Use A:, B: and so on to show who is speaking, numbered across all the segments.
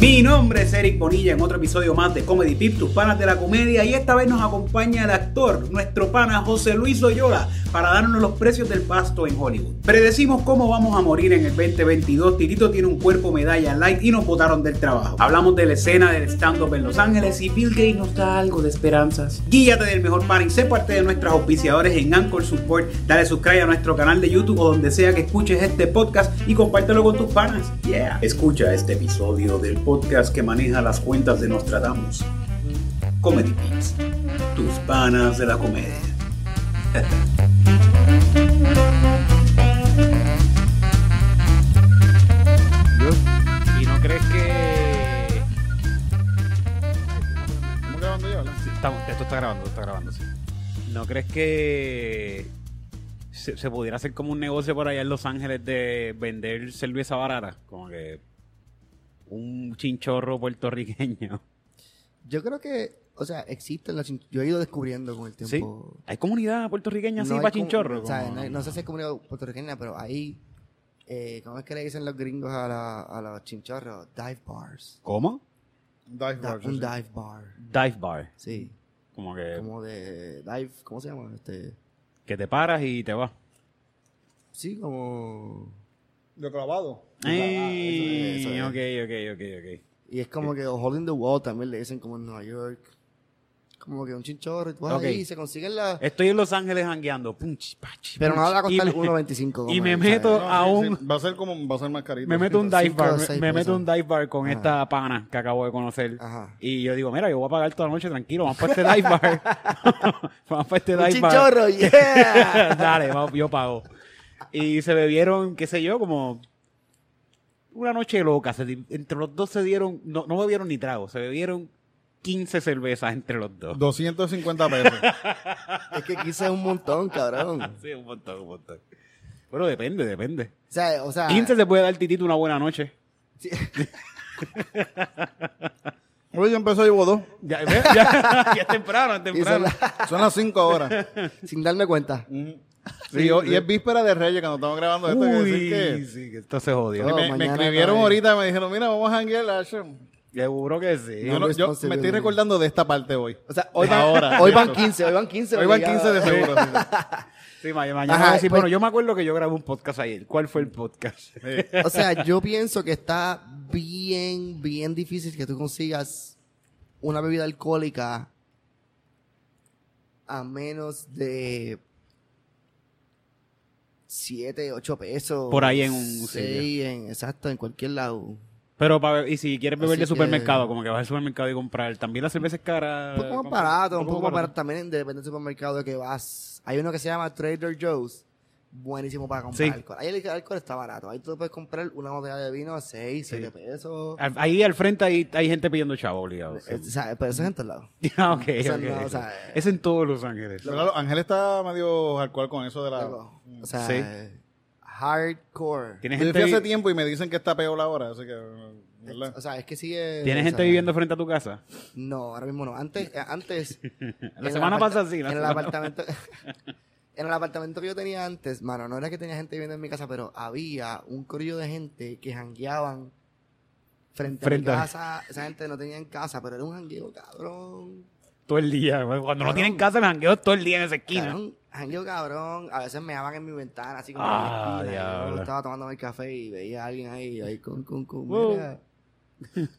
A: Mi nombre es Eric Bonilla en otro episodio más de Comedy Pip, tus panas de la comedia, y esta vez nos acompaña el actor, nuestro pana José Luis Oyola, para darnos los precios del pasto en Hollywood. Predecimos cómo vamos a morir en el 2022, Tirito tiene un cuerpo medalla light y nos botaron del trabajo. Hablamos de la escena del stand-up en Los Ángeles y Bill Gates nos da algo de esperanzas. Guíate del mejor pana y sé parte de nuestros auspiciadores en Anchor Support, dale subscribe a nuestro canal de YouTube o donde sea que escuches este podcast y compártelo con tus panas. Yeah. Escucha este episodio del podcast que maneja las cuentas de Nostradamus. Comedy Pits, tus panas de la comedia.
B: ¿Y no crees que.?
C: ¿Estamos grabando ya, verdad?
B: Sí, estamos- esto está grabando, está grabando, sí. ¿No crees que. Se, se pudiera hacer como un negocio por allá en Los Ángeles de vender cerveza barata? Como que. Un chinchorro puertorriqueño.
C: Yo creo que, o sea, existen las chin- Yo he ido descubriendo con el
B: ¿Sí?
C: tiempo.
B: ¿Hay comunidad puertorriqueña así
C: No hay
B: para
C: como-
B: chinchorro?
C: o sea,
B: Como-
C: no, no sé si es comunidad puertorriqueña, pero ahí. Eh, ¿Cómo es que le dicen los gringos a, la- a los chinchorros? Dive bars.
B: ¿Cómo?
D: Dive
C: Da-
D: bar, sí,
C: un
D: sí.
C: dive bar.
B: Dive bar.
C: Sí.
B: Como que,
C: Como de dive. ¿Cómo se llama? Este,
B: que te paras y te vas.
C: sí, como.
D: Lo clavado.
B: Eh, Ey,
C: eso es, eso
B: ok, ok, ok, ok.
C: Y es
B: Eh.
C: como que Hole in the Wall también le dicen como en Nueva York. Como que un chinchorro y tú vas
B: Ok.
C: ahí y se consiguen las.
B: Estoy en Los Ángeles hangueando. Pum, chi, pa, chi,
C: Pero
B: pum,
C: no va a
B: chi. Y
C: costar
B: me-
C: 1.25.
B: y me
C: como, ¿sabes?
B: meto-
D: No, sí,
B: aún-
D: sí, Va a ser como, va a ser más carito.
B: Me meto un
C: Cinco
B: dive bar,
C: o
B: me,
C: seis
B: me meto
C: pesos.
B: un dive bar con
C: Ajá.
B: esta pana que acabo de conocer.
C: Ajá.
B: Y yo digo, mira, yo voy a pagar toda la noche tranquilo, vamos para este dive bar. vamos para este
C: Un
B: dive bar.
C: chinchorro, yeah.
B: Dale, vamos, yo pago. Y se bebieron, qué sé yo, como una noche loca. Se di- entre los dos se dieron, no, no bebieron ni trago, se bebieron 15 cervezas entre los dos.
D: 250 pesos.
C: Es que 15 es un montón, cabrón.
B: Sí, un montón, un montón. Bueno, depende, depende.
C: O sea, o sea
B: 15 se puede dar titito una buena noche.
C: sí.
D: Hoy ya empezó, llevo dos.
B: Ya, ¿ves? ya, ya es temprano, es
C: Y son
B: temprano.
C: la-
D: Son las 5 ahora.
C: sin darme cuenta.
D: Ujú. Sí, yo- y es víspera de Reyes cuando estamos grabando esto. que decir que-
B: Uy, sí, que esto se jodió.
C: No,
D: me, me
C: mañana
D: escribieron
C: no hay.
D: ahorita me dijeron, mira, vamos a hanguear. Asher.
B: Seguro que sí.
D: Yo, no- yo me estoy
C: responsibility.
D: recordando de esta parte hoy.
C: O sea, hoy van,
D: Ahora,
C: hoy
D: de
C: van
D: esto.
C: 15, hoy van 15.
D: Hoy van
C: obligado.
D: 15 de seguro. sí,
B: Sí, ma- mañana
C: Ajá,
B: voy a decir,
C: pues- Mm.
B: bueno, yo me acuerdo que yo grabé un podcast ayer. ¿Cuál fue el podcast?
D: sí. Sí.
C: O sea, yo pienso que está bien, bien difícil que tú consigas una bebida alcohólica a menos de 7, 8 pesos.
B: Por ahí en un
C: Sí, en, exacto, en cualquier lado.
B: Pero, pa- y si quieres beber
C: Así
B: de
C: que-
B: supermercado, como que vas al supermercado y comprar. También la cerveza es cara.
C: Un poco más
B: compra-
C: barato, un poco más barato también, depende del supermercado de que vas. Hay uno que se llama Trader Joe's, buenísimo para comprar
B: Sí.
C: alcohol. Ahí el alcohol está barato, ahí tú puedes comprar una botella de vino a 6, 7 pesos.
B: Al- Ahí al frente hay, hay gente pidiendo chavo, obligado.
C: Eh, o sea, pero eso es en todos lados.
B: Ah, ok,
C: sea,
B: ok.
C: no, o sea,
B: es en todos Los Ángeles.
D: Pero claro, Ángel está medio hardcore con eso de la...
C: Loco. O sea,
B: Sí.
C: eh, hardcore.
B: Tienes
D: Yo
B: gente,
D: fui
B: vi-
D: hace tiempo y me dicen que está peor la hora, así que... ¿verdad?
C: O sea, es que sigue.
B: ¿tienes
C: o
B: gente
C: sea,
B: viviendo frente a tu casa.
C: No, ahora mismo no. Antes, eh, antes. en
B: La
C: el
B: semana
C: aparta-
B: pasada sí. la
C: En el
B: semana-
C: apartamento. En el apartamento que yo tenía antes, mano, no era que tenía gente viviendo en mi casa, pero había un corillo de gente que jangueaban frente,
B: Frente
C: a
B: a-
C: mi casa. Esa gente no tenía en casa, pero era un jangueo cabrón.
B: Todo el día. güey. Cuando no
C: Cabrón.
B: tienen casa, me jangueo todo el día en esa esquina.
C: Cabrón, jangueo cabrón. A veces me daban en mi ventana, así como
B: Ah,
C: en la esquina.
B: diablo.
C: Yo estaba tomando el café y veía a alguien ahí, ahí con, con, con.
B: Wow.
C: Mira,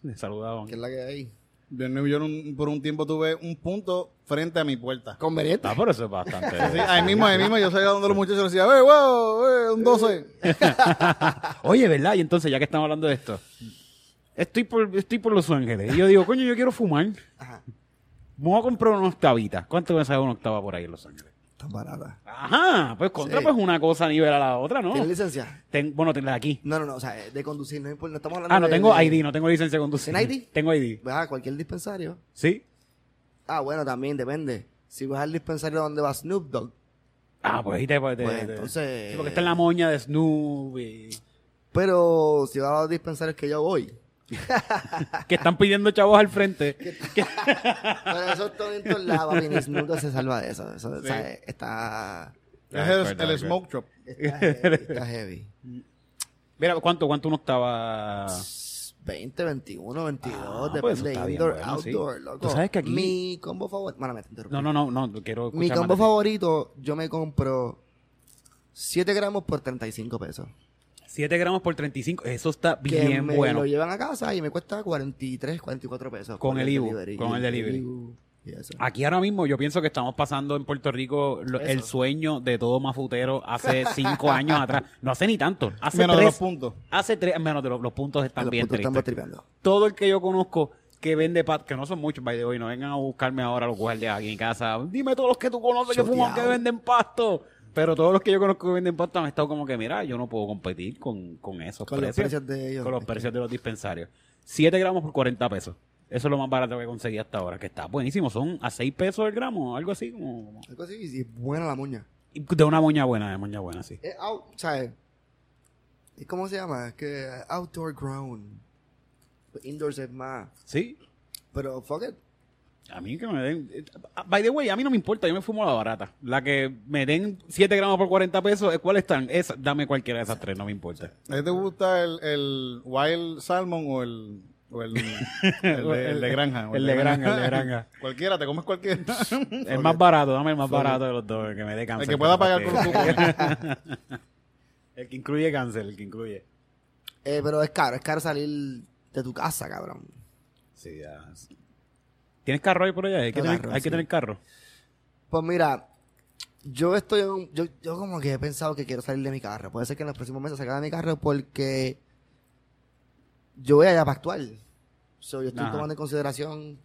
B: Me saludaban.
C: ¿qué es la que hay?
D: Yo en New York un- por un tiempo tuve un punto frente a mi puerta.
C: Conveniente.
B: Ah, pero eso es bastante.
D: Sí, ahí mismo, ahí mismo, yo salía donde los muchachos decía, ¡eh, wow! eh, un 12!
B: Oye, ¿verdad? Y entonces, ya que estamos hablando de esto, estoy por, estoy por Los Ángeles. Y yo digo, coño, yo quiero fumar.
C: Ajá.
B: Voy a comprar una octavita. ¿Cuánto me sale una octava por ahí en Los Ángeles?
C: Tan barata.
B: Ajá, pues contra,
C: Sí.
B: pues una cosa nivela a la otra, ¿no?
C: ¿Tienes licencia?
B: Ten- bueno, ten la de aquí.
C: No, no, no, o sea, eh, de conducir, no importa, no estamos hablando
B: Ah, no
C: de-
B: tengo
C: de-
B: ID, no tengo licencia de conducir.
C: ¿Tienes ID?
B: Tengo ID.
C: Vas a cualquier dispensario.
B: ¿Sí?
C: Ah, bueno, también depende. Si vas al dispensario donde va Snoop Dogg,
B: Ah, pues ahí te puedes.
C: pues entonces... eh.
B: porque está en la moña de Snoop y-
C: Pero si vas a los dispensarios que yo voy,
B: que están pidiendo chavos al frente.
C: pero eso es todo en todos lados, papi, ni Snoop Dogg se salva de eso. Eso, o sea, está...
D: es
B: de
D: el,
B: acuerdo,
D: el
B: de
D: smoke shop.
C: Está heavy, está heavy.
B: Mira, ¿cuánto? ¿Cuánto una octava?
C: 20, 21, 22,
B: Ah, pues eso
C: depende
B: está bien
C: indoor,
B: bueno, sí.
C: outdoor,
B: Tú
C: loco.
B: sabes que aquí-
C: Mi combo favorito... Bueno, me te interrumpí.
B: No, no, no, no, quiero
C: Mi
B: escuchar
C: combo
B: más de ti.
C: favorito, yo me compro 7 gramos por 35 pesos.
B: 7 gramos por 35, eso está
C: Que
B: bien
C: me
B: bueno.
C: lo llevan a casa y me cuesta 43, 44 pesos.
B: Con
C: por
B: el Ibu, con el delivery.
C: Ibu y eso.
B: Aquí ahora mismo yo pienso que estamos pasando en Puerto Rico lo-
C: Eso.
B: el sueño de todo mafutero hace 5 años atrás. No hace ni tanto, hace
D: Menos de
B: tres,
D: los puntos.
B: Hace tres, menos de los, los puntos están
C: Los
B: bien
C: putos están
B: tristes.
C: tripeando.
B: todo el que yo conozco que vende pat, que no son muchos, by the way, no vengan a buscarme ahora los guardias aquí en casa. Dime todos los que tú conoces que fuman, que
C: Choteado.
B: venden pasto. Pero todos los que yo conozco que venden pasto han estado como que, mira, yo no puedo competir con, con esos
C: Con los
B: precios.
C: precios de ellos.
B: con los
C: Es
B: precios de los dispensarios. 7 gramos por 40 pesos. Eso es lo más barato que conseguí hasta ahora, que está buenísimo. Son a 6 pesos el gramo, algo así como...
C: que- Algo así, y es buena la muña.
B: De una moña buena, de moña buena, sí.
C: Es out, ¿sabes? ¿Y cómo se llama? Es que outdoor ground. Indoors es más.
B: Sí,
C: Pero fuck it.
B: A mí que me den. eh, By the way, a mí no me importa, yo me fumo la barata. La que me den 7 gramos por 40 pesos, eh, ¿cuáles están? Esa, dame cualquiera de esas tres, no me importa.
D: ¿A ti te gusta el, el wild salmon o el, o el, el, de, el de granja? o
B: El de granja, el de granja.
D: cualquiera, te comes cualquiera.
B: El más barato, dame el más barato de los dos, Mm, el que me dé cáncer.
D: el que pueda pagar con
B: el
D: cupo.
B: El que incluye cáncer, el que incluye.
C: Eh, pero es caro, es caro salir de tu casa, cabrón.
B: Sí, ya. ¿Tienes carro ahí por allá? Hay que,
C: Tengo
B: tener,
C: carro,
B: hay que
C: sí.
B: tener carro.
C: Pues mira, yo estoy en un- yo, yo como que he pensado que quiero salir de mi carro. Puede ser que en los próximos meses salga de mi carro porque yo voy allá para actuar. So, yo estoy
B: Ajá.
C: tomando en consideración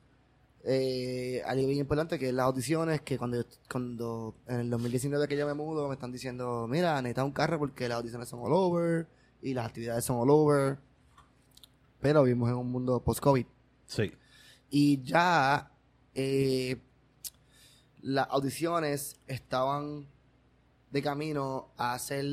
C: eh, algo bien importante que es las audiciones que cuando, yo- cuando en el 2019 que yo me mudo me están diciendo, mira, necesitas un carro porque las audiciones son all over y las actividades son all over. Pero vivimos en un mundo post-COVID.
B: Sí.
C: Y ya eh, las audiciones estaban de camino a hacer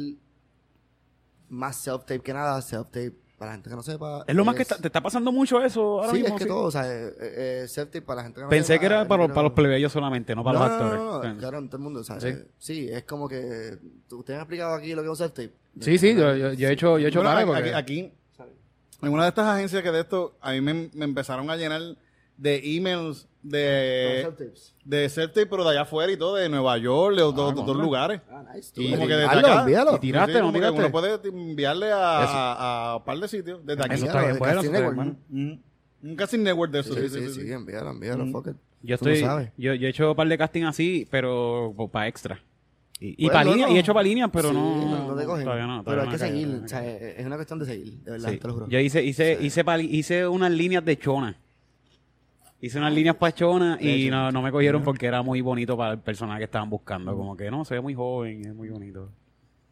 C: más self-tape que nada. Self-tape, para la gente que no sepa.
B: Es lo más que está- te está pasando mucho eso ahora
C: Pues sí,
B: mismo.
C: es que
B: sí.
C: todo, o sea, eh, eh, eh, self-tape para la gente que no
B: Pensé
C: sepa,
B: que era
C: eh,
B: para, los-
C: pero-
B: para los plebeyos solamente, no para
C: no,
B: los
C: no,
B: actores.
C: No, no,
B: Sí.
C: claro, en todo el mundo, o sea,
B: Sí.
C: eh, sí, es como que. ¿Ustedes han explicado aquí lo que es un self-tape?
E: Sí, sí, yo, yo- yo he hecho, yo he hecho
D: Bueno,
E: clave
D: aquí-
E: porque-
D: aquí, en una de estas agencias que de esto, a mí me, me empezaron a llenar de emails
B: Ah, eh,
D: de,
C: self-tapes.
D: de self-tape, pero de allá afuera y todo, de Nueva York, de otros
B: contra.
D: otros lugares.
C: Ah, nice.
D: Y
C: tú,
D: como
C: eh,
D: que desde
E: enviarlo,
D: acá,
E: enviarlo.
D: y
B: Tiraste,
D: sí,
B: no
D: como que
B: tiraste.
D: Uno puede enviarle a, a, a un par de sitios desde aquí.
B: Eso
C: Envíalo,
B: está bien
C: de
B: bueno,
C: Casting
B: super
C: Network.
B: bueno.
D: Ujú. Un casting network de
C: Sí,
D: eso.
C: sí, sí, sí, envíalo, envíalo, fuck it.
B: Mm. Yo
C: Tú lo
B: estoy,
C: sabes.
B: yo, yo he hecho un par de casting así, pero para extra. Y, y
C: Pues,
B: pa'
C: no,
B: líneas,
C: no.
B: y he hecho para líneas, pero
C: Sí,
B: no,
C: te cogen.
B: todavía no,
C: pero
B: todavía
C: hay que
B: no he caído,
C: seguir,
B: todavía no he
C: o sea, es es una cuestión de seguir, de verdad,
B: Sí.
C: te lo juro.
B: Yo hice, hice, hice, pali- hice unas líneas de chona. Hice unas líneas para chona y no, no me cogieron porque era muy bonito para el personaje que estaban buscando. Como que no, se ve muy joven, es muy bonito.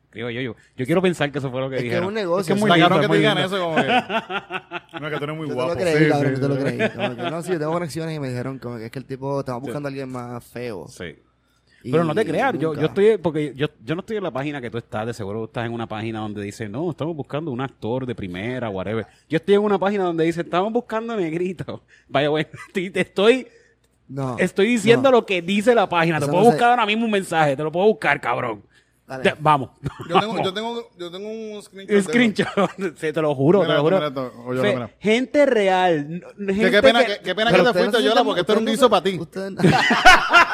B: Creo yo, yo, yo quiero pensar que eso fue lo que
C: Es que
B: dijeron.
C: es un negocio,
B: es
D: Muy
B: muy lindo,
D: que
B: es
D: te
B: muy
D: digan
B: lindo.
D: eso como que... No, que tú eres
C: Yo
D: muy
C: te
D: guapo.
C: lo creí,
D: Sí,
C: cabrón,
D: sí.
C: yo te lo creí. Como que, no, sí, yo tengo conexiones y me dijeron como que es que el tipo estaba buscando a alguien más feo.
B: Sí.
C: Y
B: Pero no te creas, yo,
C: nunca.
B: yo estoy, porque yo, yo no estoy en la página que tú estás, de seguro tú estás en una página donde dice, no, estamos buscando un actor de primera, whatever. Yo estoy en una página donde dice, estamos buscando negrito. Vaya, güey, estoy, te estoy,
C: No,
B: estoy diciendo
C: no.
B: lo que dice la página. Te
C: Eso
B: puedo
C: no sé.
B: buscar ahora mismo un mensaje, te lo puedo buscar, cabrón.
C: Dale.
B: Te- vamos.
D: Yo tengo, yo, tengo, yo tengo un screenshot. de
B: Un
D: eso.
B: screenshot, sí, te lo juro,
D: Mira
B: te lo
D: esto,
B: juro.
D: mira esto, oye,
B: Fe-
D: mira.
B: gente real. n-
D: Que
B: gente
D: qué pena que,
B: que-
D: qué pena que
C: Pero
D: te
C: ustedes
D: fuiste,
C: no se
D: Yola,
C: sienten-
D: porque esto era un
C: ustedes
D: guiso para ti.
C: no se-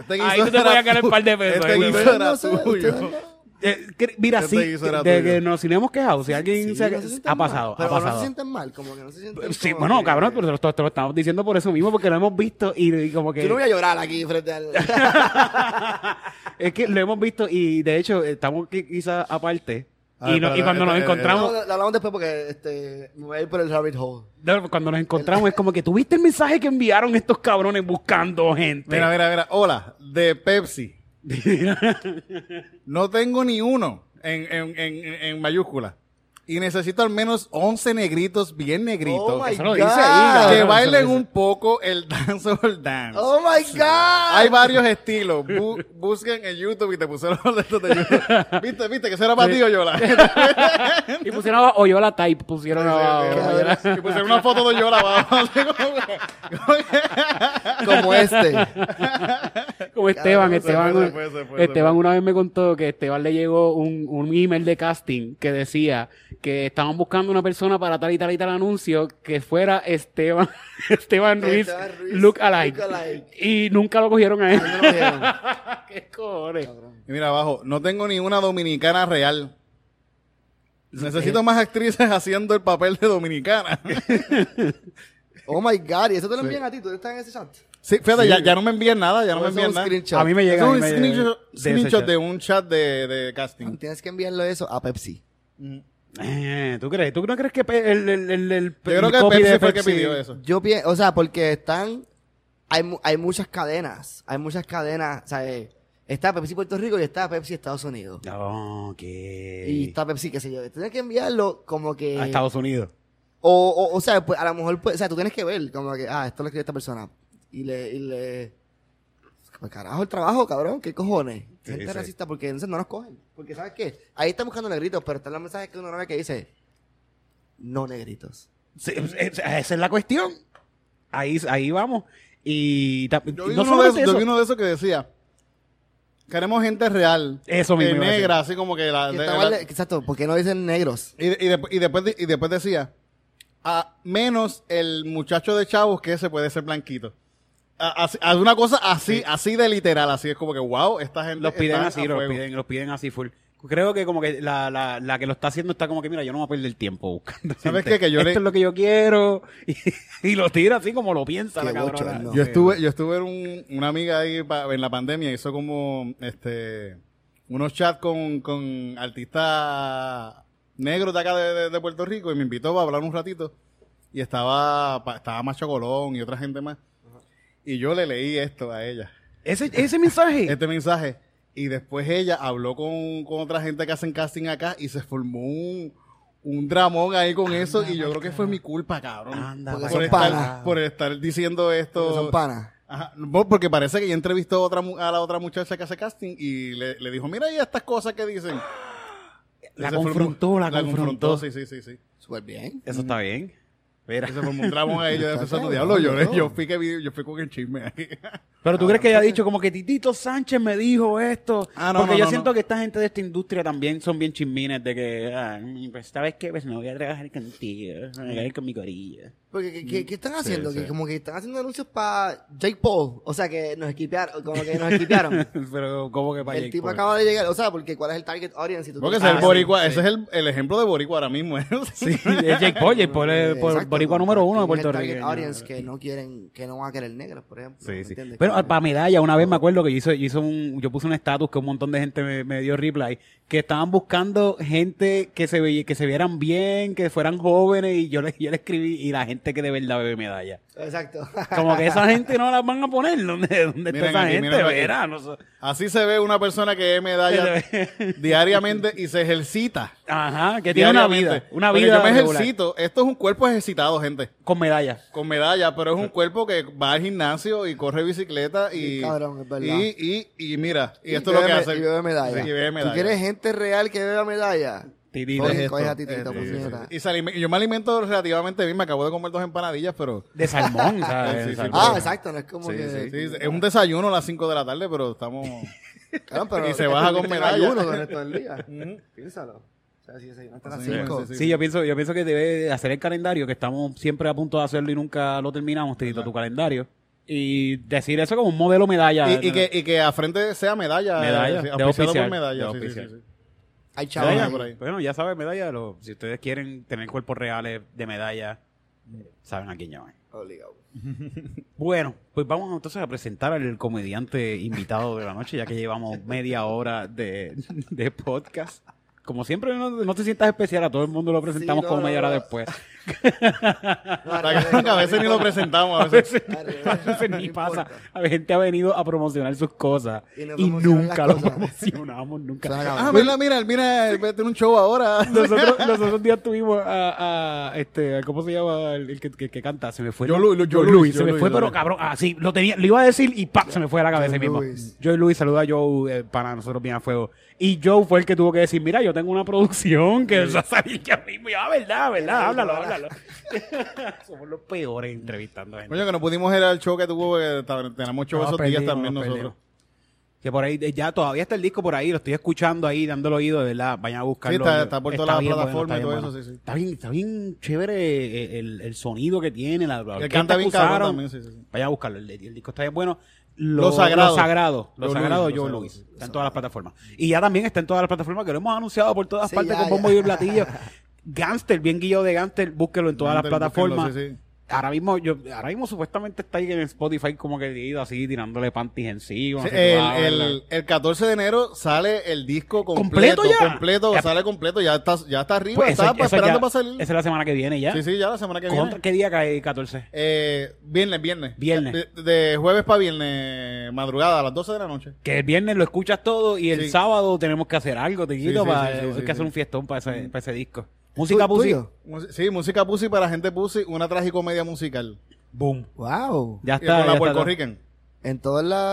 D: Este
B: Ahí tú te podías ganar un par de pesos,
D: Este
B: güey.
D: guiso
C: Ustedes
D: era
C: no se- ustedes
D: tuyo.
C: no-
B: Eh, que- mira,
D: Este
B: sí,
D: guiso era
B: de
D: tuyo.
B: que nos tenemos quejado. Si alguien
C: sí,
B: se-
C: no se sienten
B: ha
C: mal.
B: pasado,
C: Pero
B: ha pasado.
C: no se sienten mal, como que no se sienten
B: Sí,
C: como
B: bueno,
C: que-
B: cabrón, pero te lo, te lo estamos diciendo por eso mismo, porque lo hemos visto y, y como que...
C: Yo no voy a llorar aquí frente al...
B: Es que lo hemos visto y de hecho estamos qui- quizás aparte.
D: Ah,
B: y, no- y
D: espera,
B: cuando
D: espera,
C: eh,
B: nos
D: espera,
B: encontramos,
C: No, lo hablamos después porque este, me voy a ir por el rabbit hole.
B: no, cuando nos encontramos es como que tuviste el mensaje que enviaron estos cabrones buscando gente.
D: Mira, mira, mira. Hola, de Pepsi. No tengo ni uno en, en, en, en mayúscula. Y necesito al menos 11 negritos, bien negritos.
C: Oh my
B: Eso lo dice ahí,
C: God.
B: cabrón.
D: que
B: eso
D: bailen
B: lo dice.
D: un poco el dancehall dance.
C: Oh my God.
D: Hay varios estilos. Bu- busquen en YouTube y te pusieron los de estos de YouTube. Viste, viste, que eso era para ti, Yola.
B: y pusieron abajo Oyola Type, pusieron abajo. Oyola.
D: Y pusieron una foto de Yola abajo.
C: Como este.
B: Como Esteban,
D: Cabrón, se
B: Esteban,
D: fue, se fue, se fue, se
B: Esteban
D: fue.
B: una vez me contó que Esteban le llegó un, un email de casting que decía
E: que estaban buscando una persona para tal y tal y tal anuncio que fuera Esteban, Esteban Ruiz,
C: Esteban Ruiz,
E: look alike.
C: lookalike.
E: Y nunca lo cogieron a
C: Ahí
E: él.
C: no lo vieron,
D: Ah.
E: ¿Qué cojones?
C: cabrón.
D: Y mira abajo, no tengo ni una dominicana real. Necesito más actrices haciendo el papel de dominicana.
C: Oh my god, y eso te lo envían a ti, tú estás en ese chat.
D: Sí, fíjate, Ya, ya no me envían nada, ya no
C: O eso
D: me envían
C: es un
D: nada.
C: screenshot.
B: A mí me
D: Es
B: llega. a mí
D: un
B: me llega
D: screenshot,
B: de ese
D: screenshot
B: chat.
D: de un chat de, de casting.
C: Ah,
D: Mm.
C: Tienes que enviarlo eso a Pepsi.
B: Eh, ¿Tú crees? ¿Tú no crees que pe- el, el, el, el
D: Yo creo que
B: copy de
D: Pepsi fue el que
B: Pepsi-
D: pidió eso.
C: Yo pienso, o sea, porque están, hay, mu- hay muchas cadenas, hay muchas cadenas, o sea, eh, está Pepsi Puerto Rico y está Pepsi Estados Unidos.
B: No,
C: Y
B: que.
C: está Pepsi, qué sé yo. Tienes que enviarlo como que...
B: A Estados Unidos.
C: O, o, o sea, pues, a lo mejor, pues, o sea, tú tienes que ver, como que, ah, esto lo escribió esta persona. Y le, y le... Pues carajo, el trabajo, cabrón, qué cojones.
B: Sí,
C: Gente
B: sí.
C: racista, porque entonces no nos cogen. Porque, ¿sabes qué? Ahí están buscando negritos, pero están los mensajes que uno no ve que dice, no negritos.
B: Sí, es- es- Esa es la cuestión. Ahí, ahí vamos. Y ta-
D: Yo vi,
B: no
D: uno de esos,
B: solamente
D: yo vi
B: eso.
D: uno de esos que decía, queremos gente real,
B: Eso
D: eh,
B: mismo iba a decir.
D: negra, así como que la...
C: Que
D: de-
C: está
D: la-
C: mal- exacto, porque no dicen negros.
D: y, y de- y después, de- y después decía, a menos el muchacho de chavos que se puede ser blanquito. A- así- Alguna cosa así, así de literal, así es como que, wow, esta gente
B: Los piden
D: está Eh, a
B: así, los
D: fuego".
B: piden, los piden así full. Creo que como que la, la, la que lo está haciendo está como que, mira, yo no voy a perder tiempo buscando.
D: ¿Sabes
B: gente.
D: qué? Que yo
B: Esto
D: le-
B: es lo que yo quiero. Y, y lo tira así como lo piensa
C: Qué
B: la cabrona.
C: bochorno.
D: Yo
C: Sí.
D: estuve, yo estuve en un- una amiga ahí pa- en la pandemia, hizo como este unos chats con, con artistas negros de acá de, de- de Puerto Rico y me invitó a hablar un ratito. Y estaba, pa- estaba Macho Colón y otra gente más. Y yo le leí esto a ella,
B: Ese, ese mensaje.
D: este mensaje. Y después ella habló con, con otra gente que hacen casting acá y se formó un, un dramón ahí con eso. Y yo creo que fue mi culpa, cabrón.
B: Anda, pa'
C: Porque
D: por,
C: son
B: acá.
C: panas.
D: estar, por estar diciendo esto.
C: Porque son panas.
D: Ajá, no, porque parece que ella entrevistó a, otra, mu- a la otra muchacha que hace casting y le, le dijo, mira y estas cosas que dicen.
B: La
D: Y se formó-
B: confrontó, la confrontó.
D: Sí, sí, sí, sí.
C: Súper bien.
B: Eso está bien. Mira.
D: Y se formó un drama a ella de
C: Está
D: santo
C: cabrón,
D: diablo. Yo,
C: cabrón.
D: yo, fui que vi- yo fui con el chisme ahí.
B: Pero tú crees que haya dicho como que Titito Sánchez me dijo esto.
D: Ah, no,
B: Porque
D: no,
B: yo
D: no,
B: siento
D: no.
B: que esta gente de esta industria también son bien chismines de que, ah, mm, pues sabes qué, pues no voy a trabajar contigo, voy a trabajar con mi corilla.
C: Porque, ¿qué, qué- qué están haciendo?
D: sí.
C: Que como que están haciendo anuncios para Jake Paul. O sea, que nos equipearon, como que nos equipearon.
B: Pero como que para
C: el tipo acaba de llegar, o sea, porque ¿cuál es el target audience? Si tú-
D: Porque ese
C: Ah,
D: es el
C: sí,
D: boricua,
C: sí.
D: ese es el, el ejemplo de boricua ahora mismo. ¿eh?
B: Sí, es Jake Paul, Jake Paul es
C: Eh,
B: por-
C: exacto,
B: boricua
C: como
B: número uno de
C: que es el
B: Puerto
C: target
B: Rico.
C: audience que no quieren, que no van a querer negros, por ejemplo. ¿me
B: Sí, sí.
C: entiendes?
B: Pero ah,
C: Como que-
B: para medalla, una vez me acuerdo que yo hice, yo hice un, yo puse un estatus que un montón de gente me, me dio reply, que estaban buscando gente que se ve- que se vieran bien, que fueran jóvenes, y yo le, yo le escribí, y la gente que de verdad bebe medalla.
C: Exacto.
B: Como que esa gente no la van a poner, ¿dónde, dónde está
D: Miren
B: esa
D: aquí,
B: gente?
D: miren aquí.
B: Verá, no sé.
D: Así se ve una persona que es medalla diariamente y se ejercita.
B: Ajá, que tiene una vida,
D: diariamente.
B: una
D: Porque
B: vida
D: Yo me
B: regular,
D: ejercito. Esto es un cuerpo ejercitado, gente.
B: con medalla.
D: con medalla, pero es un cuerpo que va al gimnasio y corre bicicleta y.
C: Sí, cabrón, es verdad.
D: Y, y, y mira, y,
C: Y
D: esto es lo que
C: bebe-
D: hace.
C: Y bebe medalla.
D: Sí, y bebe medalla.
C: ¿Tú quieres gente real que beba medalla?
B: Titito.
C: Coge-
D: Es esto,
C: coge a Titito,
D: es-
C: pues,
D: sí, sí,
C: mierda.
D: sí. Y se alime- y yo me alimento relativamente bien, me acabo de comer dos empanadillas, pero.
B: De salmón, ¿sabes?
D: Sí, sí,
B: De
D: sí.
B: salmón.
C: Ah, exacto, no es como que...
D: Sí, sí, es un desayuno a las 5 de la tarde, pero estamos.
C: Claro, pero
D: Y se baja con medalla. Mm.
C: uno con esto del día. Piénsalo. O sea, si desayunaste a las
D: Sí,
C: 5.
D: sí,
B: Sí, yo pienso, yo pienso que debe hacer el calendario, que estamos siempre a punto de hacerlo y nunca lo terminamos, Tito, tu calendario. Y decir eso como un modelo medalla.
D: Y, y que, y que a frente sea medalla.
B: Medalla,
D: eh, sí,
B: de
D: auspiciado
B: oficial,
D: por medalla.
B: de
D: sí, sí,
B: oficial.
D: sí, sí.
C: Hay
D: Medalla
C: chavos
D: por
C: ahí.
D: ahí.
B: Bueno, ya saben, medalla, lo- si ustedes quieren tener cuerpos reales de medalla, saben a quién llaman.
C: Obligado.
B: Bueno, pues vamos entonces a presentar al comediante invitado de la noche, ya que llevamos media hora de, de podcast. Como siempre, no, no te sientas especial, a todo el mundo lo presentamos
C: no,
B: como media
C: no,
B: hora
C: no.
B: después.
D: Está cabrón que a veces ni lo presentamos. A veces.
B: Entonces ni pasa. La gente ha venido a promocionar sus cosas
C: Y no
B: y
C: promocionan
B: nunca
C: las
B: lo
C: cosas.
B: promocionamos, nunca.
C: Suena cabrón.
D: Ah, mira, mira, mira, él va a tener un show ahora.
B: Nosotros, los otros días tuvimos a, a, este, a- ¿cómo se llama el, el que, que- que canta? Se me fue.
D: Joe
B: ¿no?
D: Lu- Lu- Joe
B: Joe
D: Luis,
B: Luis, se
D: Joe
B: me
D: Luis,
B: fue,
D: Joe
B: pero
D: Luis.
B: cabrón, así lo tenía, lo iba a decir y ¡pap! se me fue de la cabeza
C: Joe
B: mismo.
C: Luis.
B: Joe Luis, saluda a Joe eh, para nosotros bien a fuego. Y Joe fue el que tuvo que decir, mira, yo tengo una producción que va a salir ya mismo. Y, Ah, verdad, verdad, háblalo, háblalo. Somos los peores entrevistando a gente.
D: Coño, que no pudimos ir al show que tuvo, porque ta- tenemos show
B: No,
D: esos días
B: perdimos,
D: también
B: perdimos.
D: nosotros.
B: Que por ahí, eh, ya todavía está el disco por ahí, lo estoy escuchando ahí, dándolo oído, de verdad. Vayan a buscarlo.
D: está- está por todas las
B: bien bueno,
D: plataformas y
B: está bien
D: todo
B: bueno.
D: eso, sí, sí.
B: Está bien, está bien chévere eh, el, el sonido que tiene, la, la
D: Que
B: orquesta
D: canta bien
B: que
D: cabrón
B: usaron.
D: también, sí, sí, sí.
B: Vayan a buscarlo, el, el disco está bien bueno. Lo,
D: Lo
B: Lo
D: Sagrado.
B: sagrado, lo
D: Joe
B: sagrado
D: Louis,
B: Joe
D: lo
B: Louis.
D: Sagrado.
B: Está en todas las plataformas. Y ya también está en todas las plataformas que lo hemos anunciado por todas
C: Sí,
B: partes
C: ya,
B: con bombo
C: ya.
B: y platillo. Gangster, bien guillado de Gangster, búsquelo en todas las
D: Antes,
B: plataformas.
D: búsquenlo, sí, sí.
B: Ahora mismo, yo, ahora mismo supuestamente está ahí en Spotify como que ido así, tirándole panties encima. no
D: Sí,
B: sé qué va,
D: el,
B: ¿verdad?
D: el, el 14 de enero sale el disco completo.
B: ¿Completo ya?
D: completo,
B: Ya.
D: sale completo. Ya está, ya está arriba.
B: Pues eso-
D: está pa-
B: eso
D: esperando
B: ya-
D: para salir.
B: Esa es la semana que viene ya.
D: Sí, sí, ya la semana que
B: ¿Contra
D: viene.
B: qué día cae 14?
D: Eh, viernes, viernes.
B: Viernes.
D: De, de jueves para viernes, madrugada, a las 12 de la noche.
B: Que el viernes lo escuchas todo y el
D: Sí.
B: sábado tenemos que hacer algo, te
D: Sí, sí,
B: para,
D: sí, sí,
B: hay
D: sí,
B: que
D: sí.
B: hacer un fiestón para ese, para ese disco. Música
C: ¿Tú-
B: pussy.
C: tuyo?
D: Mus- Sí, música pussy para gente pussy, una tragicomedia musical.
B: Boom.
C: Wow.
B: Ya
D: Y
B: está.
D: con
B: ya
D: la
B: está
D: Puerto
B: todo.
D: Rican.
C: En todas las...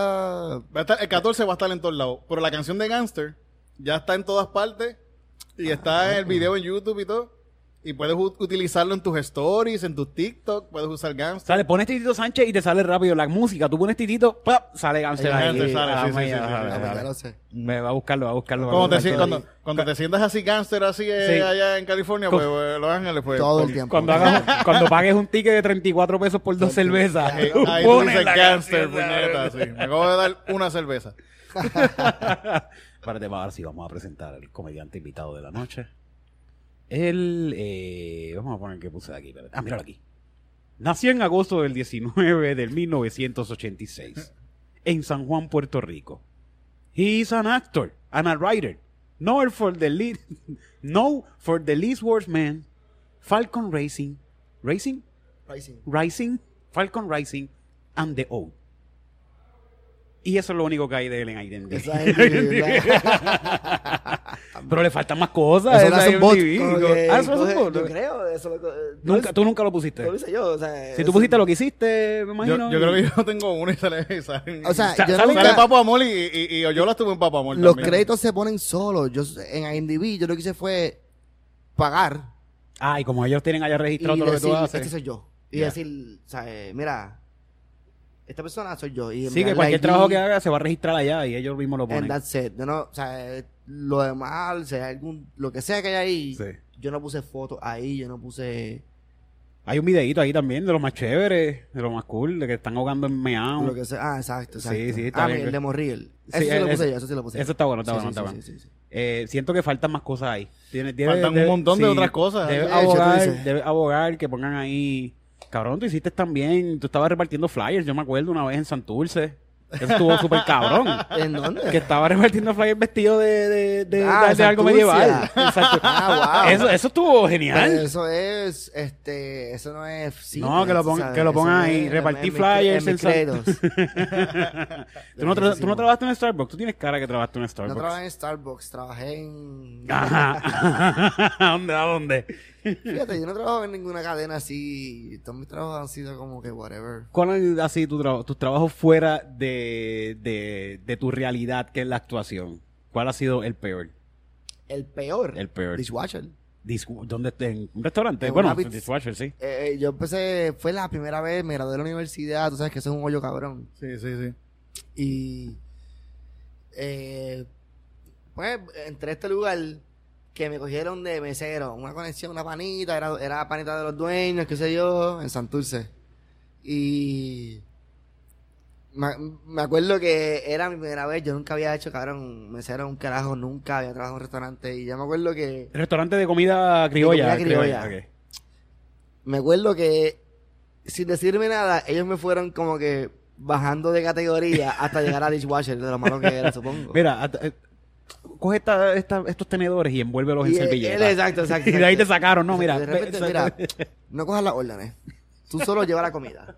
D: Va a estar- el 14 va a estar en todos lados. Pero la canción de Gangster ya está en todas partes.
C: Ah,
D: Y está en el video en YouTube y todo. Y puedes u- utilizarlo en tus stories, en tus TikTok. Puedes usar Gangster.
B: Sale, pones Titito Sánchez y te sale rápido la música. Tú pones Titito, ¡pap! sale Gangster
D: Ahí
B: ahí.
D: Gangster sale,
B: Ah,
D: sí, sí,
B: mira,
D: sí, sí,
B: ah,
D: sí,
B: ah,
C: Ah, pues
B: ah.
C: ya lo sé.
B: Me va a buscarlo, va a buscarlo. va a
D: Cuando te,
B: buscarlo.
D: sien- cuando, cuando te sientas así Gangster, así eh,
B: Sí.
D: allá en California,
B: Co-
D: pues, eh, Los Ángeles, pues.
C: Todo el
D: pues,
C: tiempo.
B: Cuando, hagas- cuando pagues un ticket de 34 pesos por dos cervezas,
D: eh,
B: tú
D: ahí tú
B: pones
D: dices
B: la
D: Gangster,
B: canción, ¿sabes?
D: puñeta, sí. Me acabo de dar una cerveza.
B: Espérate, va, ahora sí vamos a presentar al comediante invitado de la noche. Él, eh, vamos a poner que puse aquí. espérate. Ah, míralo aquí. Nació en agosto del 19 del 1986 en San Juan, Puerto Rico. He is an actor and a writer. Known for the lead, no for the least worst man, Falcon Racing, Racing,
C: Pricing.
B: Rising, Falcon Rising, and The O. Y eso es lo único que hay de él en IDMD.
C: Esa es mi-
B: "Ah,
C: la-
B: Pero le faltan más cosas.
C: Eso lo
B: esa
C: hace un bot,
B: IMDb.
C: como que
B: Ah, eso lo hace
C: coge-
B: un bot.
C: Yo creo, eso lo co- eh, no
B: Nunca,
C: es-
B: tú nunca lo
C: no
B: pusiste.
C: lo hice yo, o sea...
B: Si
C: eso-
B: tú pusiste lo que hiciste, me
D: Yo,
B: imagino.
D: yo creo que yo tengo uno y sale. y sale-
C: O sea,
B: Sa-
C: yo
B: sale-
D: sale
C: nunca-
D: Papo Amor y, y, y Oyola estuvo en Papo Amor.
C: Los
D: también.
C: créditos se ponen solos. Yo en IMDb yo lo que hice fue pagar
B: Ay, Ah, como ellos tienen allá
C: y
B: registrado todo lo que
C: decir,
B: tú
C: este
B: haces.
C: soy yo. Y
B: Ya.
C: decir, ¿sabes? Mira, esta persona soy yo. Y
B: Sí, que
C: enviar
B: cualquier
C: la
B: trabajo
C: ID,
B: que haga se va a registrar allá y ellos mismos lo
C: And
B: ponen.
C: that's it. Yo no, o sea, lo demás, o sea, algún, lo que sea que haya ahí,
B: Sí.
C: yo no puse fotos ahí, yo no puse
B: Hay un videito ahí también de los más chéveres, de los más cool, de que están ahogando en meao.
C: lo que sea. Ah, exacto,
B: Sí,
C: exacto.
B: sí, está
C: ah,
B: bien.
C: el de Morriel.
B: Sí,
C: Eso sí, lo
B: es-
C: puse yo, eso sí lo puse
B: Eso
C: yo.
B: está bueno, está
C: Sí,
B: bueno,
C: sí,
B: está
C: sí,
B: bueno.
C: sí, sí, sí.
B: Eh, siento que faltan más cosas ahí. Tiene- tiene-
D: Faltan un montón de otras cosas.
B: Debe
C: Sí,
B: abogar,
C: eso tú dices.
B: debe abogar que pongan ahí. Cabrón, tú hiciste también. Tú estabas repartiendo flyers. Yo me acuerdo una vez en Santurce. Eso estuvo súper cabrón.
C: ¿En dónde?
B: Que estaba repartiendo flyers vestido de, de, de-
C: Ah,
B: de- de algo
C: Santurce.
B: medieval. En Santur-
C: Ah, wow. Pues,
B: eso, eso estuvo
C: Pero
B: genial.
C: eso es, este, eso no es cine,
B: No, que lo ponga-
C: ¿sabes?
B: que lo
C: Eso
B: pongan
C: es
B: ahí,
C: en-
B: repartí
C: en mis
B: flyers,
C: cre- en mis
B: el sal-
C: créditos.
B: tú, no tra- tú no trabajaste en Starbucks. Tú tienes cara que trabajaste en
C: No
B: Starbucks.
C: trabajé en Starbucks, trabajé en...
B: Ajá. ¿A dónde? ¿A dónde?
C: Fíjate, yo no trabajo en ninguna cadena así, todos mis trabajos han sido como que whatever.
B: ¿Cuál ha sido tu trabajo, tus trabajos fuera de, de, de tu realidad, que es la actuación? ¿Cuál ha sido el peor?
C: El peor.
B: El peor.
C: Dishwatcher.
B: Discu- ¿Dónde? ¿En un restaurante?
C: En
B: bueno,
C: Rabbit's.
B: dishwasher, sí.
C: Eh, eh, yo empecé, fue la primera vez, me gradué de la universidad, tú sabes que eso es un hoyo cabrón.
D: Sí, sí, sí.
C: Y eh, pues entré a este lugar que me cogieron de mesero, una conexión, una panita, era, era panita de los dueños, qué sé yo, en Santurce. Y me, me acuerdo que era mi primera vez, yo nunca había hecho, cabrón, mesero un carajo, nunca había trabajado en un restaurante. Y ya me acuerdo que,
B: Restaurante de comida criolla.
C: De comida criolla.
B: ok.
C: me acuerdo que sin decirme nada, ellos me fueron como que bajando de categoría hasta llegar a dishwasher, de lo malo que era, supongo.
B: Mira, at- eh, coge esta- esta- estos tenedores y envuélvelos en
C: Y, eh, él-
B: servilletas.
C: exacto, exacto.
B: Y de ahí te
C: exacto.
B: sacaron, no, mira.
C: De repente,
B: ve-
C: mira, no cojas las órdenes. Tú solo lleva la comida.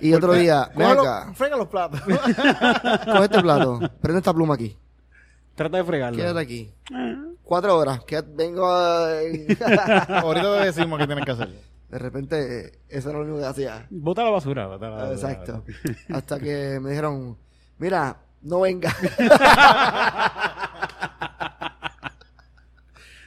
C: Y otro día, ven acá,
D: Cógelo, Frega los platos.
C: coge este plato, prende esta pluma aquí,
B: Trata de fregarlo.
C: quédate aquí.
B: Ah.
C: Cuatro horas, quédate- vengo a-
D: Ahorita te decimos qué tienes que hacer.
C: De repente, eh, eso era lo único que hacía.
B: Bota la basura. bota la basura.
C: Exacto. Hasta que me dijeron, mira, no venga.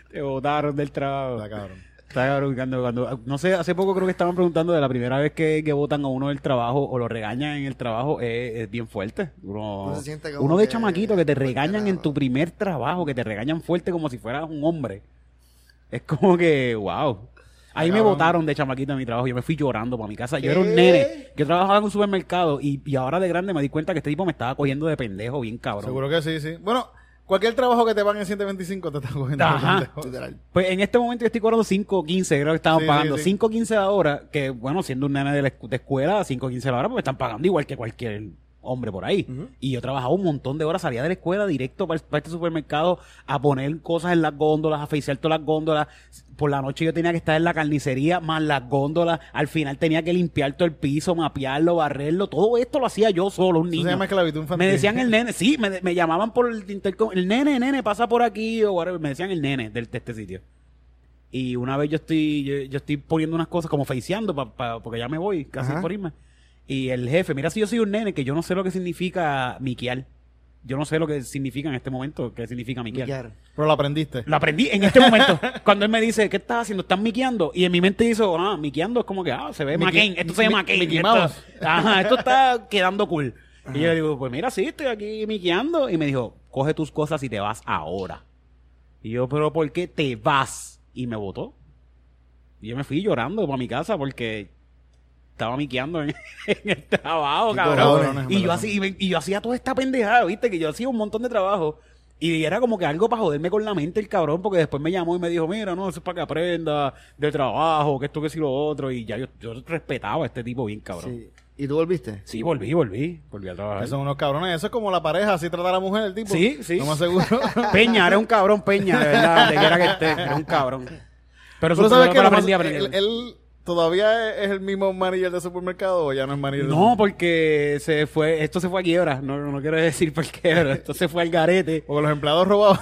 B: Te botaron del trabajo.
D: Está cabrón.
B: Está cabrón, cuando, cuando- no sé, hace poco creo que estaban preguntando de la primera vez que, que votan a uno del trabajo o lo regañan en el trabajo, es, es bien fuerte. Uno,
C: Uno se siente como
B: uno de
C: que-
B: chamaquito que te regañan en
C: alterado.
B: tu primer trabajo, que te regañan fuerte como si fueras un hombre. Es como que, wow. Ahí me
D: Cabrón.
B: votaron de chamaquito en mi trabajo, yo me fui llorando para mi casa, yo era un
D: ¿Qué?
B: nene, yo trabajaba en un supermercado y, y ahora de grande me di cuenta que este tipo me estaba cogiendo de pendejo bien cabrón.
D: Seguro que sí, sí. Bueno, cualquier trabajo que te van en 125 te están cogiendo.
B: Ajá.
D: pendejo.
C: Literal.
B: Pues en este momento yo estoy cobrando 5.15, creo que estamos
D: Sí, sí,
B: pagando
D: sí.
B: 5.15 la hora, que bueno, siendo un nene de, la escu- de escuela, 5.15 la hora, pues me están pagando igual que cualquier hombre por ahí. Y yo trabajaba un montón de horas, salía de la escuela directo para, este supermercado a poner cosas en las góndolas, a facear todas las góndolas. Por la noche yo tenía que estar en la carnicería más las góndolas. Al final tenía que limpiar todo el piso, mapearlo, barrerlo. Todo esto lo hacía yo solo, un
D: Eso
B: niño.
D: se llama esclavitud infantil.
B: Me decían el nene, sí, me, me llamaban por el intercom, el nene, nene, pasa por aquí, o whatever, me decían el nene del, de este sitio. Y una vez yo estoy, yo, yo estoy poniendo unas cosas como faceando, pa- pa- porque ya me voy, casi
C: Ajá.
B: por irme. Y el jefe, mira, si yo soy un nene, que yo no sé lo que significa miquiar. Yo no sé lo que significa en este momento, qué significa miquiar.
C: Miquear.
D: Pero lo aprendiste.
B: Lo aprendí en este momento. cuando él me dice, ¿qué estás haciendo? ¿Estás miqueando? Y en mi mente hizo, ah, miqueando es como que, ah, se ve
D: Mickey-
B: McCain. Esto se ve
D: Mi-
B: McCain.
D: Mickey
B: Esto-
D: Mouse.
B: ajá, esto está quedando cool. Y yo le digo, pues mira, sí, estoy aquí miqueando. Y me dijo, coge tus cosas y te vas ahora. Y yo, pero ¿por qué te vas? Y me votó. Y yo me fui llorando para mi casa porque estaba miqueando en, en el trabajo,
D: Qué
B: cabrón.
D: cabrones,
B: y,
D: en
B: yo
D: verdad.
B: así, y, me- y yo hacía toda esta pendejada, ¿viste? Que yo hacía un montón de trabajo. Y era como que algo para joderme con la mente el cabrón, porque después me llamó y me dijo, mira, no, eso es para que aprenda de trabajo, que esto, que si lo otro. Y ya yo, yo respetaba a este tipo bien, cabrón. Sí,
C: Sí. ¿Y tú volviste?
B: volví, volví. Volví a trabajar.
D: Esos son unos cabrones. Eso es como la pareja, así trata a la mujer, el tipo.
B: Sí, sí.
D: No me aseguro.
B: Peña, era un cabrón, Peña, de verdad, de que era que esté, era un cabrón. Pero,
D: Pero
B: eso
D: sabes
B: sabes
D: que
B: lo
D: lo
B: aprendí,
D: pasa-
B: aprendí.
D: él, él todavía es, es el mismo manager de supermercado o ya no es manager. de-
B: No, porque se fue, esto se fue a quiebra, no, no quiero decir por qué, pero esto se fue al garete.
D: Porque los empleados robados.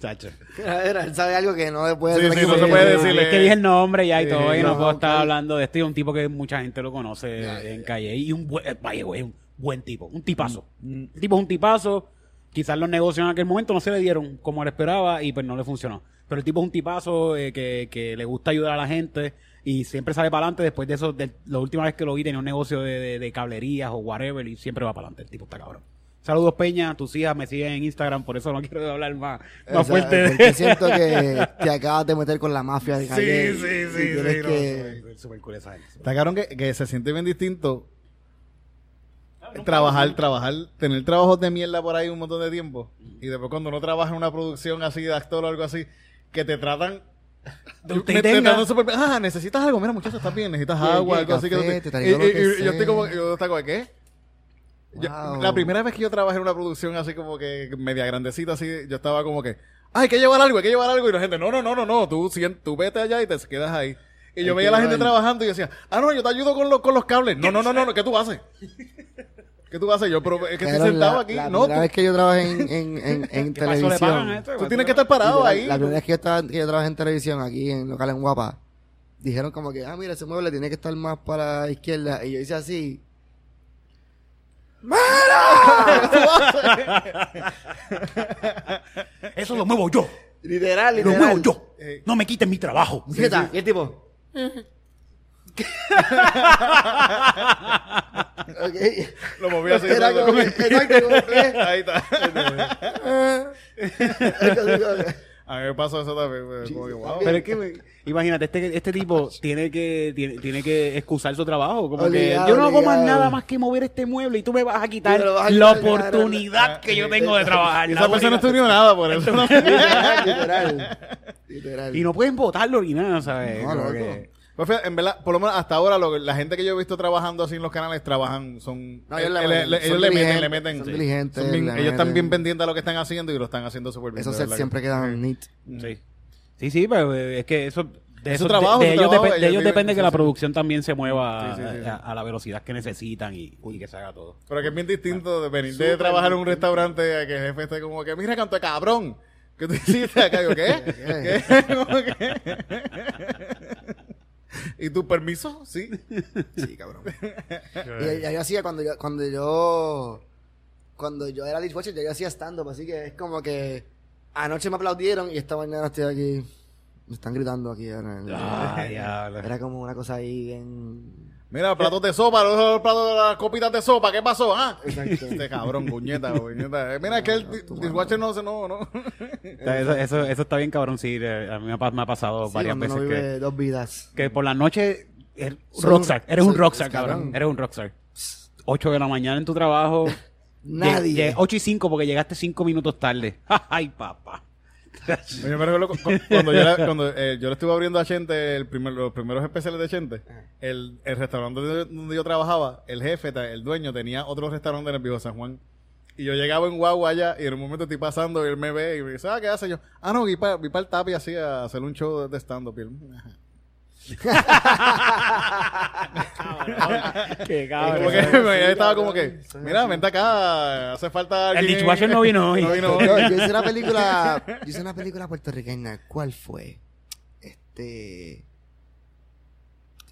B: Chacho.
C: Era, él sabe algo que no le puede
D: Sí,
C: decir
D: sí, no
C: aquí
D: se
C: porque-
D: puede
B: Eh,
D: decirle.
B: Es que dije el nombre ya y todo, y no,
C: no,
B: puedo estar
C: ok.
B: hablando de este, y un tipo que mucha gente lo conoce en Calle, y un buen, eh, vaya, güey, un buen tipo, un tipazo. El tipo es un tipazo, quizás los negocios en aquel momento no se le dieron como él esperaba y pues no le funcionó. Pero el tipo es un tipazo eh, que, que le gusta ayudar a la gente y siempre sale para adelante. Después de eso, de- la última vez que lo vi tenía un negocio de, de- de cablerías o whatever y siempre va para adelante. El tipo está cabrón. Saludos Peña, tus hijas me siguen en Instagram, por eso no quiero hablar más, más
C: O sea,
B: fuerte de
C: porque siento que te acabas de meter con la mafia de calle.
B: Sí, sí,
C: y
B: sí,
C: tienes
B: sí, no,
C: que-
B: super- super cool esa gente.
D: Está cabrón que, que se siente bien distinto trabajar, trabajar, tener trabajos de mierda por ahí un montón de tiempo. Y después cuando uno trabaja en una producción así de actor o algo así, que te tratan...
B: Te- te
D: me- te
B: tenga.
D: tratan súper- ah, necesitas algo, mira muchachos, estás bien, necesitas
C: Sí,
D: agua,
C: sí,
D: algo así. Que
C: café,
D: no te-
C: te traigo
D: y,
C: lo
D: y-
C: que
D: y yo estoy
C: sea.
D: como, yo estaba como, ¿qué? Yo-
C: Wow.
D: la primera vez que yo trabajé en una producción así como que media grandecita, así, yo estaba como que, "Ay, hay que llevar algo, hay que llevar algo. Y la gente, no, no, no, no, no, tú, sien- tú vete allá y te quedas ahí. Y yo
C: Hay
D: veía a
C: que
D: la gente
C: llevar-
D: trabajando y decía, ah, no, yo te ayudo con, los con los cables. No, no, no, no, no, ¿qué tú haces? ¿Qué tú haces? Yo, pero es que estoy
C: Cabrón,
D: sentado
C: la-
D: aquí.
C: La
D: no, tú,
C: primera vez que yo trabajé en, en, en, en
B: ¿Qué pasó? ¿Le pagan a
C: televisión.
B: este?
D: tú tienes que estar parado
C: Literal,
D: ahí.
C: La primera vez que yo, estaba, que yo trabajé en televisión aquí en local en Guapa, dijeron como que, ah, mira, ese mueble tiene que estar más para la izquierda. Y yo hice así.
B: Eso lo muevo yo.
C: Literal,
B: Lo
C: literal.
B: muevo yo.
D: Eh.
B: No me quiten mi trabajo.
C: ¿Qué tal? ¿Y el tipo? ok.
D: Lo moví así.
C: Era
D: todo.
C: como que- exacto, como que-
D: Ahí está.
C: Ah.
D: A mí me pasó eso también. pero Como que, wow.
B: Pero es que, güey, imagínate, este, este tipo tiene que, tiene, tiene que excusar su trabajo. Como
C: Obligado,
B: que yo no hago más
C: obligado.
B: nada más que mover este mueble y tú me vas a quitar
C: Tú me lo vas a
B: la
C: quitar,
B: oportunidad que yo tengo de trabajar. la
D: Esa persona
B: obligación.
D: no estudió nada por eso. ¿no?
C: literal, literal. Literal.
B: Y no pueden votarlo ni nada, ¿sabes?
C: No,
B: Como
C: loco.
B: que-
D: Pues fíjate, en verdad, por lo menos hasta ahora, lo que- la gente que yo he visto trabajando así en los canales trabajan, son.
C: No, ellos le meten,
D: eh,
C: son
D: ellos le meten,
C: diligentes,
D: le meten.
C: son diligentes,
D: bien-
C: le
D: ellos están
C: meten.
D: bien pendientes a lo que están haciendo y lo están haciendo súper bien.
C: Esos
D: de
C: sets
D: verdad
C: siempre
D: que-
C: quedan neat.
B: Sí. Sí, sí, pero eh, es que eso. De
D: Es
B: eso,
D: su trabajo,
B: de, de
D: su
B: ellos,
D: trabajo,
B: depe- de
D: ellos
B: ellos
D: viven-
B: depende que
D: sí,
B: la
D: sí.
B: producción también se mueva
D: Sí, sí, sí, sí.
B: A, a la velocidad que necesitan y, y que se haga todo.
D: Pero que es bien distinto de venir de trabajar en un restaurante a que el jefe esté como que, mira, canto de cabrón. ¿Qué tú hiciste acá? Yo, ¿qué? ¿Qué? ¿Cómo que? ¿Y tu permiso? Sí.
C: Sí, cabrón. y ya yo hacía cuando yo, cuando yo, cuando yo era dishwasher, ya yo hacía stand-up, así que es como que anoche me aplaudieron y esta mañana estoy aquí. Me están gritando aquí ahora. en el-
B: Ah, diablo.
C: Era como una cosa ahí bien.
D: Mira, platos de sopa, los, los platos de las copitas de sopa, ¿qué pasó? Ah,
C: Exacto.
D: este cabrón, puñeta, puñeta. Eh, Mira, que el di- dishwasher no se, no, no.
B: Está- Eso, eso, eso está bien cabrón, sí. eh, A mí me ha, pa- me ha pasado
C: Sí,
B: varias
C: cuando
B: veces
C: uno
B: que,
C: vive dos vidas.
B: que por la noche... er-
C: Soy un-
B: Rockstar, eres un
C: soy-
B: rockstar,
C: cabrón.
B: cabrón. Eres un rockstar. 8 de la mañana en tu trabajo.
C: Nadie.
B: 8 y 5 porque llegaste 5 minutos tarde. Ay, papá.
D: Yo me recuerdo cu- cu- cuando yo, le- cuando, eh, yo le estuve abriendo a Chente el primer, los primeros especiales de Chente, el, el restaurante donde, donde yo trabajaba, el jefe, ta- el dueño, tenía otro restaurante en el Viejo San Juan. Y yo llegaba en Guagua allá y en un momento estoy pasando y él me ve y me dice, ah, ¿qué hace? Yo, ah, no, vi para el tapi así a hacer un show de- de stand-up. Y él, "Ajá".
E: Qué
D: Como que, él estaba como que, mira, vente acá, hace falta
B: El
D: alguien".
B: dishwasher no vino hoy.
D: No vino
C: Yo,
D: hoy.
C: yo hice una película. Yo hice una película puertorriqueña. ¿Cuál fue? Este.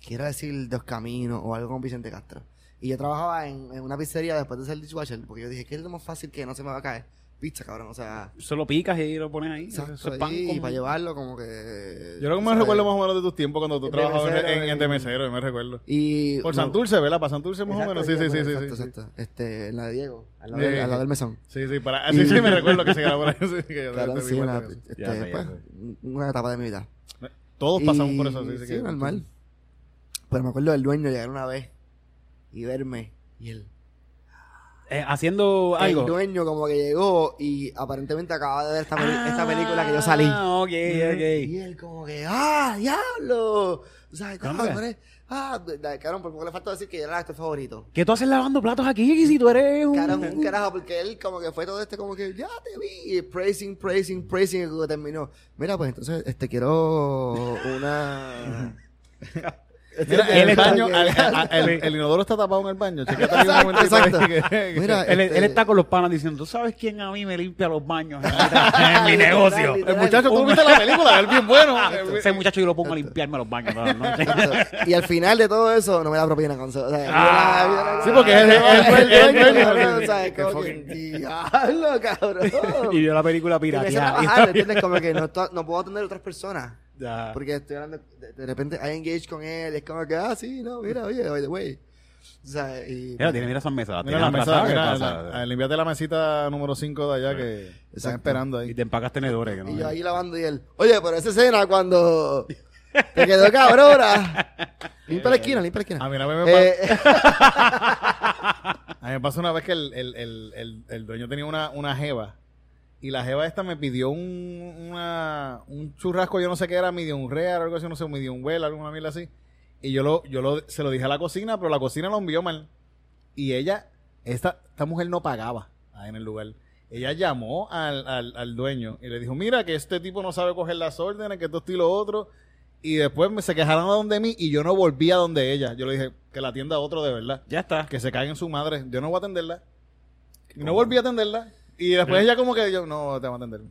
C: Quiero decir Dos Caminos o algo con Vicente Castro. Y yo trabajaba en, en una pizzería después de ser dishwasher. Porque yo dije, ¿qué es lo más fácil que no se me va a caer? Pizza, cabrón. O sea,
B: Eh, Solo picas y lo pones ahí. Eso
C: exacto,
B: es pan
C: ahí,
B: con-
C: para llevarlo como que.
D: Yo lo que más
C: ¿sabes?
D: recuerdo más o menos de tus tiempos cuando tú
C: De
D: trabajabas en,
C: mesero
D: en- en
C: en-
D: de mesero, yo me recuerdo.
C: Y.
D: Por
C: no,
D: Santurce, ¿verdad? Para Santurce más o
C: exacto,
D: menos, sí, sí, sí,
C: exacto,
D: sí.
C: Exacto,
D: sí.
C: exacto. Este, en la de Diego, al lado,
D: Sí.
C: del, al lado del mesón.
D: Sí, sí, para... sí, sí, me recuerdo que se grabó la... sí, que yo
C: Claro,
D: te vi
C: sí,
D: cuatro
C: una,
D: veces.
C: este,
B: Ya sé, ya
C: pues, una etapa de mi vida.
D: Todos
C: Y-
D: pasamos por eso, sí, sí.
C: Sí,
D: que-
C: normal. Pero me acuerdo del dueño llegar una vez y verme. Y él.
B: Eh, haciendo
C: El
B: algo.
C: dueño como que llegó y aparentemente acababa de ver esta, peli- esta película que yo salí.
B: Ah, ok,
C: Y
B: ok.
C: él como que, ¡ah, diablo! O sea, cabrón,
B: Hombre.
C: tú eres- ah, da- cabrón, por poco le faltó decir que yo era tu favorito.
B: ¿Qué tú haces lavando platos aquí si tú eres un...
C: Cabrón, un carajo, porque él como que fue todo este como que, ya te vi, y praising, praising, praising, y como que terminó. Mira, pues entonces, este, quiero una...
D: Mira,
C: Este,
D: el,
C: quiero
D: baño,
C: que-
D: al- a- el, el inodoro está tapado en el baño. Chequete ahí un
C: Exacto,
D: momentito ahí
C: exacto.
D: que- que-
C: Mira,
B: Él,
C: este-
B: él está con los panas diciendo, ¿tú sabes quién a mí me limpia los baños en mi negocio?
D: El muchacho, tú viste la película, él bien bueno.
B: Ah, este,
D: Este.
B: Ese muchacho yo lo pongo a limpiarme los baños. todas las noches.
C: y al final de todo eso, no me da propina. Con, o sea,
B: Ah,
C: yo la- yo la-
D: sí, porque es el- es el-
C: yo la-
D: es el dueño.
C: cabrón, o sea,
D: Qué
C: como que, diablo, cabrón.
B: y vio la película
C: Y me hacen
B: pirateada.
C: bajar, ¿entiendes? Como que no, to- no puedo atender a otras personas.
B: Ya.
C: Porque estoy hablando, de, de repente hay engage con él, es como que, ah, sí, no, mira, oye, by the way. O sea, y...
B: Mira, tiene, mira esas mesas. las
D: Mira
B: tienes
D: la
B: atrás,
D: mesa,
B: ¿sabes?
D: mira,
B: Pasa.
D: la- límpiate la mesita número 5 de allá que están
C: Exacto.
D: esperando ahí.
B: Y te empacas tenedores. que no
C: Y yo
B: es.
C: ahí lavando y él, oye, pero esa escena cuando te quedó cabrona. Limpia la esquina, limpia la
D: A
C: esquina.
D: mí, una vez me pa-
C: Eh,
D: a mí me pasó una vez que el, el, el, el, el dueño tenía una, una jeva. Y la jeva esta me pidió un, una, un churrasco, yo no sé qué era, medium rare o algo así, no sé, medium well, alguna mierda así. Y yo lo, yo lo, se lo dije a la cocina, pero la cocina lo envió mal. Y ella, esta, esta mujer no pagaba ahí en el lugar. Ella llamó al, al, al dueño y le dijo, mira que este tipo no sabe coger las órdenes, que esto esto y lo otro. Y después me, se quejaron a donde mí y yo no volví a donde ella. Yo le dije, que la atienda otro de verdad.
B: Ya está.
D: Que se caiga en su madre. Yo no voy a atenderla. Y no volví a atenderla. Y después ella como que yo, no, te voy a atender.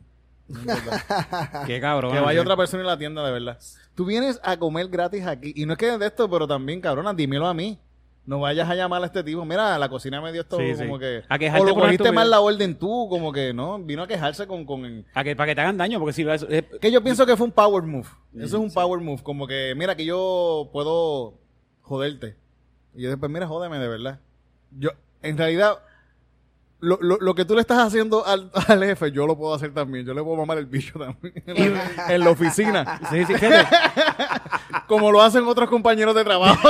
D: No importa.
B: Qué cabrón.
D: que vaya
B: sí.
D: otra persona y la atienda, de verdad. Tú vienes a comer gratis aquí. Y no es que de esto, pero también, cabrona, dímelo a mí. No vayas a llamar a este tipo. Mira, la cocina me dio esto
B: Sí, sí.
D: como que...
B: A quejarte
D: o lo
B: por una
D: cogiste mal
B: estupidez.
D: la orden tú, como que, ¿no? Vino a quejarse con... con
B: A que, para que te hagan daño, porque si lo haces- eh,
D: que yo pienso que fue un power move. Eso es un power move. Como que, mira, que yo puedo joderte. Y yo después, mira, jódeme de verdad. Yo, en realidad, lo, lo, lo que tú le estás haciendo al, al jefe, yo lo puedo hacer también. Yo le puedo mamar el bicho también. en, la, en la oficina.
B: sí, sí, fíjate.
D: Como lo hacen otros compañeros de trabajo.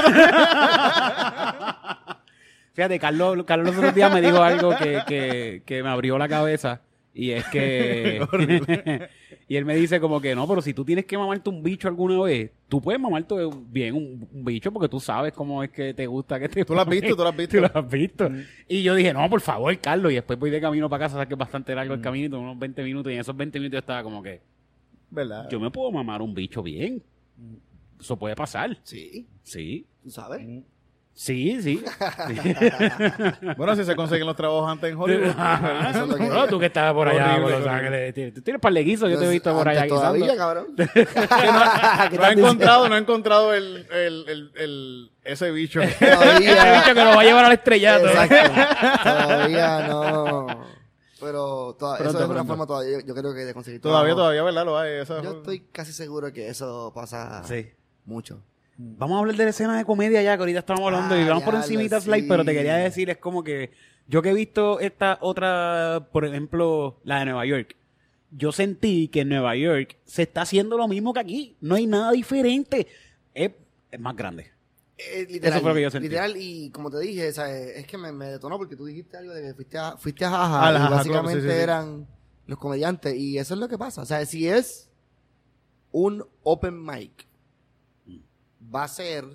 B: Fíjate, Carlos, Carlos los otros días me dijo algo que, que, que me abrió la cabeza. Y es que. y él me dice, como que no, pero si tú tienes que mamarte un bicho alguna vez, tú puedes mamarte bien un, un bicho porque tú sabes cómo es que te gusta que te.
D: Tú lo has
B: mamen.
D: visto, tú lo has visto.
B: Tú lo has visto. Y yo dije, no, por favor, Carlos. Y después voy de camino para casa, sabes que es bastante largo el camino, tengo unos 20 minutos. Y en esos 20 minutos yo estaba como que,
D: ¿Verdad?
B: yo me puedo mamar un bicho bien. Eso puede pasar.
C: sí,
B: Sí.
C: tú sabes.
B: Sí, sí.
D: Bueno, si se consiguen los trabajos antes en Hollywood.
C: Eso es lo que-
B: No, tú que estabas por allá,
D: Horrible,
B: por Los
D: horrible.
B: Ángeles. Tú tienes par de guisos, yo te he visto por
C: Antes
B: allá guisando.
C: Todavía, cabrón.
D: no ha encontrado, no ha encontrado el, el, el, el- ese bicho.
B: Ese bicho
C: Todavía.
B: que lo va a llevar al estrellato.
C: Exacto. Todavía no. Pero toda-
D: Pronto,
C: eso es una
D: pronto.
C: forma todavía, yo creo que de conseguir
D: Todavía,
C: trabajo.
D: todavía, ¿verdad? Lo hay. esa-
C: Yo estoy casi seguro que eso pasa
B: Sí.
C: mucho.
B: Vamos a hablar de la escena de comedia ya, que ahorita estamos hablando y
C: Ah,
B: vamos por
C: ya,
B: encimita
C: lo-
B: Slide, pero te
C: sí.
B: quería decir, es como que yo que he visto esta otra, por ejemplo, la de Nueva York, yo sentí que en Nueva York se está haciendo lo mismo que aquí, no hay nada diferente, es, es más grande.
C: Eh, literal,
B: fue lo que yo sentí.
C: Literal, y como te dije, o sea, eh, es que me, me detonó porque tú dijiste algo de que fuiste a, fuiste a Jaja,
D: A la
C: y
D: Jaja Club,
C: básicamente
D: sí, sí, sí.
C: eran los comediantes, y eso es lo que pasa. O sea, si es un open mic, va a ser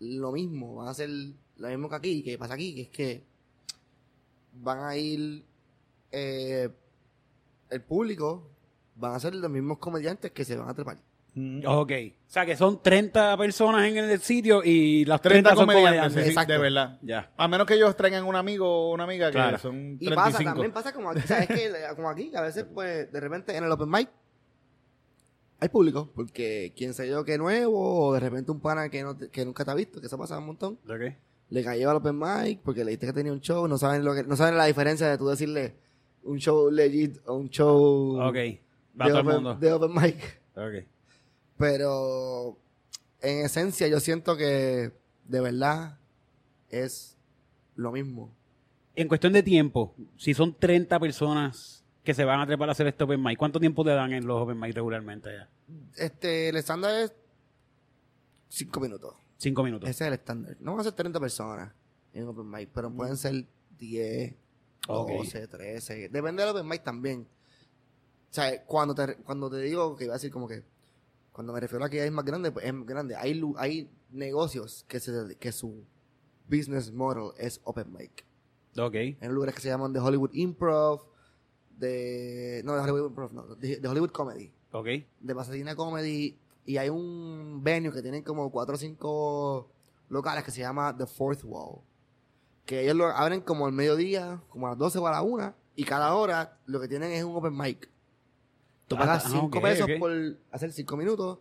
C: lo mismo, va a ser lo mismo que aquí, que pasa aquí, que es que van a ir eh, el público, van a ser los mismos comediantes que se van a trepar.
B: Ok, o sea que son 30 personas en el sitio y las 30,
D: 30
B: son
D: comediantes,
B: comediantes.
D: sí, sí,
C: Exacto.
D: de verdad.
B: Ya.
D: A menos que ellos traigan un amigo o una amiga que
B: Claro.
D: son
C: Y pasa,
D: 35.
C: también pasa como aquí, ¿sabes que Como aquí, que a veces, pues, de repente en el open mic hay público, porque quien se yo que es nuevo, o de repente un pana que, no te- que nunca te ha visto, que eso pasa un montón,
B: Ok.
C: le cayó al open mic porque le dijiste que tenía un show, no saben lo que, no saben la diferencia de tú decirle un show legit o un show
B: Ok, va
C: de,
B: todo el
C: open,
B: mundo.
C: de open mic.
B: Ok.
C: Pero en esencia yo siento que de verdad es lo mismo.
B: En cuestión de tiempo, si son 30 personas que se van a trepar a hacer este open mic, ¿cuánto tiempo te dan en los open mic regularmente? allá?
C: Este, el estándar es 5 minutos.
B: Cinco minutos.
C: Ese es el estándar. No van a ser 30 personas en Open Mic, pero pueden ser 10,
B: Ok.
C: 12, 13. Depende del Open Mic también. O sea, cuando te, cuando te digo que iba a decir como que, cuando me refiero a que es más grande, pues es más grande. Hay, lu- hay negocios que, se, que su business model es Open Mic.
B: Ok.
C: Hay lugares que se llaman de Hollywood Improv, de... No, de Hollywood Improv, no, de, de Hollywood Comedy
B: Ok.
C: de Pasadena Comedy y hay un venue que tienen como cuatro o cinco locales que se llama The Fourth Wall. Que ellos lo abren como al mediodía, como a las 12 o a la 1 y cada hora lo que tienen es un open mic. Tú
B: Ah,
C: pagas
B: ah,
C: 5
B: ok,
C: pesos
B: ok.
C: por hacer 5 minutos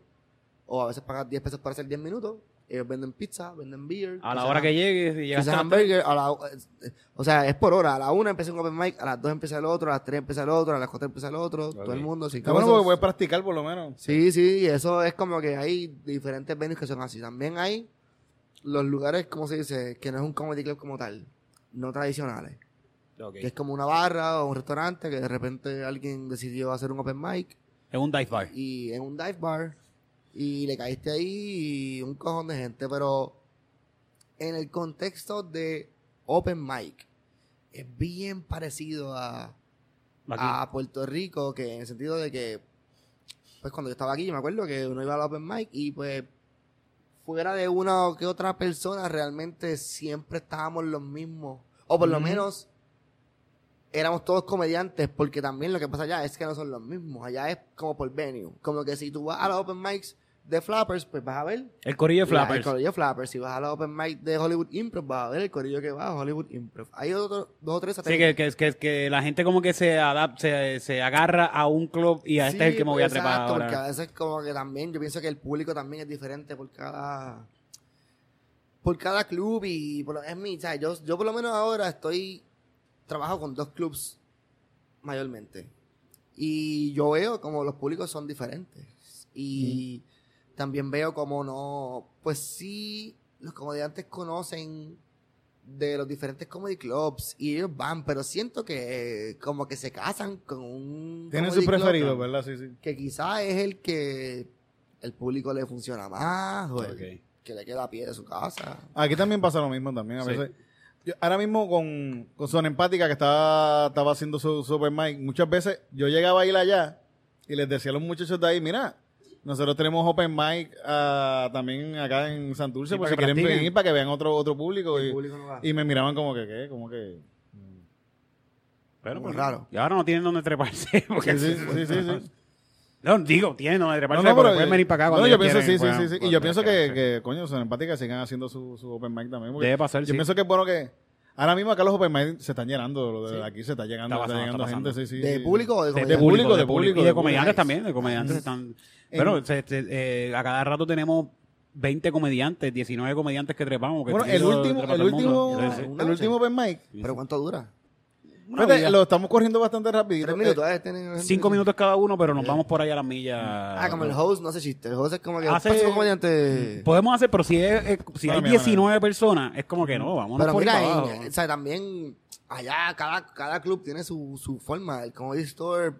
C: o a veces pagas 10 pesos para hacer 10 minutos. Ellos venden pizza, venden beer.
B: A la
C: quizás-
B: hora que llegues y llegas
C: quizás
B: tarde.
C: hamburger, a la, eh, o sea, es por hora. A la 1 empieza un open mic, a las 2 empieza el otro, a las 3 empieza el otro, a las 4 empieza el otro. Todo el mundo. cinco
D: Está bueno
C: pesos.
D: pues, porque puedes practicar por lo menos.
C: Sí, sí, y eso es como que hay diferentes venues que son así. También hay los lugares, como se dice, que no es un comedy club como tal, no tradicionales.
B: Ok.
C: Que es como una barra o un restaurante que de repente alguien decidió hacer un open mic
B: Es un dive bar.
C: y en un dive bar y le caíste ahí y un cojón de gente, pero en el contexto de open mic es bien parecido a
B: Aquí.
C: a Puerto Rico, que en el sentido de que, pues cuando yo estaba aquí, yo me acuerdo que uno iba al open mic y pues fuera de una o que otra persona, realmente siempre estábamos los mismos. O por lo menos éramos todos comediantes, porque también lo que pasa allá es que no son los mismos. Allá es como por venue. Como que si tú vas a los open mics de Flappers, pues vas a ver
B: El corillo de
C: la-
B: flappers.
C: El corillo de Flappers. Si vas a los open mic de Hollywood Improv, vas a ver el corillo que va a Hollywood Improv. Hay otro, dos o tres
B: Sí, que, que, que, que la gente como que se adapta, se, se agarra a un club y a este es el que me voy a
C: exacto,
B: trepar ahora.
C: porque a veces como que también yo pienso que el público también es diferente por cada por cada club y por lo- es mi, o sea, yo, yo por lo menos ahora estoy trabajo con dos clubs mayormente y yo veo como los públicos son diferentes y también veo como no pues sí los comediantes conocen de los diferentes comedy clubs y ellos van pero siento que eh, como que se casan con un
D: Tienen
C: comedy
D: sus
C: club
D: preferidos, ¿verdad? Sí, sí.
C: que quizás es el que el público le funciona más, o el
B: Ok.
C: que le queda a pie de su casa.
D: Aquí también pasa lo mismo también. A
B: Sí.
D: veces. Yo- ahora mismo con, con Son Empática, que estaba, estaba haciendo su, su open mic, muchas veces yo llegaba a ir allá y les decía a los muchachos de ahí, mira, nosotros tenemos open mic ah, también acá en Santurce,
B: Sí,
D: por
B: para
D: si
B: que
D: quieren
B: practiquen.
D: venir para que vean otro, otro público. Y,
C: público no va.
D: y me miraban como que, ¿qué? Como que...
B: Pero,
C: Muy
B: pues,
C: raro.
B: Y ahora no tienen donde treparse. Porque
D: Sí, sí, sí, sí, sí.
B: No, digo, tienen donde treparse,
D: No, no,
B: pero,
D: pero
B: pueden
D: eh,
B: venir para acá
D: no,
B: cuando
D: yo
B: ellos
D: pienso,
B: quieran,
D: sí, sí,
B: puedan-
D: sí, sí. Y
B: puedan
D: yo pienso que,
B: quedarse.
D: que, coño, son empáticas, sigan haciendo su, su open mic también. porque
B: Debe pasar,
D: Yo
B: sí.
D: pienso que es bueno que. Ahora mismo acá los open mic se están llenando. Lo de aquí se está llegando,
B: Está pasando,
D: está llegando
B: está
D: gente,
B: pasando.
D: sí, sí.
C: ¿De
D: sí.
C: público o de
B: De,
D: de
C: comediante?
B: público,
D: público,
B: de
D: de
B: público.
D: público,
B: Y
D: de
B: de comediantes
C: público.
B: también, de comediantes están... Pero se- se- eh, a cada rato tenemos 20 comediantes, 19 comediantes que trepamos. que
D: Bueno, el
B: eso
D: último,
B: trepa
D: el
B: todo mundo.
D: último,
B: Sí, sí.
D: el último open mic.
C: ¿Pero cuánto dura?
B: una
D: Espérate,
B: milla.
D: lo estamos corriendo bastante rápido.
C: Tres minutos, eh, tienen-
B: Cinco minutos cada uno, pero nos vamos por ahí a la milla.
C: Ah, como el host, no hace chiste. El host es como que
B: Hace-
C: un comediante.
B: Podemos hacer, pero si, es, es- si hay
D: Ahora mira,
B: 19 personas, es como que no, vamos
C: Pero
B: por ahí
C: mira,
B: para
C: en-
B: abajo.
C: o sea, también allá cada, cada club tiene su, su forma. El Comedy Store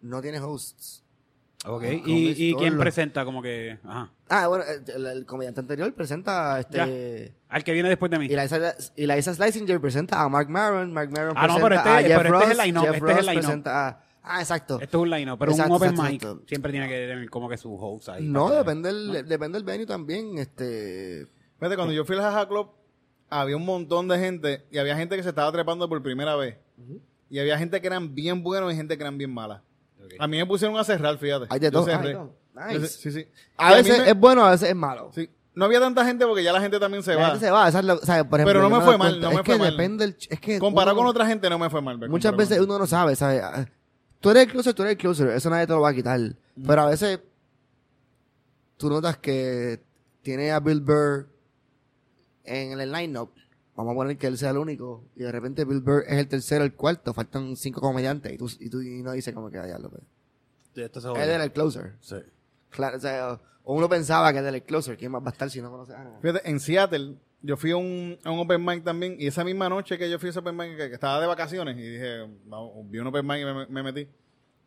C: no tiene hosts.
B: Ok,
C: Comedy
B: ¿Y, y
C: Store,
B: quién
C: lo-
B: presenta? Como que. Ajá.
C: Ah, bueno, el, el comediante anterior presenta este.
B: Al que viene después de mí.
C: Y la, Isa- y la Isa Schlesinger presenta a Mark Maron. Mark Maron
B: Ah, no,
C: presenta
B: pero este-
C: a Jeff
B: pero este es el
C: Ross,
B: line-up,
C: Jeff
B: este es el
C: Ross
B: line-up.
C: presenta a- Ah, exacto.
B: Esto es un line pero
C: Exacto,
B: un open
C: exacto,
B: mic
C: exacto.
B: siempre tiene que tener como que su host ahí.
C: No,
B: Para-
C: depende del, depende del venue también. Este.
D: Fíjate, cuando yo fui al Jaja Club, había un montón de gente y había gente que se estaba trepando por primera vez. Y había gente que eran bien buenos y gente que eran bien malas. A mí me pusieron a cerrar, fíjate.
C: Hay de
D: Yo
C: todo.
D: cerré.
C: Ay, no. Nice.
D: Yo ce- Sí, sí. Y
C: A
D: mí
C: veces
D: me-
C: es bueno, a veces es malo.
D: sí. No había tanta gente porque ya la gente también se
C: La
D: va.
C: gente se va, esa es la- o sea, por ejemplo,
D: Pero no
C: yo
D: me
C: doy
D: fue mal,
C: cuenta.
D: no me
C: es
D: fue
C: que
D: mal.
C: depende del ch- es que
D: Comparado
C: uno-
D: con otra gente no me fue mal. ¿verdad?
C: Muchas
D: Comparado
C: veces
D: con-
C: uno no sabe, ¿sabes? Ah, Tú eres el closer, tú eres el closer, eso nadie te lo va a quitar.
D: Mm.
C: Pero a veces tú notas que tiene a Bill Burr en el line-up. Vamos a poner que él sea el único. Y de repente Bill Burr es el tercero, el cuarto. Faltan cinco comediantes. Y tú, y tú y no dices como que "Ah, allá lo
B: Esto
D: Oh,
B: se
C: Él era el closer.
B: Sí.
C: Claro, o sea, o uno pensaba que él era el closer. ¿Quién más va a estar si no conoce a nadie?
D: Fíjate, en Seattle, yo fui a un, a un open mic también, y esa misma noche que yo fui a ese open mic, que, que estaba de vacaciones, y dije, vamos, vi un open mic y me, me metí.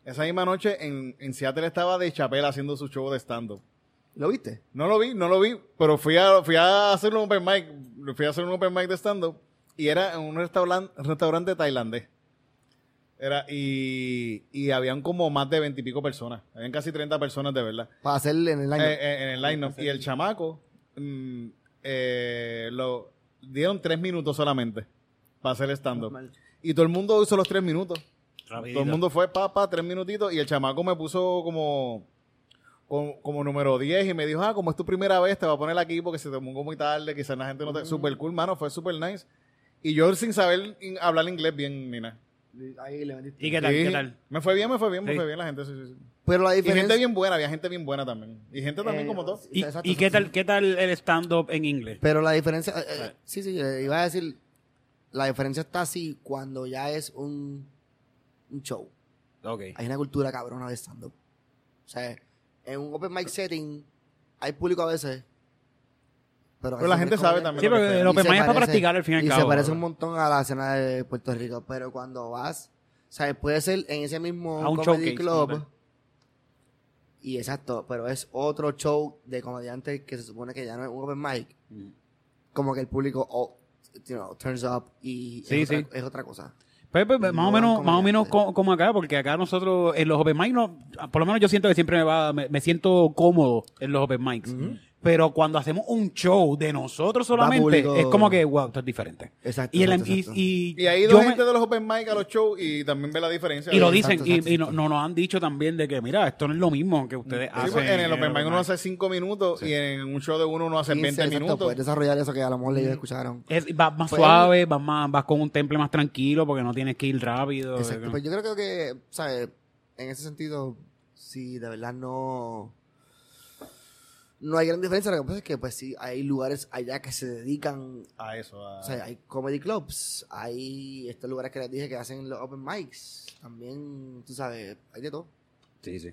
D: Esa misma noche en, en Seattle estaba de Chapela haciendo su show de stand-up.
C: ¿Lo viste?
D: No lo vi, no lo vi, pero fui a, fui a hacer un open mic, fui a hacer un open mic de stand-up, y era en un restauran- restaurante tailandés. Era, y, y habían como más de veintipico personas, habían casi 30 personas de verdad.
C: Para hacer en el line-up.
D: Eh, eh, en el line Y el chamaco mm, eh, lo dieron tres minutos solamente para hacer stand-up. Y todo el mundo hizo los tres minutos. Todo el mundo fue pa, pa, tres minutitos. Y el chamaco me puso como, como, como número 10 y me dijo, ah, como es tu primera vez, te voy a poner aquí porque se te pongo muy tarde, quizás la gente no te...
C: Mm.
D: Super cool, mano, fue super nice. Y yo sin saber in- hablar inglés bien ni nada.
C: Ahí le metiste.
B: ¿Y qué tal?
D: Sí.
B: ¿Qué tal?
D: Me fue bien, me fue bien, me
B: Sí.
D: fue bien la gente. sí, sí, sí.
C: Pero la
D: Y
C: diferencia...
D: gente bien buena, había gente bien buena también. Y gente también
C: Eh,
D: como tú.
B: ¿Y,
C: exacto,
B: y qué,
C: exacto.
B: tal, qué tal el stand-up en inglés?
C: Pero la diferencia, eh, eh, sí, sí, eh, iba a decir, la diferencia está así cuando ya es un, un show.
B: Ok.
C: Hay una cultura cabrona de stand-up. O sea, en un open mic setting hay público a veces. Pero,
D: Pero la
C: casi
D: gente
C: tienes
D: sabe
C: comediante.
D: también.
B: Sí, porque
D: lo que sea.
B: el
C: Y
B: open
C: se
B: mic pues, es para
C: parece-
B: practicar al fin y al
C: y
B: cabo.
C: se parece un montón a la escena de Puerto Rico, pero cuando vas, o sea, puede ser en ese mismo
B: A un
C: comedy
B: showcase, como
C: club.
B: tal.
C: Y exacto, pero es otro show de comediantes que se supone que ya no es un open mic.
B: Ujú.
C: Como que el público oh, you know, turns up y
B: Sí,
C: es, otra-
B: sí.
C: es otra cosa.
B: Pues, pues, más
C: No
B: o
C: dan
B: menos, más o
C: comediante.
B: menos co- como acá, porque acá nosotros en los open mic, no, por lo menos yo siento que siempre me va, me, me siento cómodo en los open mics. Pero cuando hacemos un show de nosotros solamente,
C: público-
B: es como que, wow, esto es diferente.
C: Exacto.
B: Y, el, em-
C: exacto,
B: y,
C: exacto.
B: y,
D: Y ahí
B: yo
D: dos
B: me-
D: gente de los open mic a los shows y también ve la diferencia.
B: y lo
D: Sí,
B: dicen,
C: Exacto,
B: y-
C: exacto,
B: y, no- no, nos han dicho también de que, mira, esto no es lo mismo que ustedes
D: pues,
B: hacen.
D: en el open mic uno
B: mic.
D: hace 5 minutos y en un show de uno uno hace
C: 15,
D: 20
C: exacto, pues,
D: minutos.
C: Puedes desarrollar eso que a lo mejor ellos escucharon.
B: Es- vas más
C: Pues-
B: suave, vas, más, vas con un temple más tranquilo porque no tienes que ir rápido.
C: Exacto.
B: ¿no?
C: Pues yo creo que, ¿sabes? En ese sentido, sí, de verdad no. No hay gran diferencia. Lo que pasa es que, pues sí, hay lugares allá que se dedican.
D: A eso. a-
C: O sea, hay comedy clubs, hay estos lugares que les dije que hacen los open mics. También, tú sabes, hay de todo.
B: Sí, sí.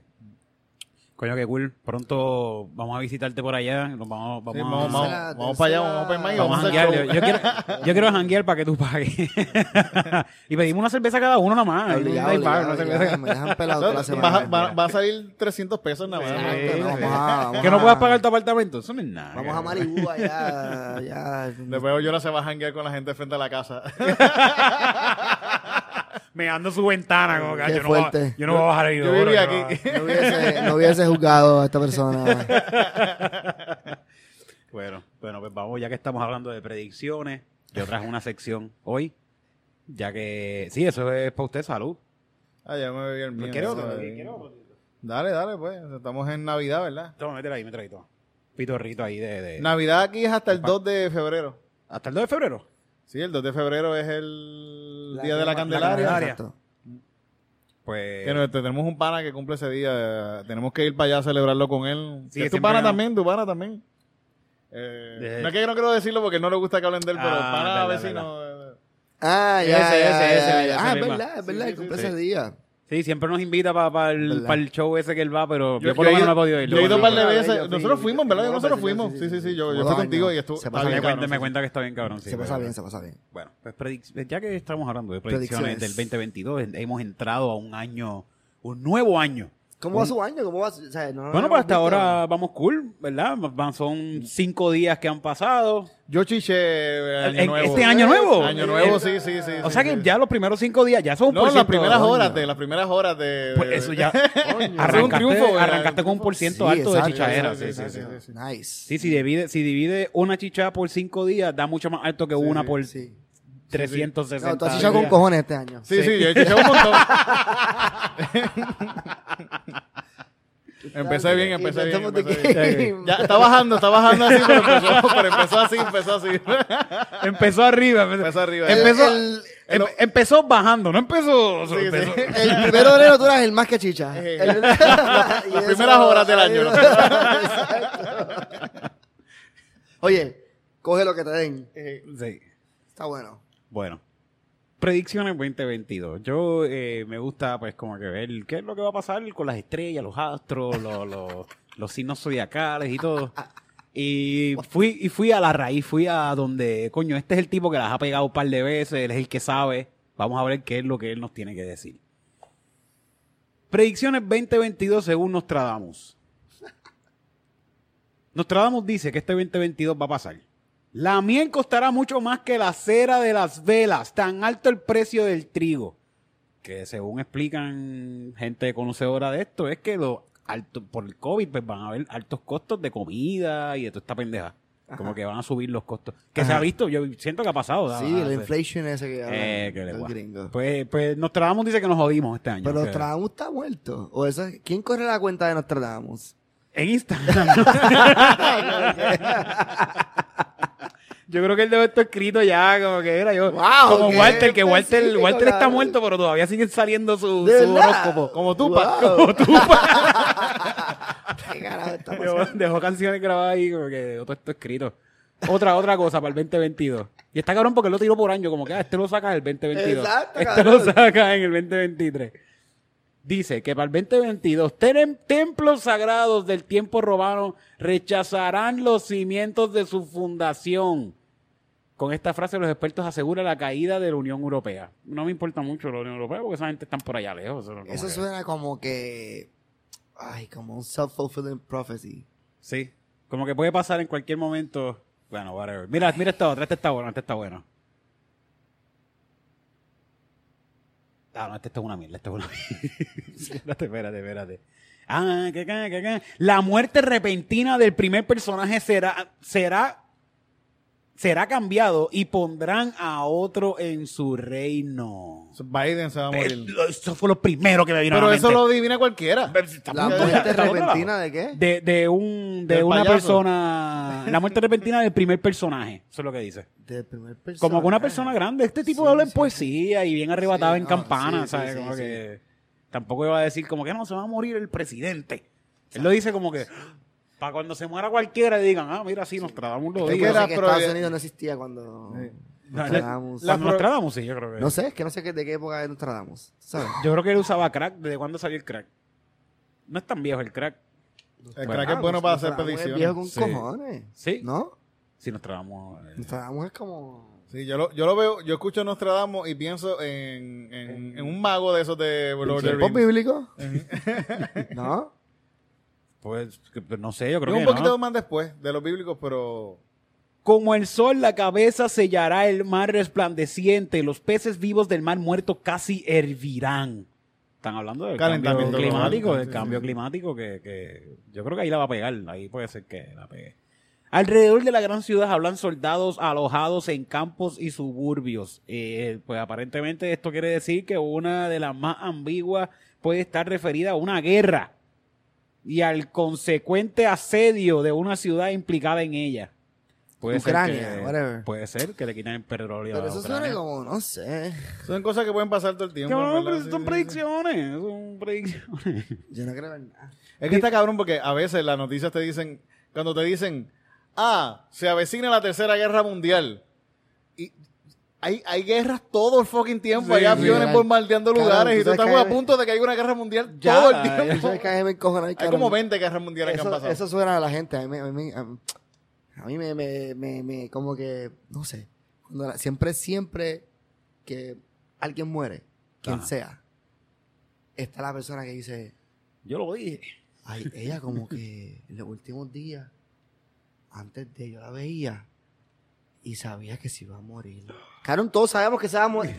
B: Coño, qué cool. Pronto vamos a visitarte por allá. Nos vamos, vamos,
D: Sí,
B: a-
D: vamos,
B: vamos,
D: vamos,
C: Tercera-
D: vamos para allá,
C: tercera-
D: vamos a open mic y
B: a
D: vamos a hacer
B: janguear.
D: show.
B: Yo, yo quiero, yo quiero janguear para que tú pagues. y pedimos una cerveza cada uno nada más.
C: Obligado,
B: Ahí va,
C: obligado,
B: una cerveza
C: obligado, me dejan pelado toda la
D: Entonces, Va,
C: semana.
D: va- va a salir 300 pesos nada más.
B: Sí.
C: Exacto, no, vamos a-
B: cada-
C: vamos
B: Que no
C: a-
B: puedas pagar tu apartamento. Eso no es nada.
C: Vamos a
B: cabrón.
C: Malibu allá. allá.
D: Después Yola se va a janguear con la gente frente a la casa.
B: Me ando su ventana. Como, que
C: Qué
B: yo, no voy a-
C: fuerte.
B: yo no voy a bajar el
D: Yo
B: inodoro,
D: vivía
B: no voy a-
D: aquí.
C: No hubiese, no hubiese juzgado a esta persona.
B: Bueno, bueno, pues vamos, ya que estamos hablando de predicciones, yo traje una sección hoy, ya que, sí, eso es para usted, salud.
D: Ah, ya me bebí el mío.
B: ¿Quiere otro?
D: ¿no?
B: ¿Quiere otro?
D: Dale, dale, pues. Estamos en Navidad, ¿verdad?
B: Toma, métela ahí, métela ahí, toma. Pitorrito ahí de... de-
D: Navidad aquí es hasta el
B: Pa-
D: 2 de febrero.
B: ¿Hasta el 2 de febrero?
D: Sí, el 2 de febrero es el día de la
B: Candelaria.
D: Candelaria.
C: Exacto.
B: Pues...
D: Que no, te- tenemos un pana que cumple ese día. eh, Tenemos que ir para allá a celebrarlo con él.
B: Sí,
D: es tu
B: siempre
D: pana
B: no.
D: también, tu pana también. Eh,
B: Eh.
D: No es que yo no quiero decirlo porque no le gusta que hablen de él, pero
B: Ah,
D: pana
B: verdad,
D: vecino. eh,
C: Ah,
B: Ese,
C: ya. ya,
B: ese,
C: ya,
B: ese,
C: ya.
B: ese
C: Ah, es
B: mismo.
C: verdad, es verdad,
D: sí,
C: que cumple
B: sí.
C: ese día.
B: Sí, siempre nos invita para el,
C: ¿Verdad?
B: pa el show ese que él va, pero yo,
D: Yo,
B: por
D: yo
B: lo menos
D: he ido-
B: no he podido ir.
D: yo he ido un par de
C: Yo
D: veces.
C: fui,
D: Nosotros
C: yo
D: fuimos,
C: fui,
D: ¿verdad?
C: yo
D: Nosotros
C: fui,
D: fuimos. Sí, sí, sí. Yo,
C: Como
D: yo
C: dos
D: fui
C: años.
D: contigo y estuvo.
C: Se
D: está
C: pasa
B: Me
D: bien,
C: bien,
B: cuenta,
D: cabrón,
B: me
D: sí,
B: cuenta que está bien, cabrón. sí,
C: se pasa
B: pero-
C: bien, se pasa bien.
B: Bueno, pues predic- ya que estamos hablando de predicciones
C: Predicciones.
B: del 2022, en- hemos entrado a un año, un nuevo año.
C: ¿Cómo va su año? ¿Cómo va su- o sea,
D: Ah,
C: no- no
B: Mm. Bueno,
C: hemos
B: pues hasta
C: visto-
B: ahora vamos cool, ¿verdad? Van- Son cinco días que han pasado.
D: sí. Yo chiché
B: En-
D: año
B: en
D: nuevo.
B: este año nuevo.
D: Año nuevo,
B: Eh,
D: sí, sí, sí.
B: O
D: sí,
B: sea
D: sí.
B: que ya los primeros cinco días ya son
D: No, las primeras
B: horas.
D: horas de. Las primeras horas de. de-
B: Pues eso ya.
C: Coño.
D: Arran-
B: arrancaste,
D: Es un triunfo,
B: arrancaste
D: ¿verdad?
B: con un por ciento
C: Sí,
B: alto
C: exacto,
B: de chichadera. Sí,
D: sí, sí,
B: sí,
D: sí,
B: sí.
D: sí.
C: Nice.
B: Sí, si divide, si divide una chichada por cinco días, da mucho más alto que una
D: sí,
B: por
C: sí. No,
B: 360.
C: tú has chichado con
B: días.
C: cojones este año.
D: Sí, sí, yo chiché un montón. empecé bien, empecé bien.
C: Inventamos de
D: empecé bien.
C: que-
B: bien.
D: Ya, está bajando, está bajando así, pero empezó, pero empezó así, empezó así.
B: Empezó arriba. Empezó,
D: Empezó arriba.
B: Empezó,
C: El-
B: em- empezó bajando, no empezó.
D: Sí, sí.
B: empezó-
C: El primero de enero tú eras el más que chicha.
D: Eh,
C: El-
D: las
C: y eso-
D: primeras horas del año, ¿no?
C: Exacto. Oye, coge lo que te den.
B: Sí.
C: Está bueno.
B: Bueno. Predicciones 2022. Yo eh, me gusta, pues, como que ver qué es lo que va a pasar con las estrellas, los astros, los, los- los signos zodiacales y todo. Y fui, y fui a la raíz, fui a donde, coño, este es el tipo que las ha pegado un par de veces, él es el que sabe. Vamos a ver qué es lo que él nos tiene que decir. Predicciones 2022 según Nostradamus. Nostradamus dice que este 2022 va a pasar. La miel costará mucho más que la cera de las velas, tan alto el precio del trigo. Que según explican gente conocedora de esto, es que lo alto, por el COVID pues van a haber altos costos de comida y de toda esta pendeja. Como que van a subir los costos. Que se
C: Ajá.
B: ha visto, yo siento que ha pasado. da-
C: Sí, la
B: da-
C: inflation ese que hablan
B: Eh, que le
C: los
B: guau.
C: gringos.
B: Pues, pues Nostradamus dice que nos jodimos este año.
C: Pero
B: que-
C: Nostradamus está muerto. O eso, ¿Quién corre la cuenta de Nostradamus?
B: En Instagram. yo creo que él debe estar escrito ya, como que era yo.
C: Wow,
B: como
C: qué
B: Walter, que Walter,
C: específico,
B: Walter está
C: cabrón.
B: muerto, pero todavía siguen saliendo su,
C: ¿De
B: su
C: verdad?
B: horóscopo. Como tú, pa.
C: Wow.
B: Como tú, pa.
C: ¿Qué carajo está
B: Dejó,
C: pasando?
B: dejó canciones grabadas ahí, como que dejó todo esto escrito. Otra, otra cosa para el 2022. Y está cabrón porque él lo tiró por año, como que ah, este lo sacas el 2022.
C: Exacto,
B: este lo
C: cabrón.
B: sacas en el 2023. Dice que para el 2022, "Tem- templos sagrados del tiempo romano rechazarán los cimientos de su fundación. Con esta frase los expertos aseguran la caída de la Unión Europea. No me importa mucho la Unión Europea porque esa gente está por allá lejos. como
C: Eso
B: que-
C: suena como que. Ay, como un self-fulfilling prophecy.
B: Sí. Como que puede pasar en cualquier momento. Bueno, whatever. Mira, mira esta otra. Esta está buena, esta está buena. Ah, no, esta esta es una mierda, esta es una mierda. espérate, espérate, espérate. Ah, que, que, que, que. La muerte repentina del primer personaje será, será, será cambiado y pondrán a otro en su reino.
D: Biden se va a morir.
B: Eso fue lo primero que me vino a
D: Pero
B: la
D: eso
B: mente.
D: lo adivina cualquiera.
C: La
D: bien,
C: muerte
B: está por otro
C: repentina
B: lado.
C: de qué?
B: De, de un de
D: Del
B: una
D: payaso.
B: persona. La muerte repentina del primer personaje. Eso es lo que dice.
C: Del primer Ah. personaje.
B: Como que una persona grande. Este tipo
C: Sí,
B: habla en
C: sí.
B: poesía y bien arrebatado
C: Sí,
B: en
C: no,
B: campana,
C: sí, sí,
B: ¿sabes?
C: sí,
B: como
C: sí.
B: que tampoco iba a decir como que no, se va a morir el presidente. Él lo dice como que para cuando se muera cualquiera y digan, ah, mira, sí, nos Nostradamus lo
C: Yo
D: Es
B: dijo.
D: que
C: pensé
D: la
C: que Estados
D: probabilidad-
C: Unidos no existía cuando.
B: No,
C: Nostradamus.
B: la-
D: La-
B: Nostradamus, sí, yo creo que.
C: No sé, es que no sé qué- de qué época de Nostradamus. ¿Sabes?
D: Ah,
B: Yo creo que él usaba crack. ¿Desde cuándo salió el crack? No es tan viejo el crack.
D: El
B: Bueno,
D: crack es bueno para hacer
C: Ah, pues Nostradamus es
D: predicciones.
C: viejo con
B: Sí.
C: cojones.
B: Sí.
C: ¿No?
B: Si Nostradamus. eh,
C: Nostradamus es como.
D: Sí, yo lo, yo lo veo, yo escucho Nostradamus y pienso en, en, en un mago de esos de Lord of the
C: ¿El pop
D: Rings.
C: bíblico? ¿No?
B: Pues que- no sé, yo
D: Yo
B: creo
D: un
B: que.
D: poquito
B: no.
D: más después de los bíblicos, pero
B: Como el sol, la cabeza sellará el mar resplandeciente. Los peces vivos del mar muerto casi hervirán. Están hablando del cambio
D: Calentamiento global.
B: climático, del
D: Sí,
B: cambio
D: sí, sí.
B: climático que, que yo creo que ahí la va a pegar. Ahí puede ser que la pegue. Alrededor de la gran ciudad hablan soldados alojados en campos y suburbios. Eh, pues aparentemente esto quiere decir que una de las más ambiguas puede estar referida a una guerra y al consecuente asedio de una ciudad implicada en ella. Puede
C: Ucrania,
B: ser que,
C: whatever.
B: Puede ser que le quiten el petróleo
C: Pero
B: a
C: eso
B: Ucrania.
C: suena como, no sé.
D: son cosas que pueden pasar todo el tiempo.
B: Cabrón,
D: ¿verdad?
B: pero
D: Sí,
B: son
D: sí,
B: predicciones, son predicciones.
C: Yo no creo en nada.
D: sí. Es que está cabrón porque a veces las noticias te dicen, cuando te dicen, ah, se avecina la tercera guerra mundial. Y Hay, hay guerras todo el fucking tiempo.
B: Sí,
D: hay
B: sí,
D: aviones
C: legal.
D: bombardeando
C: Cabrón, tú
D: lugares. y tú
C: sabes
D: estamos
C: que
D: a
C: hay-
D: punto de que haya una guerra mundial
B: Ya,
D: todo el
B: ya,
D: tiempo.
B: ya.
C: Eso es que a mí me encojona,
D: Hay
C: cabrón.
D: como 20 guerras mundiales que han
C: eso,
D: pasado.
C: eso suena a la gente. A mí, a mí- a mí- a mí me, me- me- me- como que, no sé. Cuando la- siempre, siempre que alguien muere, quien
B: Ajá.
C: sea, está la persona que dice,
B: Yo lo dije.
C: ay, ella como que en los últimos días, antes de yo la veía, y sabía que se iba a morir. Cabrón, todos sabemos que se va a morir.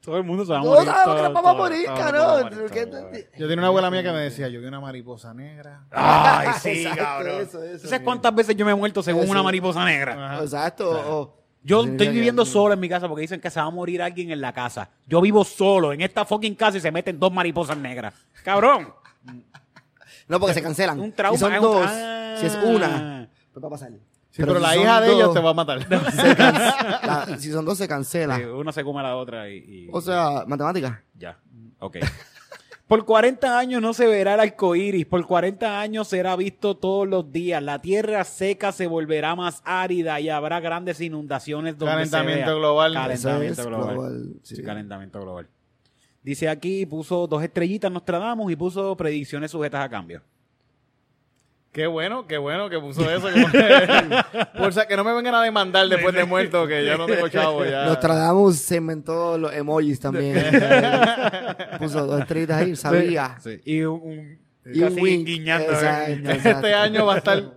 B: Todo el mundo se va a
C: Todos
B: morir.
C: sabemos que
B: todo-
C: nos vamos a
B: todo-
C: morir,
B: todo el mundo va a
C: cabrón.
B: morir,
C: ¿Qué
B: todo el mundo va a morir.
C: te-
D: Yo tenía una abuela mía que me decía, yo vi una mariposa negra.
B: Ay, sí,
C: Exacto,
B: cabrón.
C: eso, eso,
B: ¿Tú ¿Sabes
C: sí.
B: cuántas veces yo me he muerto según
C: Eso.
B: una mariposa negra?
C: Exacto. o- o-
B: Yo
C: significa
B: estoy
C: que
B: viviendo
C: alguien-
B: solo en mi casa porque dicen que se va a morir alguien en la casa. Yo vivo solo en esta fucking casa y se meten dos mariposas negras. Cabrón.
C: No, porque se cancelan.
B: Un trauma,
C: Si son
B: es un-
C: dos,
B: Ah.
C: si es una, pues va a pasar.
D: Sí, pero,
C: si
D: la
C: son
D: hija de
C: dos,
D: ellos te va a matar.
C: se can- la- si son dos, se cancela.
B: Eh, Una se come a la otra y... y-
C: Ah. O sea, matemática.
B: Ya. Ok. Por 40 años no se verá el arco iris, por 40 años será visto todos los días. La tierra seca se volverá más árida y habrá grandes inundaciones donde
D: Calentamiento
B: se vea.
D: global.
B: Calentamiento
C: Eso es
B: global.
C: global,
B: Sí,
C: sí.
B: calentamiento global. Dice aquí, puso dos estrellitas Nostradamus y puso predicciones sujetas a cambio.
D: Qué bueno, qué bueno que puso eso. que- Por si- que no me vengan a demandar después de muerto, que ya no tengo chavo. Ya.
C: Nostradamus se inventó los emojis también. Eh, Puso dos estrellitas ahí, sabía.
B: Sí, Y un, un-
C: Y un
B: casi
C: wink.
B: guiñando.
C: Exacto,
B: eh.
C: exacto.
D: Este año va a estar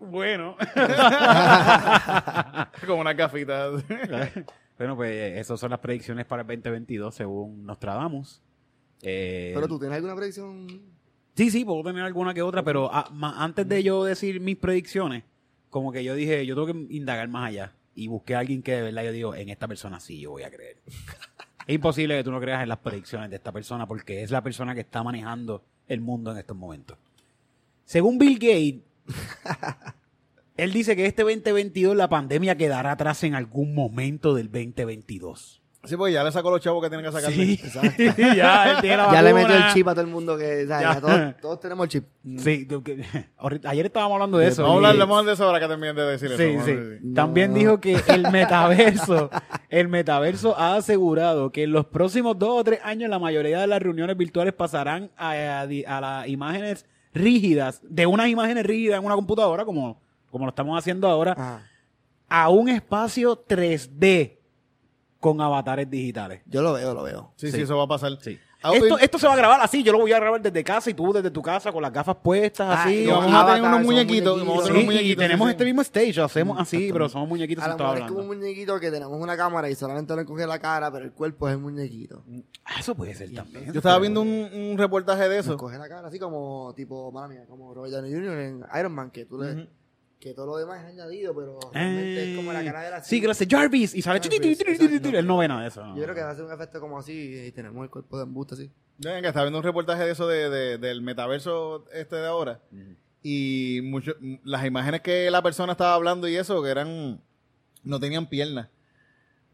B: Bueno.
D: como una cafita.
B: bueno, pues esas son las predicciones para el 2022 según Nostradamus. Eh,
C: Pero tú tienes alguna predicción.
B: Sí, sí, puedo tener alguna que otra, pero ah, ma- antes de yo decir mis predicciones, como que yo dije, yo tengo que indagar más allá. Y busqué a alguien que de verdad yo digo, en esta persona sí yo voy a creer. es imposible que tú no creas en las predicciones de esta persona porque es la persona que está manejando el mundo en estos momentos. Según Bill Gates, él dice que este 2022 la pandemia quedará atrás en algún momento del 2022.
D: Sí, pues ya le sacó los chavos que tienen que sacarle.
B: Sí, ya, él tiene la
C: Ya le
B: vacuna.
C: metió el chip a todo el mundo que. ¿sabes?
B: Ya.
C: Ya todos, todos tenemos el chip.
B: Sí, yo que- ahorita- ayer estábamos hablando de eso.
D: Vamos a
B: y-
D: hablar vamos a hablar de eso ahora que terminen de decir
B: Sí,
D: eso.
B: sí.
D: Vamos a-
B: También
C: No.
B: dijo que el metaverso, el metaverso ha asegurado que en los próximos dos o tres años la mayoría de las reuniones virtuales pasarán a, a di- a las imágenes rígidas, de unas imágenes rígidas en una computadora, como, como lo estamos haciendo ahora,
C: Ajá.
B: a un espacio 3D con avatares digitales.
C: Yo lo veo, lo veo.
D: Sí, sí, eso va a pasar.
B: Sí.
D: Auto-
B: Esto, esto se va a grabar así, yo lo voy a grabar desde casa y tú desde tu casa con las gafas puestas
C: Ah,
B: así.
D: y
C: no,
D: vamos a
C: Avatar,
D: tener unos
C: son
D: muñequitos. y vamos a
C: muñequitos.
B: Sí,
D: tener unos
B: y
D: muñequitos,
B: tenemos
D: sí, sí.
B: este mismo stage, lo hacemos así, pero somos muñequitos. eso
C: A lo
B: estaba
C: mejor es como un
B: hablando.
C: muñequito que tenemos una cámara y solamente le coge la cara, pero el cuerpo es el muñequito.
B: Ah, Eso puede ser también.
D: Yo estaba viendo un, un reportaje de
C: Nos
D: eso.
C: coge la cara así como tipo, mala mía, como Robert Downey Jr. en Iron Man, que tú le,
D: Ujú.
C: que todo lo demás es añadido, pero realmente es como la cara de
B: Eh,
C: la
B: Sí, que lo hace Jarvis y sale. chi,
C: Jarvis,
B: chi, chi, chi, chi, chi,
C: exacto.
B: Él no ve nada de eso.
C: Yo creo que hace un efecto como así y tenemos el cuerpo de embuste así.
D: Venga, estaba viendo un reportaje de eso de, de- del metaverso este de ahora. Y mucho, m- las imágenes que la persona estaba hablando y eso, que eran. No tenían piernas.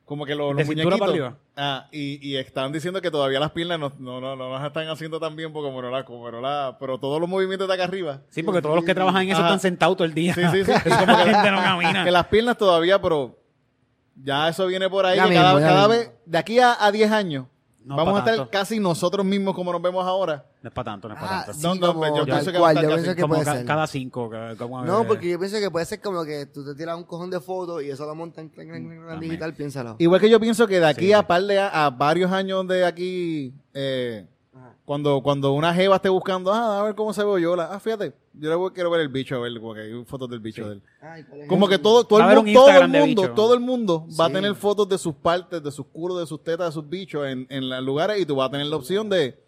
D: Como que los,
B: De
D: los
B: cintura
D: muñequitos.
B: para arriba.
D: Ah, y, y estaban diciendo que todavía las piernas no, no, no, no las están haciendo tan bien porque como no la, como no la- Pero todos los movimientos de acá arriba.
B: Sí, porque todos los que trabajan en eso
D: Ajá.
B: están sentados todo el día.
D: Sí, sí, sí.
B: Esa gente no camina.
D: Que las piernas todavía, pero. Ya eso viene por ahí.
C: Ya
D: que cada,
C: mismo, ya
D: cada
C: mismo.
D: vez. De aquí a a 10 años.
B: No,
D: vamos
B: pa'
D: a estar
B: tanto.
D: casi nosotros mismos como nos vemos ahora.
B: No es para tanto, no es para
C: Ah,
B: tanto.
C: sí,
D: No, no,
C: como tal
D: yo pienso que
C: cual,
D: va a
C: yo
D: estar
C: pienso
D: casi
C: que
B: Como
C: puede
B: ca-
C: ser.
B: cada cinco. ca- como-
D: eh.
C: No, porque yo pienso que puede ser como que tú te tiras un cojón de fotos y eso lo montan clan, clan, clan, clan,
B: Amén.
C: digital, piénsalo.
D: Igual que yo pienso que de aquí
B: Sí.
D: a par de a, a varios años de aquí, eh, cuando, cuando una jeva esté buscando, ah, a ver cómo se ve Oyola. Ah, fíjate, yo le voy- quiero ver el bicho, a ver, porque hay fotos del bicho de él.
C: Ay, ¿cuál es
D: Como
C: el-
D: que todo, todo,
B: Va a haber
D: el,
B: un
D: mundo, todo el
B: Instagram de
D: mundo,
B: bicho.
D: todo el mundo va a
C: Sí.
D: tener fotos de sus partes, de sus culos, de sus tetas, de sus bichos en, en los lugares y tú vas a tener la opción de,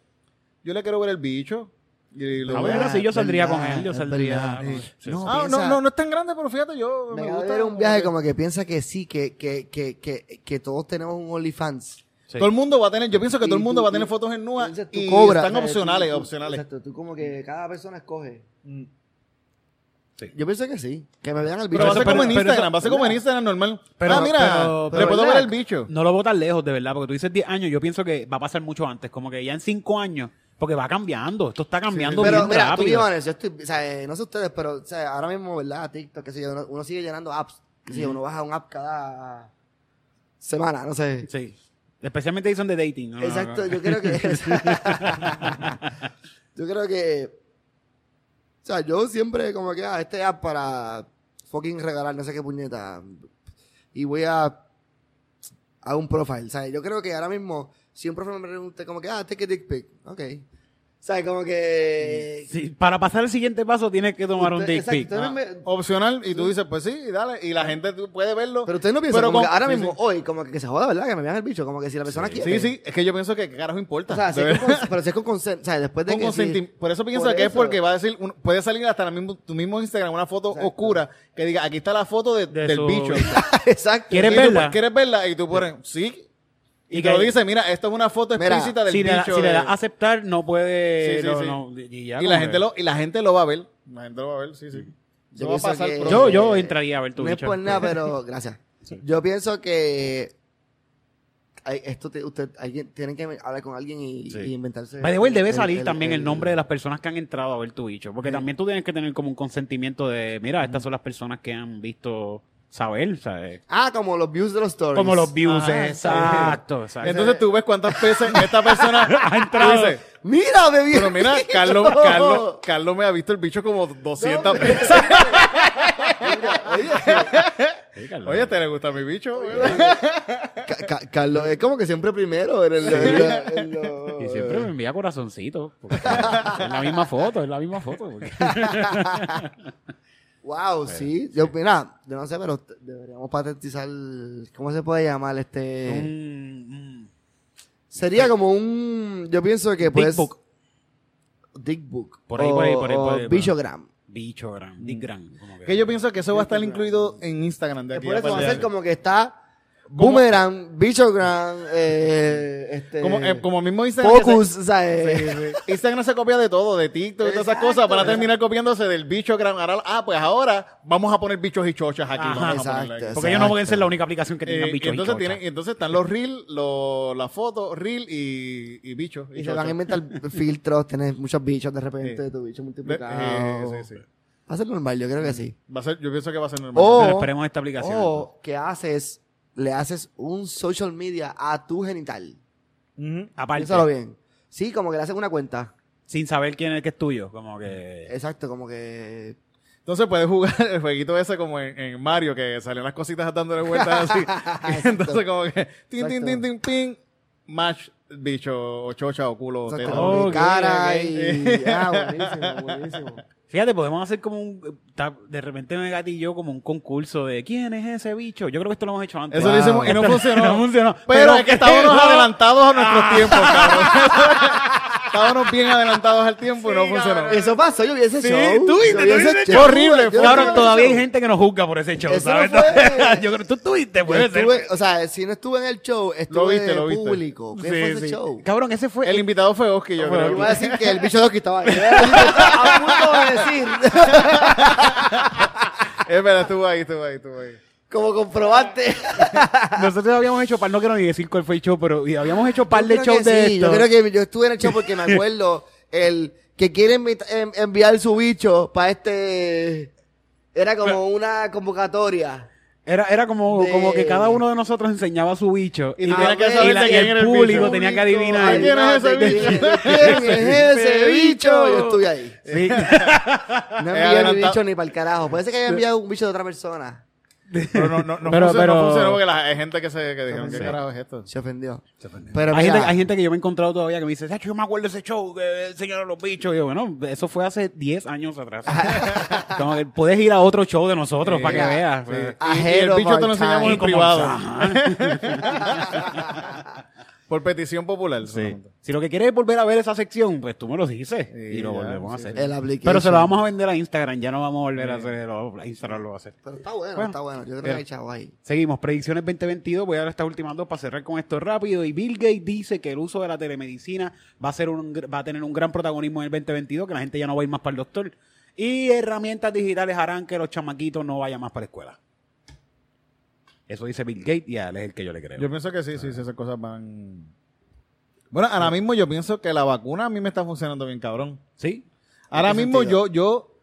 D: yo le quiero ver el bicho. Y lo
B: A
D: voy
B: ver,
D: a-
B: ahora Ah, sí, yo
C: es
B: saldría
C: verdad,
B: con él, yo
C: es
B: saldría
C: verdad.
B: con-
C: Sí.
B: sí,
C: No,
D: Ah, no,
C: piensa-
D: no, no es tan grande, pero fíjate,
C: Me
D: yo Pues me,
C: acabo de
D: gusta.
C: ver un viaje como que piensa que sí, que, que, que, que, que todos tenemos un OnlyFans.
B: Sí.
D: Todo el mundo va a tener, yo pienso que
C: Y
D: todo el
C: tú-
D: mundo va a tener
C: y-
D: fotos en nua
C: Entonces tú
D: y
C: cobras,
D: están
C: ¿sabes? Tú-
D: opcionales,
C: tú-
D: opcionales.
C: Exacto, tú como que cada persona escoge.
B: Sí.
C: Yo pienso que sí, que me vean el bicho.
D: Pero va a ser
B: Pero-
D: como en
B: pero eso-
D: Instagram, va a ser como en Instagram normal.
B: Pero-
D: ah, mira,
B: pero-
D: le
C: pero
D: puedo
C: relax.
D: ver el bicho.
B: No lo veo tan lejos, de verdad, porque tú dices 10 años, yo pienso que va a pasar mucho antes, como que ya en 5 años, porque va cambiando, esto está cambiando
C: Pero
B: bien
C: mira, tú
B: rápido.
C: Iones, yo estoy, o sea, eh, no sé ustedes, pero o sea, ahora mismo, ¿verdad? TikTok, qué sé yo, uno, uno sigue llenando apps, qué sé yo, uno baja un app cada semana, no sé.
B: Sí. Especialmente Jason de dating. ¿no?
C: Exacto, yo creo que. yo creo que. O sea, yo siempre como que, ah, este app para fucking regalar no sé qué puñeta. Y voy a. a un profile, ¿sabes? Yo creo que ahora mismo, si un profile me pregunta como que, ah, take a dick pic, ok. ¿Sabes? Como que.
B: Sí, para pasar al siguiente paso tienes que tomar un
C: Usted-
B: dick pic.
C: exacto,
B: Ah,
C: ustedes me-
D: Opcional, y tú dices, pues sí, dale. Y la gente tú puede verlo.
C: Pero ustedes no piensan como
D: con-
C: que ahora
D: sí,
C: mismo,
D: sí.
C: hoy, como que se joda, ¿verdad? Que me vean el bicho, como que si la persona quiere.
D: Sí, sí, es que yo pienso que qué carajo importa.
C: O sea, si
D: De
C: es con
D: verdad.
C: consen- pero si es con consentimiento, o sea, después de
D: Con
C: que... sí.
D: consenti- Por eso pienso
C: Por
D: que es
C: eso.
D: porque va a decir, un- puede salir hasta la mismo, tu mismo Instagram una foto
C: Exacto.
D: oscura que diga, aquí está la foto de-
B: De
D: del
B: su-
D: bicho.
C: Exacto.
B: ¿Quieres
D: Y tú, pues,
B: verla?
D: ¿Quieres verla? Y tú pones, sí. Y,
B: Y
D: te
B: que-
D: lo dice, mira, esto es una foto
C: Mira,
D: explícita del
B: si, le,
D: bicho.
B: da- si le
D: de-
B: das a aceptar, no puede.
D: Sí, sí,
B: no-
D: sí.
B: no, y ya,
D: y,
B: como
D: la gente
B: que-
D: lo, y la gente lo va a ver. La gente lo va a ver, sí, sí. Eso va a
C: pienso
D: pasar
C: que-
D: pronto.
B: Yo- yo entraría a ver tu
C: No
B: bicho.
C: es por nada, pero... Gracias. Yo pienso que... hay- esto te- usted, alguien, tienen que hablar con alguien y,
B: Sí.
C: y inventarse...
B: By the way, debe
C: el-
B: salir
C: el-
B: también el, nombre de las personas que han entrado a ver tu bicho. Porque también tú tienes que tener como un consentimiento de, mira, estas son las personas que han visto saber, ¿sabes?
C: Ah, como los views de los stories.
B: Como los views,
D: Ah,
B: exacto, exacto.
D: Entonces tú ves cuántas veces esta persona ha
B: entrado.
C: ¡Mira, bebé!
D: Pero mira, Carlos, Carlos, Carlos me ha visto el bicho como 200 veces.
B: Sí, Carlos.
D: Oye, ¿te le gusta mi bicho?
C: Ca- ca- Carlos, es como que siempre primero en el... en la- en lo-
B: Y siempre me envía corazoncitos. porque Es la misma foto, es la misma foto. porque-
C: Wow, sí. Yo, mira, yo no sé, pero t- deberíamos patentizar. ¿Cómo se puede llamar este?
B: Un- un-
C: Sería como un. Yo pienso que pues.
B: book.
C: Dick book.
B: Por ahí, por ahí,
C: O-
B: por ahí, por ahí,
C: o
B: por ahí.
C: Bichogram.
B: Bicho gran, dick gran. como que-
D: Que yo pienso que eso va a estar incluido en Instagram de aquí.
C: Por
D: a
C: eso va a
D: par de
C: ser
D: años.
C: como que está. Boomerang, Bichogram, eh, este.
D: Como, eh, como mismo Instagram. que
C: Focus, o sea, eh,
D: se- Instagram se copia de todo, de TikTok y todas esas
C: Exacto.
D: cosas, para terminar copiándose del bicho gran. Ahora- Ah, pues ahora vamos a poner bichos y chochas aquí.
B: Ajá.
D: vamos a ponerle aquí.
C: Exacto,
B: Porque ellos no
C: exacto.
B: pueden ser la única aplicación que tenga
D: Eh,
B: bicho.
D: entonces, tienen, entonces están los reel, los- las fotos, reel y, y bichos.
C: Y se
D: chochas.
C: van a inventar filtros, tienes muchos bichos de repente,
D: Sí.
C: tu bicho
D: De- eh,
C: multiplicado.
D: sí, sí.
C: Va a ser normal, yo creo que sí.
D: Va a ser, yo pienso que va a ser normal.
C: O-
B: Pero esperemos esta aplicación.
C: O que haces, le haces un social media a tu genital.
B: Aparte,
C: Piénsalo bien. Sí, como que le haces una cuenta.
B: sin saber quién es el que es tuyo. Como que.
C: Exacto, como que.
D: Entonces puedes jugar el jueguito ese como en, en Mario, que salen las cositas dándole vueltas así. Y entonces como que... Tin, tin, tin, tin, pin. Match, bicho, o chocha, o culo, o
C: Exacto, Oh,
D: teta.
C: como que
B: Ok,
C: cara
B: ok.
C: y. Ah, buenísimo, buenísimo.
B: Fíjate, podemos hacer como un. ta- De repente me gatillo como un concurso de quién es ese bicho. Yo creo que esto lo hemos hecho antes. Ah,
D: Eso lo hicimos y no
B: Esto-
D: funcionó.
B: no funcionó.
D: Pero, es que Ah. estábamos
B: pero-
D: adelantados a nuestros tiempos, cabrón. estábamos bien adelantados al tiempo y no funcionó.
C: Eso pasó, yo vi ese
B: Sí,
C: show.
B: tú viste,
C: yo
B: tú
C: vi ese
B: viste.
C: show,
B: Fue horrible.
C: yo
B: fue-
C: vi
B: Cabrón,
C: ese
B: todavía hay
C: show.
B: gente que nos juzga por ese show,
C: Eso no
B: ¿sabes?
C: fue.
B: Yo creo tú estuviste,
C: Yo
B: puede ser.
C: estuve- o sea, si no estuve en el show, estuve
D: viste, lo viste.
C: público. ¿Qué
D: Sí,
C: fue ese
D: sí.
C: show?
B: Cabrón, ese fue.
D: El invitado fue Oski, yo
C: Pero
D: creo.
C: yo iba a decir que el bicho Doki estaba ahí. A punto de decir,
D: Es verdad, estuvo ahí, estuvo ahí, estuvo ahí.
C: como comprobante.
B: Nosotros habíamos hecho par, no quiero ni decir cuál fue el show, pero y habíamos hecho par de
C: Yo creo
B: shows
C: que
B: de
C: sí,
B: esto.
C: Yo creo que yo estuve en el show porque me acuerdo el que quiere envi- en- enviar su bicho para este. Era como una convocatoria.
B: Era, era como,
C: De-
B: como que cada uno de nosotros enseñaba su bicho.
D: Y tú
B: la-
D: tenías que
C: ver,
D: saber
B: y la-
D: de
B: y
D: quién
B: el
D: era el
B: público
D: bicho.
B: tenía que adivinar.
D: ¿De quién es
C: ¿De
D: ese bicho?
C: ¿De ¿Quién es ese bicho? Yo estuve ahí.
B: Sí.
C: No
D: Eh,
C: envié mi
D: adelantado.
C: bicho ni para el carajo. Puede ser que haya enviado un bicho de otra persona.
D: Pero no, no, no,
B: Pero-
D: funcionó,
B: pero-
D: no funcionó porque la, hay gente que se que dijeron, ¿qué
C: Sí.
D: carajo es esto?
C: Se ofendió. Pero
B: hay,
C: mira,
B: gente, hay gente que yo me he encontrado todavía que me dice, "Sacho, yo me acuerdo de ese show que enseñaron los bichos. Y yo, bueno, eso fue hace 10 años atrás. Como que puedes ir a otro show de nosotros para que
C: Mira,
B: veas.
D: Sí.
B: Pues.
D: Y, y
C: Ahead
D: el
C: of
D: bicho
C: our
D: te lo enseñamos
C: time.
D: en privado.
B: Ajá.
D: Por petición popular.
B: Sí.
D: solamente.
B: Si lo que quieres es volver a ver esa sección, pues tú me lo dices y
D: Sí,
B: lo
D: ya,
B: volvemos a
D: sí,
B: hacer.
C: el application.
B: Pero se lo vamos a vender a Instagram, ya no vamos a volver a hacerlo, a Instagram lo va a hacer.
C: Pero está bueno,
B: Bueno.
C: está bueno. Yo creo que
B: Mira.
C: hay chavo ahí.
B: Seguimos, predicciones 2022. Voy a dar estas últimas dos para cerrar con esto rápido. Y Bill Gates dice que el uso de la telemedicina va a, ser un, va a tener un gran protagonismo en el 2022, que la gente ya no va a ir más para el doctor. Y herramientas digitales harán que los chamaquitos no vayan más para la escuela. Eso dice Bill Gates y a él es el que yo le creo.
D: Yo pienso que sí, sí, sí, esas cosas van. Bueno, ahora mismo yo pienso que la vacuna a mí me está funcionando bien, cabrón.
B: ¿Sí?
D: Ahora
C: ¿En qué
D: mismo
C: sentido?
D: yo, yo,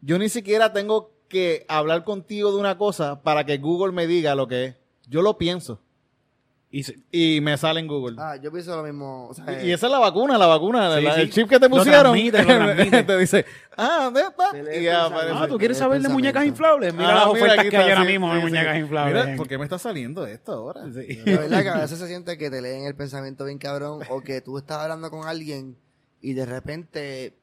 D: yo ni siquiera tengo que hablar contigo de una cosa para que Google me diga lo que es. Yo lo pienso.
B: Y se-
D: y me sale en Google.
C: Ah, yo pienso lo mismo. O sea, eh,
D: Y- Y esa es la vacuna, la vacuna,
B: Sí,
D: la-
B: sí.
D: el chip que te
B: Lo
D: pusieron.
B: transmite, lo transmite.
D: te dice, ah, ¿dónde está?
C: Se lee
D: Y
C: el
D: ya
C: pensamiento.
D: aparece.
B: Ah, ¿tú quieres
C: el
B: saber de
C: pensamiento.
B: muñecas inflables? Mira
D: Ah,
B: las
D: mira,
B: ofertas
D: aquí
B: que
D: está,
B: hay ahora
D: sí,
B: mismo
D: sí,
B: de
D: sí.
B: muñecas inflables.
D: Mira, ¿por qué me está saliendo esto ahora?
C: La verdad que a veces se siente que te leen el pensamiento bien cabrón o que tú estás hablando con alguien y de repente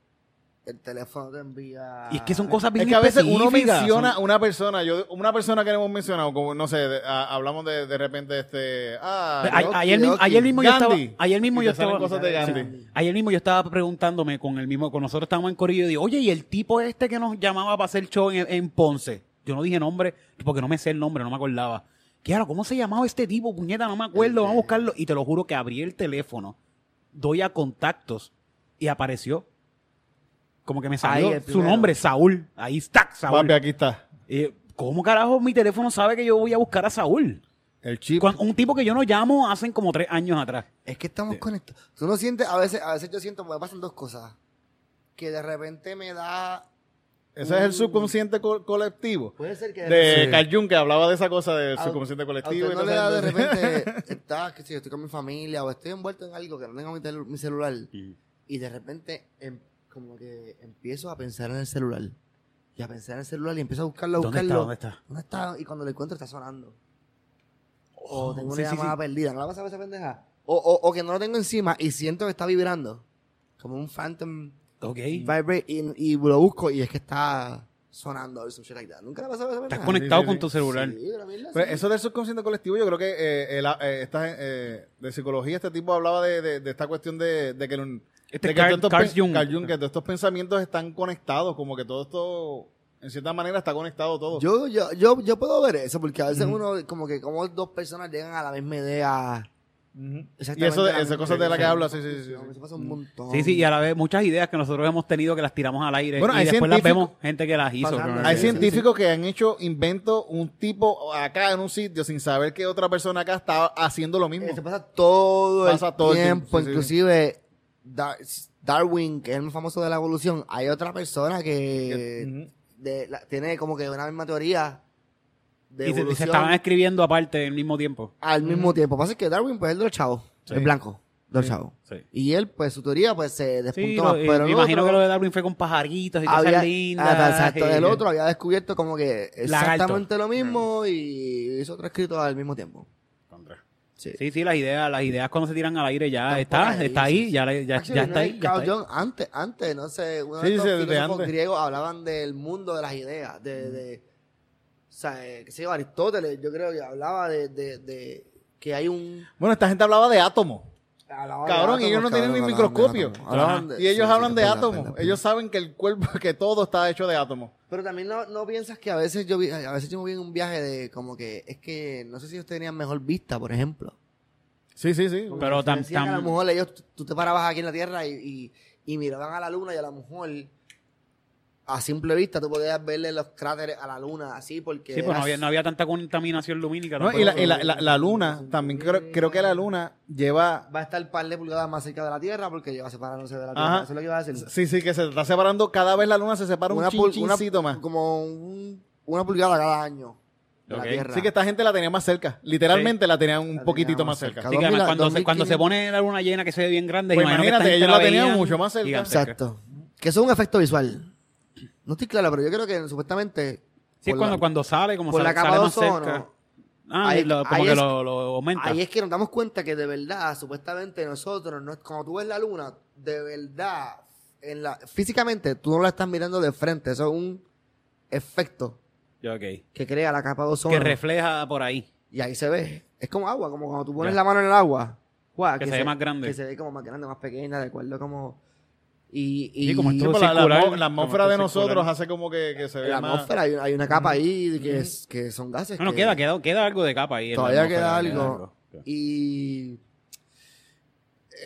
C: el teléfono te envía...
B: Y es que son cosas bien
D: Es que a veces uno
B: específicas,
D: menciona
B: son-
D: una persona, yo una persona que hemos mencionado, como no sé, de- a- hablamos de, de repente este, ah,
B: A-
D: Yoki,
B: ayer, mismo-
D: Yoki,
B: ayer mismo yo estaba,
D: Gandhi.
B: ayer mismo
D: Y
B: yo
D: te salen
B: estaba,
D: cosas de Gandhi.
B: Sí. ayer mismo yo estaba preguntándome con el mismo, con nosotros estábamos en Corillo y digo, oye, y el tipo este que nos llamaba para hacer show en, en Ponce, yo no dije nombre porque no me sé el nombre, no me acordaba. Claro, ¿cómo se llamaba este tipo? Puñeta, no me acuerdo, vamos a buscarlo. Y te lo juro que abrí el teléfono, doy a contactos y apareció. Como que me salió
C: el
B: su
C: primero.
B: nombre, Saúl. Ahí está, Saúl.
D: Papi, aquí está.
B: Eh, ¿Cómo carajo mi teléfono sabe que yo voy a buscar a Saúl?
D: El chip.
B: Cuan- un tipo que yo no llamo hacen como tres años atrás.
C: Es que estamos conectados. Tú no sientes, a veces, a veces yo siento, me pasan dos cosas. Que de repente me da...
D: Ese es el subconsciente co- colectivo.
C: Puede ser que...
D: De
C: repente-
D: Carl Jung, que hablaba de esa cosa del
C: A-
D: subconsciente
C: a
D: colectivo.
C: usted
D: y
C: no
D: todas
C: le da de
D: esas cosas.
C: repente, estás, qué sé yo, estoy con mi familia o estoy envuelto en algo que no tengo mi, telu- mi celular y de repente em- como que empiezo a pensar en el celular y a pensar en el celular y empiezo a buscarlo, a
B: ¿Dónde
C: buscarlo.
B: está? ¿Dónde está?
C: ¿Dónde está? Y cuando lo encuentro está sonando.
B: Oh,
C: o tengo
B: sí,
C: una
B: sí,
C: llamada
B: sí.
C: perdida. ¿No la pasa a esa pendeja? O, o, o que no lo tengo encima y siento que está vibrando. Como un phantom
B: Ok.
C: vibrate y, y lo busco y es que está sonando or some shit like that. ¿Nunca la pasa a esa pendeja?
B: Estás conectado
D: sí,
B: con
D: sí.
B: tu celular.
C: Sí, pero mira,
D: Pero
C: sí.
D: Pues eso del subconsciente colectivo, yo creo que eh, el- eh, esta, eh, de psicología, este tipo hablaba de, de- de esta cuestión de, de que, el-
B: Este
D: de
B: Carl-
D: todos estos
B: Carl
D: pe-
B: Jung.
D: Carl Jung, que todos estos pensamientos están conectados, como que todo esto, en cierta manera, está conectado todo.
C: Yo, yo, yo, yo puedo ver eso, porque a veces uno, como que como dos personas llegan a la misma idea.
D: Y eso de- esa cosa de la que habla, sí, sí, sí, sí.
C: Eso pasa un montón.
B: Sí, sí, y a la vez muchas ideas que nosotros hemos tenido que las tiramos al aire
D: Bueno,
B: y
D: hay
B: después las
D: científicos-
B: vemos gente que las hizo.
C: Pasando.
B: cabrón.
D: Hay
C: Sí, sí,
D: científicos que han hecho inventos, un tipo acá en un sitio sin saber que otra persona acá está haciendo lo mismo.
C: Eso pasa todo,
D: Pasa
C: el,
D: todo el
C: tiempo.
D: tiempo, sí, sí.
C: Inclusive Dar- Darwin, que es el más famoso de la evolución, hay otra persona
D: Que-
C: que
D: ujú.
C: de la- tiene como que una misma teoría de
B: Y se- y se,
C: evolución
B: estaban escribiendo aparte al mismo tiempo.
C: al mismo tiempo. Pasa que Darwin, pues, es de los chavos.
B: Sí.
C: Es blanco, de los chavos.
B: Sí.
C: Y él, pues, su teoría, pues, se despuntó
B: Sí,
C: más.
B: lo- eh,
C: pero el
B: me imagino
C: otro-
B: que lo de Darwin fue con pajaritos y
C: había,
B: cosas lindas.
C: ah, exacto,
B: y-
C: el otro había descubierto como que
B: Lagarto.
C: exactamente lo
B: Mm.
C: mismo y hizo tres escritos al mismo tiempo.
B: Contra.
C: Sí.
B: Sí, sí, las ideas, las ideas cuando se tiran al aire ya
C: Están por
B: está,
C: ahí,
B: está
C: sí,
B: ahí,
C: sí.
B: ya, la- ya,
C: Actually,
B: ya
C: no
B: está
C: es
B: ahí. ya
C: Carl
B: está ahí.
C: Jung, antes, antes, no sé, uno de
D: Sí,
C: los
D: sí, desde
C: filósofos
D: antes.
C: griegos hablaban del mundo de las ideas,
B: Mm.
C: de, de o sea, eh, qué sé yo, Aristóteles, yo creo que hablaba de, de, de que hay un
D: Bueno, esta gente hablaba de átomos.
C: hablaba de
D: Cabrón,
C: átomos,
D: ellos no tienen
C: cabrón,
D: ni
C: hablaban de
D: microscopio.
C: átomos, hablaban de-
D: Y ellos
C: sí, sí,
D: hablan de
C: perdón,
D: átomos.
C: perdón,
D: Ellos saben que el cuerpo, que todo está hecho de átomos.
C: Pero también no, no piensas que a veces yo vi- a veces yo me vi en un viaje de como que es que no sé si ellos tenían mejor vista, por ejemplo.
D: Sí, sí, sí.
C: Como
B: Pero
C: que
B: tam-
C: decían que a
B: tam-
C: lo mejor ellos tú- tú te parabas aquí en la tierra y, y, y miraban a la luna y a lo mejor a simple vista tú podías verle los cráteres a la luna así porque
B: Sí, pues
C: era-
B: no había, no había tanta contaminación lumínica.
D: No,
B: tampoco.
D: y la, y la- la- la luna, también creo, creo que la luna lleva...
C: va a estar par de pulgadas más cerca de la tierra porque lleva separándose de la tierra.
D: Ajá.
C: Eso es lo que iba a decir.
D: Sí, sí, que se está separando. Cada vez la luna se separa un
C: Una pul- una-
D: chinchincito más.
C: Como un- una pulgada cada año de
B: Ok.
C: la tierra.
D: Sí, que esta gente la tenía más cerca. Literalmente la tenían un
C: La
D: poquitito
C: tenían
D: más
C: más
D: cerca.
C: cerca.
B: Sí, que además
C: 2000,
B: cuando, se, cuando se
C: 2500.
B: pone la luna llena que se ve bien grande,
D: Pues
B: imagino que esta
D: imagínate,
B: gente
D: ellos la tenían
B: veían
D: mucho más cerca.
B: gigantesca.
C: Exacto. Que eso es un efecto visual. No estoy claro, pero yo creo que supuestamente
B: Sí, es
C: por
B: cuando,
C: la-
B: cuando sale, como
C: por
B: sale,
C: la capa
B: sale
C: de
B: más
C: ozono,
B: cerca. Ah,
C: ahí-
B: y lo- como
C: ahí
B: que
C: es-
B: lo, lo aumenta.
C: Ahí es que nos damos cuenta que de verdad, supuestamente nosotros, no, cuando tú ves la luna, de verdad, en la, físicamente tú no la estás mirando de frente. Eso es un efecto
B: Yo, ok.
C: que crea la capa de ozono.
B: que refleja por ahí.
C: y ahí se ve. Es como agua, como cuando tú pones
B: Ya.
C: la mano en el agua. Guau,
B: Que se ve más grande.
C: Que se ve como más grande, más pequeña, de acuerdo como... Y, y,
B: Sí, como
D: Sí,
B: esto-
D: pues la, la
B: circular,
D: atmo- la atmósfera
B: como
D: de
B: está circular.
D: nosotros hace como que, que se
C: en la
D: vea más...
C: atmósfera hay, una- hay una capa ahí que, es- que son gases.
B: Bueno,
C: que-
B: queda, queda, queda algo de capa ahí. en la
C: Todavía
B: atmósfera,
C: queda algo. Y eh,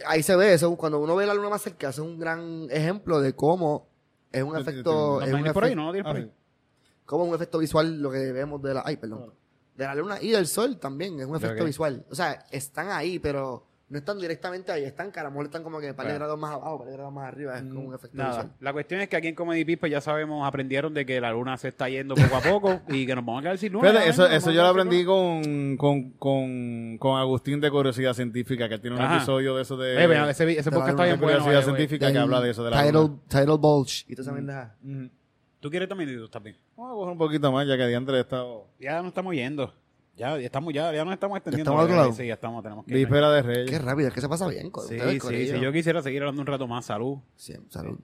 C: ahí se ve eso. Cuando uno ve la luna más cerca, eso es un gran ejemplo de cómo es un
D: Yo- yo
C: efecto.
B: ¿Lo
C: Es un
B: tienes por ahí?
C: efecto-
B: ¿No lo tienes por
D: Ah,
B: ahí?
C: Como un efecto visual lo que vemos de la. Ay, perdón. De la luna y del sol también es un efecto
D: ok.
C: visual. O sea, están ahí, pero no están directamente ahí, están que a lo mejor están como que para
B: Claro.
C: grados más abajo, para grados más arriba, es como un efecto
B: Mm, Nada.
C: visual.
B: La cuestión es que aquí en Comedy Pips pues, ya sabemos, aprendieron de que la luna se está yendo poco a poco y que nos vamos a quedar sin luna.
D: Fíjate,
B: ya
D: eso,
B: ven, nos
D: eso
B: vamos
D: yo
B: a quedar
D: lo
B: sin
D: aprendí
B: luna.
D: con, con, con, con Agustín de Curiosidad Científica, que él tiene un
B: Ajá.
D: episodio de eso de,
B: Eh, ven, ese, ese
C: Te
B: podcast está
C: va a dar
D: de
B: bien
D: Curiosidad
B: bueno. eh, by the way.
D: Científica que
C: Del
D: habla de eso de la
C: tidal,
D: luna.
C: Tidal Bulge y toda
B: Mm.
C: esa mierda.
D: Ujú.
B: ¿Tú quieres también? Tú también.
D: Vamos a coger un poquito más, ya que diantre he estado...
B: Ya nos estamos yendo. Ya, ya estamos, ya, ya nos estamos extendiendo.
C: estamos al otro
B: ¿verdad?
C: lado.
B: Sí, ya estamos, tenemos que irnos.
D: Víspera de
C: Qué
D: Reyes.
C: rápido, es que se pasa bien con
B: Sí,
C: ustedes,
B: sí,
C: corillo.
B: sí. Yo quisiera seguir hablando un rato más. Salud.
C: Sí, salud.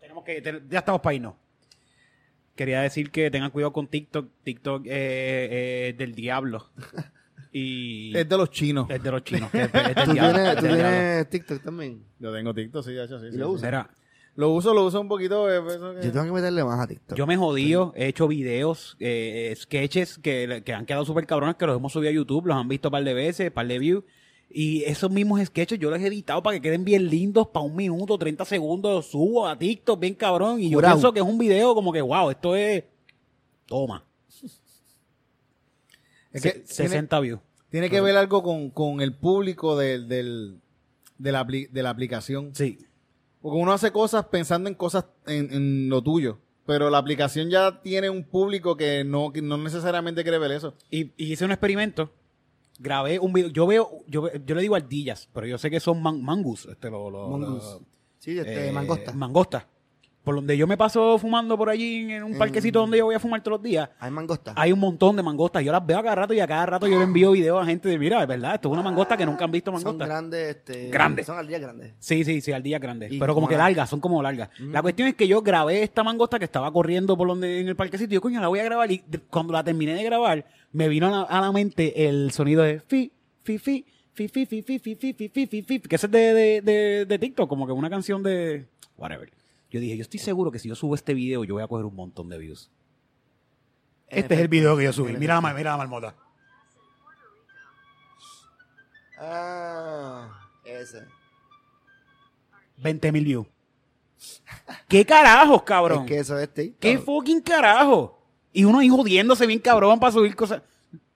B: Tenemos que, te- ya estamos para irnos. Quería decir que tengan cuidado con TikTok. TikTok es del diablo. Y
D: Es de los chinos.
B: es de los chinos. que es- es del
C: ¿Tú
B: diablo,
C: tienes,
B: es
C: tú
B: del diablo.
C: tienes TikTok también?
D: Yo tengo TikTok, sí, ya, ya, sí.
C: ¿Y
D: sí,
C: lo
D: sí.
C: usas?
B: Mira,
D: Lo uso, lo uso un poquito. eh, eso que-
C: Yo tengo que meterle más a TikTok.
B: yo me jodío, he hecho videos, eh, eh, sketches que, que han quedado súper cabrones, que los hemos subido a YouTube, los han visto un par de veces, par de views. Y esos mismos sketches yo los he editado para que queden bien lindos, para un minuto, 30 segundos, los subo a TikTok, bien cabrón. Y yo
C: Jurado.
B: pienso que es un video como que, wow, esto es... Toma.
D: Es
B: Se-
D: que tiene-
B: 60 views.
D: Tiene que ver algo con, con el público del, del, de, la apli- de la aplicación.
B: Sí.
D: Porque uno hace cosas pensando en cosas, en, en lo tuyo. Pero la aplicación ya tiene un público que no, que no necesariamente quiere ver eso.
B: Y, y hice un experimento. Grabé un video. Yo veo, yo, ve- yo le digo ardillas, pero yo sé que son man- mangus. Este, lo, lo-
C: Mongoose.
B: lo-
C: Sí, este,
B: eh,
C: mangosta.
B: Mangosta. Por donde yo me paso fumando por allí en, en
C: Mm.
B: un parquecito donde yo voy a fumar todos los días.
C: Hay mangosta.
B: Hay un montón de mangostas. Yo las veo a cada rato y a cada rato yo le envío videos a gente de, mira, es verdad, esto es una mangosta que nunca han visto
C: son
B: mangosta.
C: grandes, este...
B: Grandes.
C: Son ardillas grandes.
B: Sí, sí, sí, al día grande.
C: Y
B: Pero como Mm.
C: como
B: que
C: la-
B: largas, son como largas. La cuestión es que yo grabé esta mangosta que estaba corriendo por donde en el parquecito. y Yo, coño, la voy a grabar. Y de- cuando la terminé de grabar, me vino a la, a la mente el sonido de fi, fi, fi, fi, fi, fi, fi, fi, fi, fi, fi, fi, fi, que ese es de, de, de, de TikTok, como que una canción de whatever. Yo dije, yo estoy seguro que si yo subo este video, yo voy a coger un montón de views.
C: En
B: Este es el
C: efecto.
B: video que yo subí.
C: En
B: Mira la, ma- mira la marmota.
C: Ah, ese.
B: 20 mil views. ¿Qué carajos, cabrón?
C: Es este. que eso es TikTok.
B: ¿Qué fucking carajo? Y uno ahí jodiéndose bien cabrón para subir cosas.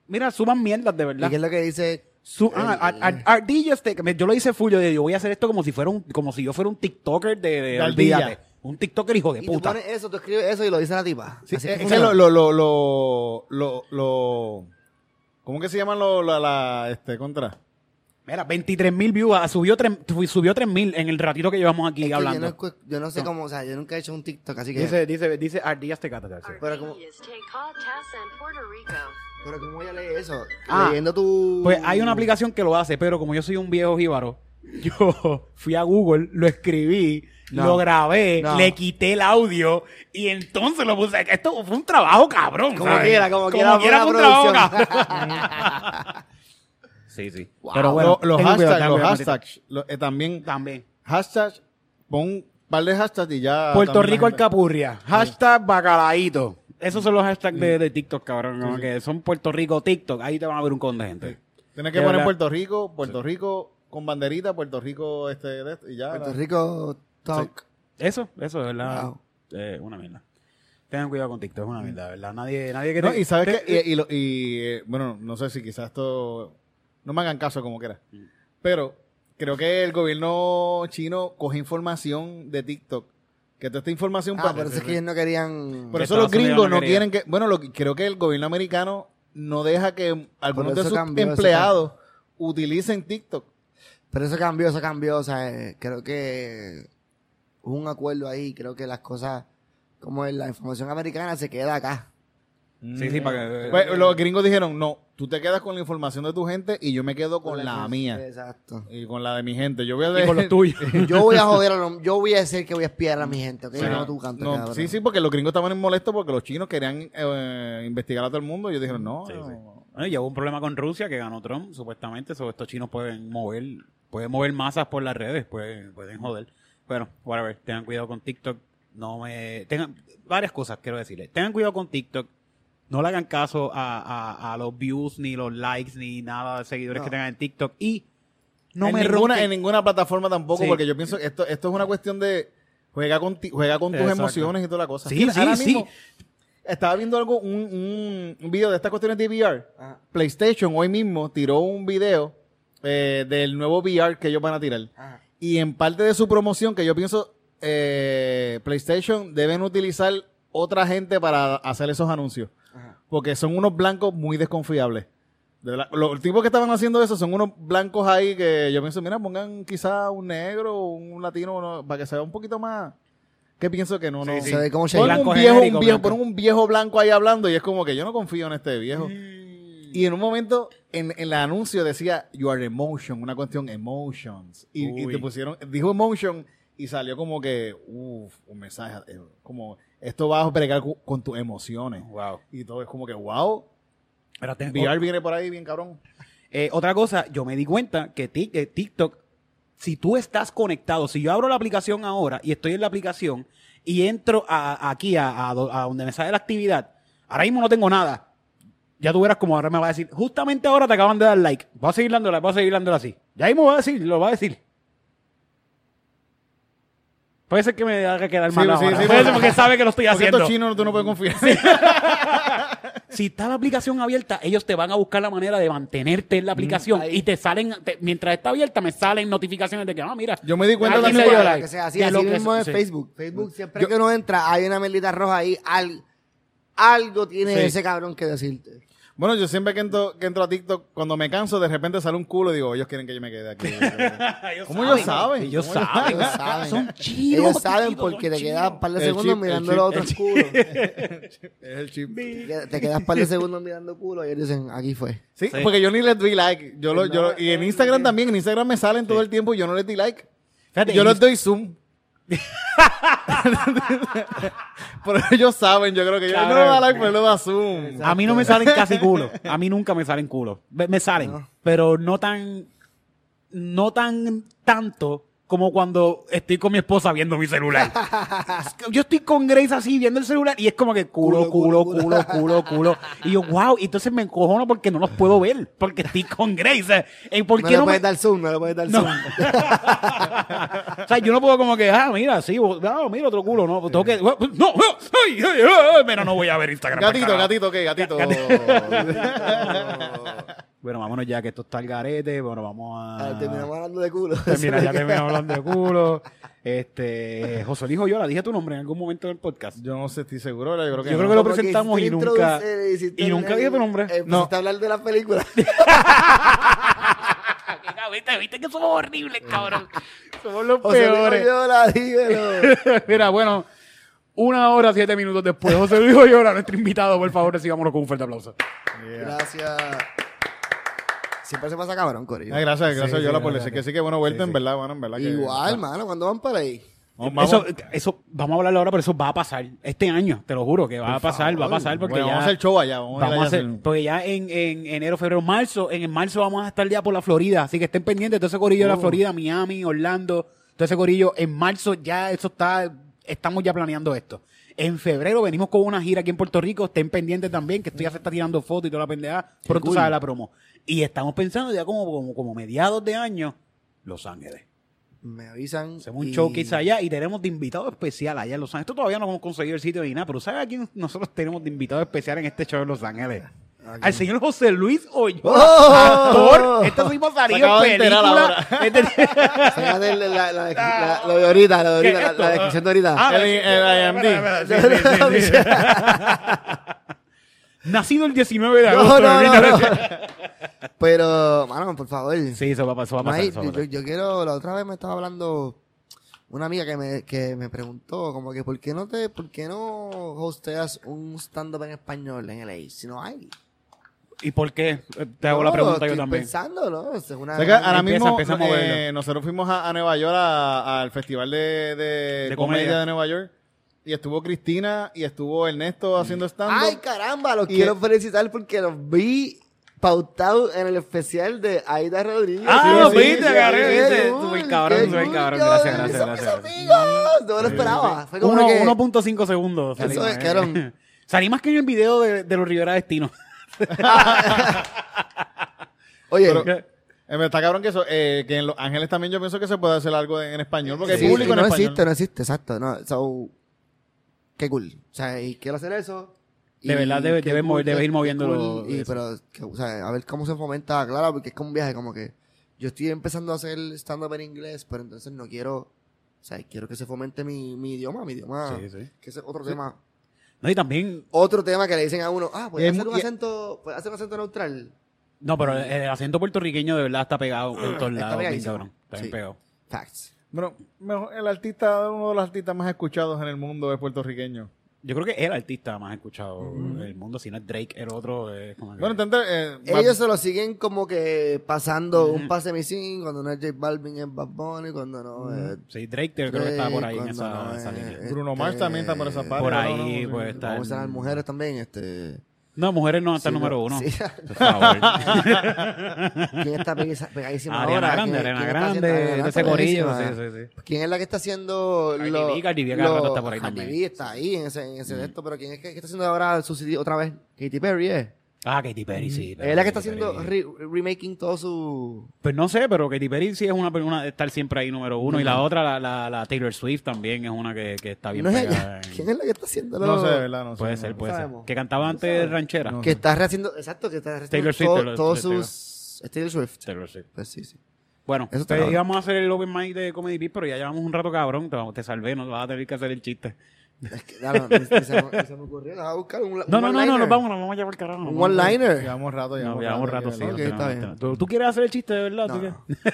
B: Mira, suman mierdas de
C: ¿Y
B: verdad.
C: qué es lo que dice?
B: Su- ah, ar- ar- ardillas te- este, me- yo lo hice full, yo, dije, yo voy a hacer esto como si fuera un, como si yo fuera un TikToker de, de-
D: ardilla.
B: olvídate. Un TikToker hijo de
C: Y tú
B: puta.
C: pones eso, tú escribes eso y lo dice la tipa.
D: Sí,
C: Así
D: es, es que
C: funciona.
D: lo, lo, lo, lo, lo, lo- ¿Cómo que se llaman los, la, la, este, contra?
B: Mira, 23 mil views, ah, subió tres- subió 3 mil en el ratito que llevamos aquí
C: Es que yo
B: hablando.
C: no escu- yo no sé cómo, o sea, yo nunca he hecho un TikTok, así que...
B: Dice, dice, dice ardillas este te cata. sí.
C: Pero como-
F: Armenians take podcasts and Puerto Rico.
C: Pero ¿cómo voy a leer eso?
B: Ah,
C: Leyendo tu...
B: Pues hay una aplicación que lo hace, pero como yo soy un viejo jíbaro, yo fui a Google, lo escribí,
C: No.
B: lo grabé,
C: No.
B: le quité el audio y entonces lo puse. Esto fue un trabajo cabrón.
C: Como
B: ¿sabes?
C: quiera, como quiera,
B: fue
C: fue
B: un
C: una
B: trabajo
C: producción.
B: cabrón. sí, sí.
D: Pero
B: bueno,
D: los
B: ten cuidado,
D: hashtags,
B: ten
D: los
B: cuidado,
D: hashtags, lo- eh, también,
B: También.
D: hashtags, pon un par de hashtags y ya.
B: Puerto
D: Ah, también la
B: Rico
D: gente-
B: Alcapurria. Hashtag bacalaíto. Esos son los hashtags de, de TikTok, cabrón. como que son Puerto Rico TikTok. Ahí te van a ver un con de gente.
D: Tienes que
B: De
D: poner
B: verdad.
D: Puerto Rico, Puerto Rico con banderita, Puerto Rico, este, de esto, y ya.
C: Puerto
D: la-
C: Rico Talk.
B: Eso, eso es verdad.
C: Wow.
B: Eh, una mierda. Tengan cuidado con TikTok, es una mierda, ¿verdad? Nadie, nadie que
D: No,
B: te-
D: y sabes
B: te-
D: que, y, y lo- y, eh, bueno, no sé si quizás esto, no me hagan caso como quiera, pero creo que el gobierno chino coge información de TikTok, que toda esta información
C: Ah,
D: para-
C: por eso es que ellos no querían...
D: por
B: Que
D: eso los
B: Estados Unidos
D: gringos
B: no
D: no
B: quería.
D: quieren que, bueno, lo que- creo que el gobierno americano no deja que algunos de
C: eso
D: sus
C: cambió, eso
D: empleados utilicen TikTok.
C: Pero eso cambió, eso cambió, o sea, eh, creo que hubo un acuerdo ahí, creo que las cosas, como es, la información americana se queda acá.
B: Sí, sí, para que... eh,
D: Pues, los gringos dijeron, no, tú te quedas con la información de tu gente y yo me quedo con la
C: Entonces,
D: mía
C: Exacto.
D: y con la de mi gente. Yo voy a
B: y con los
D: leer-
B: tuyos.
C: Yo voy a joder a los, yo voy a decir que voy a espiar a mi gente, ¿ok?
D: Sí.
C: No tú canto,
D: No,
C: cabrón.
D: sí, sí, porque los gringos estaban molestos porque los chinos querían eh, investigar a todo el mundo. Y ellos dijeron, no,
B: Sí, sí.
D: no.
B: Bueno, y hubo un problema con Rusia que ganó Trump, supuestamente. Sobre estos chinos pueden mover, pueden mover masas por las redes, pueden, pueden joder. Bueno, whatever, tengan cuidado con TikTok. No me. Tengan, varias cosas quiero decirles. Tengan cuidado con TikTok. No le hagan caso a, a- a los views, ni los likes, ni nada de seguidores
C: No.
B: que tengan en TikTok. Y no
D: en
B: me
D: ninguna,
B: ronquen.
D: en ninguna plataforma tampoco,
B: Sí.
D: porque yo pienso que esto, esto es una cuestión de juega con ti- juega con tus
B: Exacto.
D: emociones y toda la cosa.
B: Sí,
D: Mira,
B: sí,
D: ahora
B: sí.
D: mismo Estaba viendo algo, un, un- un video de estas cuestiones de VR.
C: Ajá.
D: PlayStation hoy mismo tiró un video eh, del nuevo VR que ellos van a tirar.
C: Ajá.
D: Y en parte de su promoción, que yo pienso, eh, PlayStation deben utilizar otra gente para hacer esos anuncios.
C: Ajá.
D: Porque son unos blancos muy desconfiables. De verdad, los tipos que estaban haciendo eso son unos blancos ahí que yo pienso, mira, pongan quizá un negro o un latino uno, para que se vea un poquito más. ¿Qué pienso que no? no
C: Se ve como
D: Ponen
C: Shane.
D: un
B: Blanco
D: viejo,
B: genérico,
D: un viejo,
B: blanco.
D: ponen un viejo blanco ahí hablando y es como que yo no confío en este viejo.
B: Mm.
D: Y en un momento, en, en el anuncio decía, you are emotion, una cuestión emotions. Y, y
B: Uy.
D: te pusieron, dijo emotion y salió como que, uff, un mensaje, eh, como, esto va a bregar cu- con tus emociones.
B: Wow.
D: Y todo es como que, wow,
B: Espérate,
D: VR viene por ahí bien cabrón.
B: Eh, otra cosa, yo me di cuenta que Tik- eh, TikTok, si tú estás conectado, si yo abro la aplicación ahora y estoy en la aplicación y entro a- aquí a, a do- a donde me sale la actividad, ahora mismo no tengo nada. Ya tú verás como ahora me va a decir, justamente ahora te acaban de dar like. Voy a seguir dándola, voy a seguir dándola así. Ya ahí me va a decir, lo va a decir. Puede ser que me haga quedar
D: Sí,
B: mal
D: sí,
B: ahora.
D: sí,
B: Puede
D: porque-
B: ser porque sabe que lo estoy
D: Porque
B: haciendo.
D: estos chinos tú no puedes confiar.
B: Si está la aplicación abierta, ellos te van a buscar la manera de mantenerte en la aplicación
C: Mm, ahí.
B: y te salen, te- mientras está abierta, me salen notificaciones de que, ah, mira.
D: Yo me di cuenta
B: Alguien
D: también
B: le dio
D: para-
B: like.
C: Que sea así,
B: De
C: así
B: lo que
C: mismo
B: es-
C: es
B: sí.
C: Facebook. Facebook, siempre
D: Yo-
C: que uno entra, hay una melita roja ahí. al- algo tiene
D: Sí.
C: ese cabrón que decirte.
D: Bueno, yo siempre que entro, que entro a TikTok, cuando me canso, de repente sale un culo y digo, ellos quieren que yo me quede aquí. ¿Cómo ellos saben?
B: Ellos
D: ¿Cómo
B: saben.
C: Ellos saben.
B: Son chinos,
C: Ellos saben
B: chinos,
C: porque
B: son
C: te quedas un par de
D: El
C: segundos
D: chip, el
C: mirando
D: chip,
C: los otros culos. Te
D: Es el chip.
C: quedas- Te quedas un par de segundos mirando culos y ellos dicen, aquí fue.
D: Sí, porque yo ni les doy like. Yo lo, yo,
C: No,
D: y en
C: no,
D: Instagram
C: no.
D: también, en Instagram me salen todo el tiempo y yo no les doy like.
B: Fíjate,
D: yo
B: en
D: les doy zoom. Pero ellos saben, yo creo que yo no le da like, pero le da zoom.
B: A mí no me salen casi culo. A mí nunca me salen culo. Me, me salen, pero no tan, no tan tanto como cuando estoy con mi esposa viendo mi celular. Es que Yo estoy con Grace así viendo el celular y es como que culo, culo,
C: Culo,
B: culo, culo, culo. Y yo, wow, y entonces me encojono porque no los puedo ver, porque estoy con Grace. Eh, ¿Por
C: No
B: qué
C: le
B: no me-
C: puedes dar zoom, no le puedes dar
B: No.
C: zoom.
B: o sea, yo no puedo como que, ah, mira, sí, bo- ah, mira otro culo, no, tengo que, no, no, ay, ay, ay, mira, no voy a ver Instagram.
D: Gatito,
B: carajo.
D: gatito, ¿qué? Gatito.
B: Bueno, vámonos ya que esto está el garete, bueno, vamos a...
C: Ah, Terminamos hablando de culo.
B: Termina, Pues ya terminamos hablando de culo. Este, José Luis Oyola, dije tu nombre en algún momento del podcast.
D: yo no sé, estoy seguro, yo creo que
B: Yo creo
D: no.
B: que lo
C: Como
B: presentamos y
C: hiciste
B: nunca-
C: introducir- hiciste
B: y nunca
C: el-
B: dije tu nombre.
C: eh,
B: No.
C: Empezaste a hablar de las películas.
B: ¿Viste, viste que somos horribles, cabrón? Somos los
C: José Luis Oyola, dímelo.
B: Mira, bueno, una hora, siete minutos después, José Luis Oyola, nuestro invitado, por favor, recibanlo con un fuerte aplauso.
D: Yeah.
C: Gracias. Siempre se pasa cabrón, Corillo.
D: Ay, Ah, gracias, gracias,
B: sí,
D: Yola, por
B: gracias.
D: decir que sí, que bueno, vuelta, en verdad, bueno, en verdad. que-
C: Igual, mano, cuando van para ahí.
D: Vamos, vamos.
B: Eso, eso, vamos a hablarlo ahora, pero eso va a pasar este año, te lo juro que va a pasar, va a pasar porque
D: Bueno,
B: ya...
D: vamos a hacer show allá. Vamos,
B: Vamos a
D: allá
B: hacer, porque ya en, en enero, febrero, marzo, en marzo vamos a estar ya por la Florida, así que estén pendientes, todo ese corillo
D: Oh.
B: de la Florida, Miami, Orlando, todo ese corillo, en marzo ya eso está, estamos ya planeando esto. En febrero venimos con una gira aquí en Puerto Rico, estén pendientes también, que esto ya se está tirando fotos y toda la pendeja, pronto sale la promo. Y estamos pensando ya como, como, como mediados de año, Los Ángeles.
C: Me avisan.
B: Hacemos un
C: y-
B: showcase allá y tenemos de invitado especial allá en Los Ángeles. Esto todavía no hemos conseguido el sitio ni nada, pero ¿sabes a quién nosotros tenemos de invitado especial en este show de Los Ángeles? Al señor José Luis Oyola,
C: Oh.
B: actor. Este mismo
D: Se
B: salió
D: acaba de
B: en
D: enterar
B: película. Este-
C: Será de la, la, la, la- lo de ahorita, lo de
B: Ah. ¿Qué es
C: ahorita, la,
B: esto?
C: la descripción de ahorita.
B: Ah,
D: El- el
B: espera,
D: IMD.
B: espera, espera, sí, sí, sí, sí. Nacido el 19 de
C: no,
B: agosto.
C: no,
B: de
C: no,
B: 1900.
C: no. Pero, mano, por favor.
B: Sí, eso va a pasar. eso va a
C: No
B: pasar,
C: hay-
B: eso va a
C: yo,
B: pasar.
C: yo quiero, la otra vez me estaba hablando una amiga que me, que me preguntó, como que, ¿por qué no te, por qué no hosteas un stand-up en español en LA? Si no hay.
B: ¿Y por qué? Eh, Te hago la
C: No,
B: pregunta yo
C: estoy
B: también.
C: pensando, ¿no? Es una-
D: O sea que ahora
B: Empieza,
D: mismo
B: empieza a moverlo.
D: eh, nosotros fuimos a, a Nueva York a- al festival de, de
B: De
D: comedia.
B: comedia.
D: de Nueva York y estuvo Cristina y estuvo
B: Mm.
D: Ernesto haciendo
C: Ay,
D: stand up.
C: caramba, los
D: Y-
C: quiero felicitar porque los vi pautados en el especial de Aida Rodríguez.
B: Ah,
D: los viste,
B: agarré,
C: qué
B: viste.
C: cool,
B: Súper cabrón,
C: qué
B: súper
C: cool,
B: cabrón.
C: yo,
B: Gracias, gracias,
C: somos
B: gracias.
C: amigos, no me lo esperaba. Fue como
B: Uno-
C: que-
B: 1.5 segundos.
C: Eso
B: salimos, ¿eh?
C: es, cabrón.
B: Salí más que en el video de, de los Rivera Destino.
C: Oye,
D: Pero- Eh, me está cabrón que eso, eh, que en Los Ángeles también yo pienso que se puede hacer algo en, en español, porque
C: sí,
D: hay público
C: y no
D: en español.
C: existe, no existe, exacto. No, so, qué cool. O sea, y quiero hacer eso. y
B: De verdad, debe-
C: qué
B: debes mover-
C: qué-
B: debes ir
C: qué
B: moviéndolo,
C: cool, y-
B: eso.
C: pero, que, o sea, a ver cómo se fomenta, claro, porque es como un viaje como que... yo estoy empezando a hacer stand-up en inglés, pero entonces no quiero, o sea, quiero que se fomente mi, mi idioma, mi idioma,
D: Sí, sí.
C: que ese es otro tema.
B: No, y también,
C: Otro tema que le dicen a uno, ah, puedes
D: Es
C: hacer un
D: muy-
C: acento, puedes hacer un acento neutral.
B: no, pero el, el acento puertorriqueño de verdad está pegado en todos lados, bien
C: pegadísimo.
B: cabrón. Está bien
C: Sí.
B: pegado.
C: Facts.
D: Bueno, mejor- el artista, uno de los artistas más escuchados en el mundo es puertorriqueño.
B: Yo creo que es el artista más escuchado del mundo, si no es Drake, el otro es como que-
D: Bueno, tanto, eh,
C: Ellos se lo siguen como que pasando un pase missing, cuando no es J Balvin es Bad Bunny, cuando no es...
B: Sí, Drake yo creo que está por ahí en
C: Drake,
B: esa,
C: cuando eh, no
B: esa línea.
C: es-
D: Bruno Mars también está por esa parte.
B: Este, Por
D: ¿no?
B: ahí,
D: Sí.
B: pues, está-
C: Vamos a las mujeres también, este...
B: No, mujeres no, está el
C: Sí,
B: número
C: no,
B: uno.
C: sí.
B: Por favor.
C: ¿Quién está pegisa- pegadísima
B: Ariana
C: ahora?
B: Grande,
C: ¿Quién-
B: Ariana
C: quién está
B: Grande,
C: haciendo- Ariana
B: de ese
C: está
B: corillo. Sí,
C: pegadísima?
B: sí, sí.
C: ¿Quién es la que está haciendo
B: Cardi
C: lo-
B: B, Cardi B cada
C: lo-
B: rato está por ahí
C: Cardi
B: también. Mm.
C: B está ahí en ese, en ese de esto, pero ¿quién es que, que está haciendo ahora su CD otra vez? Katy Perry, ¿eh?
B: Ah, Katy Perry, sí.
C: Es la que está haciendo
B: Perry.
C: re- remaking todo su...
B: Pues no sé, pero Katy Perry sí es una, una de estar siempre ahí número uno. Y la otra, la, la, la Taylor Swift también es una que, que está bien
C: ¿No es
B: pegada. eh.
C: ella?
B: en-
C: ¿Quién es la que está haciendo
D: No
C: lo-
D: sé, de verdad, no sé.
B: Puede
D: no.
B: ser, puede ser.
C: sabemos.
B: Que cantaba antes ranchera.
D: No.
C: Que está rehaciendo... Exacto, que está rehaciendo
B: Taylor Swift,
C: todo-
B: Taylor-
C: todos
B: Taylor-
C: sus... es Taylor Swift.
B: Taylor Swift.
C: Pues sí, sí.
B: Bueno,
C: Eso está
B: te-
C: cabrón.
B: íbamos a hacer el open mic de Comedy Beat, pero ya llevamos un rato cabrón. Te, te salvé, no vas a tener que hacer el chiste.
C: Es que, ya, no, ni- ni se, me- ni se me ocurrió. Deja buscar un,
B: No,
C: un
B: no, no, no,
C: one-liner.
B: nos vamos, nos vamos a llevar carajo. nos
C: Un
B: vamos a-
C: one-liner.
D: Llevamos rato,
B: No,
D: llevamos,
B: llevamos rato, sí.
C: Ok,
B: no
C: está
B: tenemos-
C: bien.
B: ¿Tú, tú quieres hacer el chiste de verdad? ¿Tú
C: No.
B: quieres?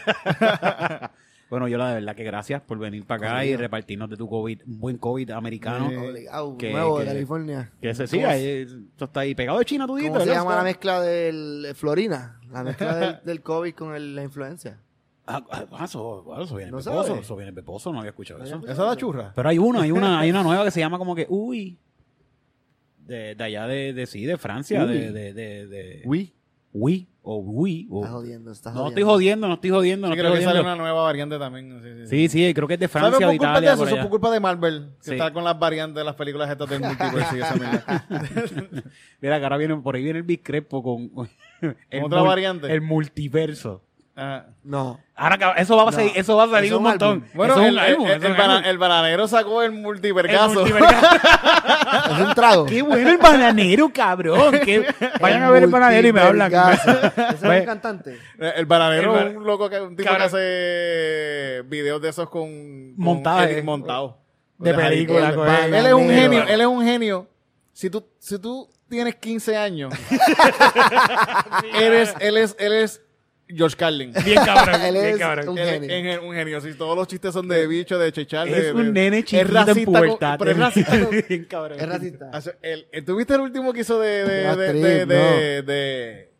B: bueno, yo la de verdad que gracias por venir para acá y
C: Corrido.
B: repartirnos de tu COVID, un buen COVID americano.
C: Obligado,
B: Que-
C: nuevo de
B: que-
C: California.
B: Que ese sí,
C: Eh, ¿Cómo
B: ahí, eh, esto está ahí pegado de China, tú dices.
C: ¿Cómo se
B: ¿verdad? Ah,
C: llama la mezcla del Florina? La mezcla del, del COVID con el- la influencia.
B: Ah, ah, ah, eso, ah, eso viene
C: ¿No
B: peposo,
C: sabes?
B: eso viene peposo, no había escuchado eso.
D: Esa da churra.
B: Pero hay una, hay una, hay una nueva que se llama como que, uy, de, de allá de, de sí, de Francia, de, de, de, de-
D: Uy.
B: oui, o oui, o-
C: Estás jodiendo, estás
B: Oh. no estoy
C: jodiendo.
B: jodiendo, no estoy jodiendo, no
D: Sí,
B: estoy
D: creo que sale
B: jodiendo.
D: una nueva variante también. Sí, sí. sí.
B: Sí, sí, creo que es de
D: ¿Sabes
B: Francia o de
D: por culpa de
B: Italia.
D: eso?
B: por
D: Eso es
B: allá.
D: por culpa de Marvel, que
B: Sí.
D: está con las variantes de las películas estas del multiverso y esa mierda.
B: Mira, que ahora viene, por ahí viene el discrepo con
D: otra variante.
B: El multiverso.
D: Ah.
C: No.
B: Ahora que- eso va a salir, eso va a salir
C: Eso
B: un
C: es un álbum.
B: montón.
D: Bueno,
B: Eso es
D: el,
B: un
D: el,
B: álbum,
D: el
B: eso es un
D: bana-
B: álbum.
D: el bananero sacó el multiverso.
B: El multiverso.
C: Es un trago.
B: Qué bueno el bananero, cabrón. que Vayan a ver el bananero y me hablan.
C: Multivergazo. Ese es
B: Pues-
C: un cantante.
D: El bananero
B: El
D: es
B: ba-
D: un loco que un tipo
B: Cabrón.
D: que hace videos de esos con, con
B: Montajes.
D: edit montado.
B: De película,
D: Él-
B: con él.
D: Él es un
C: Bananero.
D: genio, él es un genio. Si tú, si tú tienes 15 años, eres, él es, él es George Carlin.
B: Bien cabrón,
C: Él
B: bien
C: es
B: cabrón.
C: un
D: Él es-
C: genio.
D: es gen- un genio. Si todos los chistes son de bicho, de chechar,
B: Es
D: de-
B: un
D: de-
B: nene
D: es
B: chiquito en
D: racista con-
B: pubertad.
D: pero es racista con-
B: Bien cabrón.
C: Es racista.
D: Ah, sí, el- el- ¿Tuviste el último que hizo de. de.
C: Ah,
D: de.
C: Trip,
D: de.
C: no.
D: de. de.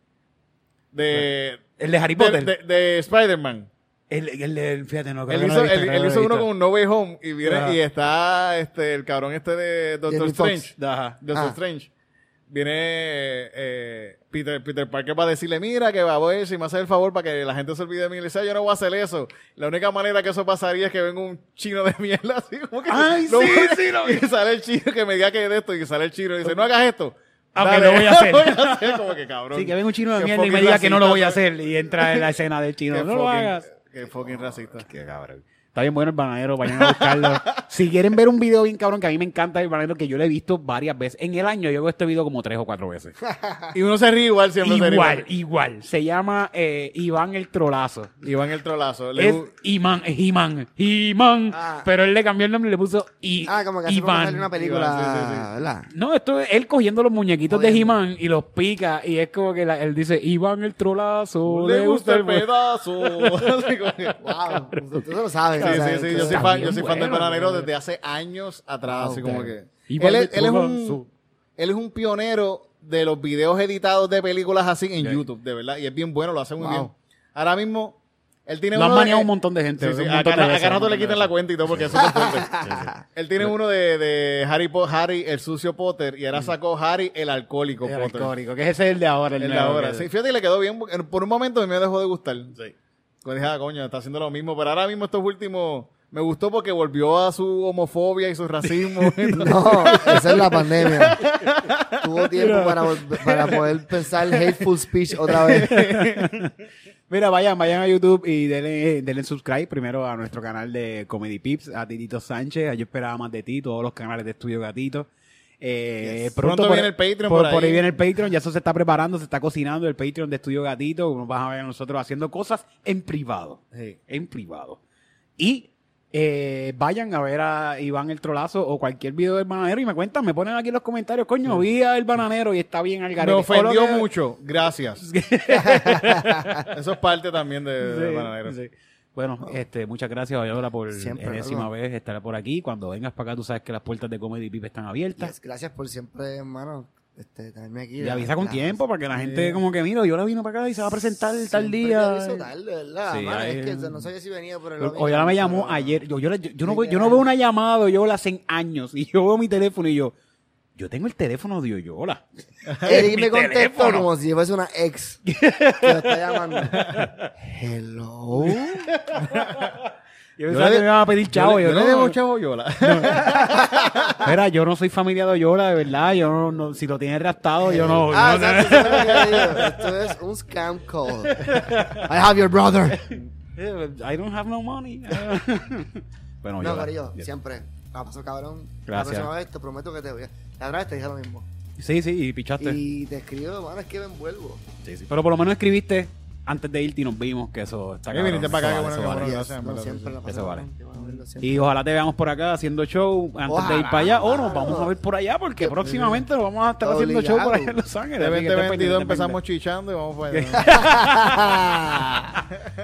D: de-
B: El de Harry
D: de-
B: Potter.
D: de- de Spider-Man.
B: el, el, el- fíjate, no, creo
D: Él
B: que no lo
D: hizo,
B: he visto,
D: él,
B: creo que
D: él
B: no
D: hizo
B: lo he
D: uno
B: visto.
D: con un No Way Home y, viene-
B: Ajá.
D: y está este, el cabrón este de Doctor
C: Jamie Foxx.
D: Strange. Ajá, Doctor
C: Ah.
D: Strange. Viene eh, Peter, Peter Parker para decirle, mira que va a ver si me hace el favor para que la gente se olvide de mí. Y le dice, "Ah, yo no voy a hacer eso. La única manera que eso pasaría es que venga un chino de mierda así como que...
B: Ay,
D: no
B: sí,
D: voy a-".
B: sí, lo vi.
D: Y sale el chino que me diga que es de esto y sale el chino y dice, no hagas esto.
B: Ah, que
D: Dale,
B: lo voy a hacer.
D: hacer. Como que cabrón.
B: Sí, que venga un chino de
D: Qué
B: mierda y me
D: fucking
B: diga que no lo
D: racista,
B: voy a hacer. Y entra en la escena del chino.
D: qué
B: No lo
D: fucking-
B: hagas.
D: Qué fucking racista.
B: Qué cabrón. Está bien bueno el bananero, vayan a buscarlo. si quieren ver un video bien cabrón, que a mí me encanta el bananero, que yo lo he visto varias veces. En el año yo veo este video como tres o cuatro veces.
D: Y uno se ríe igual siempre. se ríe
B: igual, igual. Se llama eh, Iván el Trolazo.
D: Iván el trolazo. Le
B: Es
D: gu-
B: Imán, es Imán, Imán.
C: Ah.
B: Pero él le cambió el nombre y le puso I-
C: Ah, como que hace poco
B: Iván.
C: salió una película,
D: Iván, sí, sí, sí.
C: ¿verdad?
B: No, esto es él cogiendo los muñequitos de
C: Jodiendo.
B: He-Man y los pica y es como que la- él dice, Iván el trolazo,
D: le gusta el
B: pedo.
D: pedazo. Así como que-
C: Wow, tú se lo sabes.
D: Sí,
C: o sea,
D: sí, sí,
C: tú
D: yo soy
C: sabes.
D: fan, yo soy fan del
B: bueno,
D: bananero
B: güey.
D: desde hace años atrás,
C: Ah,
D: así
C: ok.
D: como que.
B: Iván
D: Él es,
B: el
D: él es
B: Trolazo.
D: un, él es un pionero de los videos editados de películas así en YouTube, de verdad, y es bien bueno, lo hace muy
C: Wow.
D: bien. Ahora mismo, él tiene
B: Lo han
D: uno de- eh,
B: maneado un montón de gente.
D: Sí, sí,
B: un
D: acá,
B: montón de
D: acá
B: veces,
D: no
B: un
D: te le
B: montón de
D: quitan la
B: veces.
D: cuenta y todo porque eso es fuerte. Él tiene uno de, de Harry, Po- Harry, el sucio Potter, y ahora sacó Harry, el alcohólico
B: El
D: Potter.
B: alcohólico, que ese es el de ahora. El,
D: El de
B: nuevo
D: ahora,
B: que-
D: sí. Fíjate, le quedó bien. porque Por un momento me dejó de gustar. Sí. Dije, ah, coño, está haciendo lo mismo. Pero ahora mismo estos últimos... Me gustó porque volvió a su homofobia y su racismo. Entonces,
C: No, esa es la pandemia. Tuvo tiempo para, vol- para poder pensar el hateful speech otra vez.
B: Mira, vayan, vayan a YouTube y denle, denle subscribe primero a nuestro canal de Comedy Pips, a Titito Sánchez, a Yo Esperaba Más de Ti, todos los canales de Estudio Gatito. Eh,
D: Yes.
B: pronto
D: Pronto
B: por-
D: viene el Patreon
B: Por,
D: por
B: por ahí
D: ahí.
B: viene el Patreon. Ya eso se está preparando, se está cocinando el Patreon de Estudio Gatito. Nos vas a ver a nosotros haciendo cosas en privado. En privado. Y eh, vayan a ver a Iván el Trolazo o cualquier video del bananero y me cuentan, me ponen aquí en los comentarios, coño, vi al bananero y está bien al
D: Me
B: garete. O
D: ofendió
B: lo que-
D: mucho. Gracias. Eso es parte también de,
B: Sí,
D: de Bananero.
B: sí. Bueno, este, muchas gracias, Viola, por
C: Siempre,
B: enésima
C: hermano.
B: vez estar por aquí. Cuando vengas para acá, tú sabes que las puertas de Comedy Pipe están abiertas.
C: Yes, gracias por siempre, hermano, este, tenerme aquí.
B: Y avisa con
C: Claro.
B: tiempo para que la gente como que mira, yo la vino para acá y se va a presentar tal
C: Siempre te
B: día.
C: aviso tarde, ¿verdad?
B: Sí,
C: Mano,
B: ahí-
C: es que no sabía si venía, pero... lo
B: O Yola me
C: vi,
B: llamó
C: pero-
B: ayer. Yo, yo, la- yo- yo no, veo- yo no
C: Literal.
B: veo una llamada de Yola hace años. Y yo veo mi teléfono y yo, yo tengo el teléfono de Yola.
C: Eric
B: Mi
C: me contestó
B: teléfono.
C: como si fuese una ex que lo está llamando. Hello.
B: Yo pensaba
D: le-
B: que me iban a pedir chavo.
D: yo, le-
B: Yo,
D: yo le
B: no,
D: debo chavo Yola.
B: Mira, yo no soy familia de Yola, de verdad. Yo no, no- si lo tienen raptado, yo no.
C: ah,
B: yo no-
C: exacto, eso es lo que yo digo. Esto es un scam call. I have your brother.
B: I don't have no money. bueno,
C: No,
B: Yola,
C: Marillo,
B: yo-
C: siempre. La paso cabrón. La
B: Gracias.
C: próxima vez te prometo que te voy a. La otra vez te dije lo mismo.
B: Sí, sí, y pichaste.
C: Y te escribo, mano, es que me envuelvo.
B: Sí, sí. Pero por lo menos escribiste antes de irte y nos vimos que eso está
D: Sí,
B: cabrón.
D: viniste para acá,
B: Eso vale,
D: qué
B: eso
D: bueno, qué
B: vale.
D: bueno.
C: Yes,
D: gracias, en
C: no,
D: verdad,
C: siempre la paso
B: Eso vale.
C: cabrón, te voy a verlo siempre.
B: Y ojalá te veamos por acá haciendo show antes de ir para allá o nos
C: Ojalá.
B: vamos a ver por allá porque próximamente nos vamos a estar haciendo
C: Obligado.
B: show por allá en Los Ángeles.
D: De
B: así que estén
D: 2022
B: pendientes,
D: empezamos
B: pendientes.
D: chichando y vamos para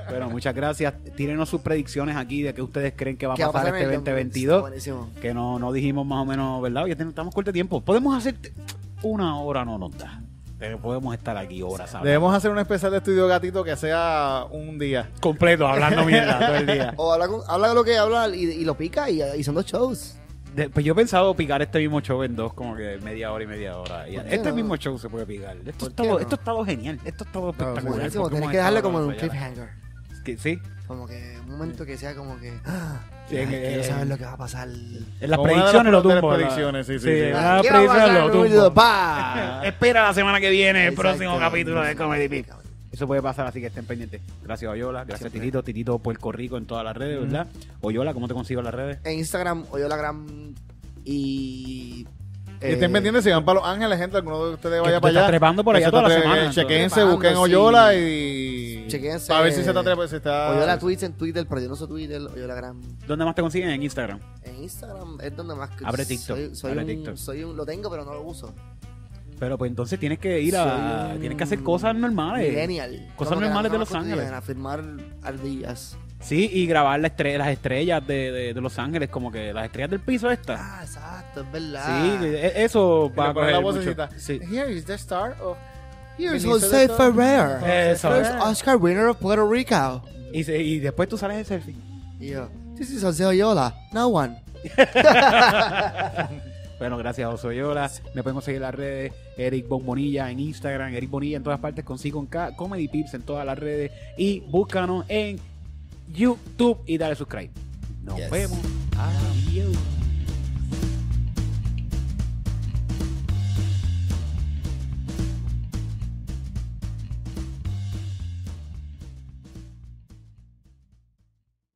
B: Bueno, muchas gracias. Tírenos sus predicciones aquí de qué ustedes creen que va a
C: ¿Qué va a
B: pasar
C: pasar en
B: este
C: el
B: 2022.
C: 2022? Buenísimo.
B: Que no, no dijimos más o menos, ¿verdad? Ya tenemos- estamos corto de tiempo. Podemos hacer t- una hora, no nos da. Pero podemos estar aquí horas. hablando.
D: Debemos hacer un especial de estudio gatito que sea un día.
B: completo hablando mierda todo el día.
C: O habla, con- habla de lo que habla y, y lo pica y, y son dos shows.
B: De- pues yo he pensado picar este mismo show en dos, como que media hora y media hora. Y
C: ¿Por qué
B: este
C: no?
B: mismo show se puede picar. Esto
C: ¿Por
B: está,
C: qué
B: lo-
C: no?
B: esto está lo genial. Esto está lo espectacular.
C: Buenísimo,
B: porque
C: tenés
B: hemos
C: que darle
B: estado
C: como en un
B: hablando allá.
C: cliffhanger.
B: Que- sí.
C: Como que un momento que sea como que. ¡ah!
B: Sí,
C: ay,
B: que- eh,
C: quiero saber lo que va a pasar.
B: En las
D: Como una de
B: predicciones lo
D: las- de las
B: tumbo. ¿verdad?
D: predicciones, sí, sí, sí.
B: en las
C: ¿Qué
D: Ah,
C: va a
B: predicciones
C: pasar
B: lo
C: en el
B: tumbo.
C: pa?
B: Espera la semana que viene el próximo
C: Exacto.
B: capítulo de Comedy Pip. Eso puede pasar, así que estén pendientes. Gracias, Oyola. Gracias,
C: Siempre.
B: Titito. Titito Puerto Rico en todas las redes, ¿verdad? Oyola, ¿cómo te consigo en las redes?
C: En Instagram, Oyolagram y.
D: Y estén
C: eh,
D: pendientes si van para Los Ángeles, gente, alguno de ustedes vaya
B: tú
D: para
B: estás
D: allá.
B: trepando por allá
D: Eso
B: toda la
D: está tre-
B: semana,
D: eh, Chequense,
C: entonces.
D: busquen
C: Trepando,
D: Oyola
C: sí.
D: y...
C: Chequense.
D: Para ver si se está... tre- si está-
C: Oyola Tweets en Twitter, pero yo no soy Twitter. Oyolagram
B: ¿Dónde más te consiguen? En Instagram.
C: en Instagram es donde más. que-
B: Abre TikTok,
C: Soy, soy
B: abre
C: un,
B: TikTok.
C: soy un- lo tengo, pero no lo uso.
B: Pero pues entonces tienes que ir a.
C: Soy un
B: Tienes que hacer cosas normales.
C: Millennial.
B: Cosas
C: Como que
B: normales de
C: las
B: Los Ángeles.
C: cotidianas, A firmar ardillas.
B: Sí, y grabar la estre- las estrellas de, de- de Los Ángeles, como que las estrellas del piso estas.
C: Ah, exacto, es verdad.
B: Sí, e- eso
D: Y
B: va
D: le
B: a
D: ponen la
B: coger
D: vocecita.
B: mucho. Sí.
D: Here is the star of...
C: Here's
D: Benicio
C: Jose
D: del Toro.
C: Ferrer.
B: Eso.
C: First Oscar winner of Puerto Rico.
B: Y, se- y después tú sales de selfie.
C: Y yo, this is Jose Oyola, no one.
B: Bueno, gracias, Osoyola. Me pueden conseguir en las redes Eric Bonbonilla en Instagram, Eric Bonilla en todas partes, consigo en K, Comedy Pips en todas las redes y búscanos en YouTube y dale subscribe. Nos
C: Yes.
B: vemos. Adiós.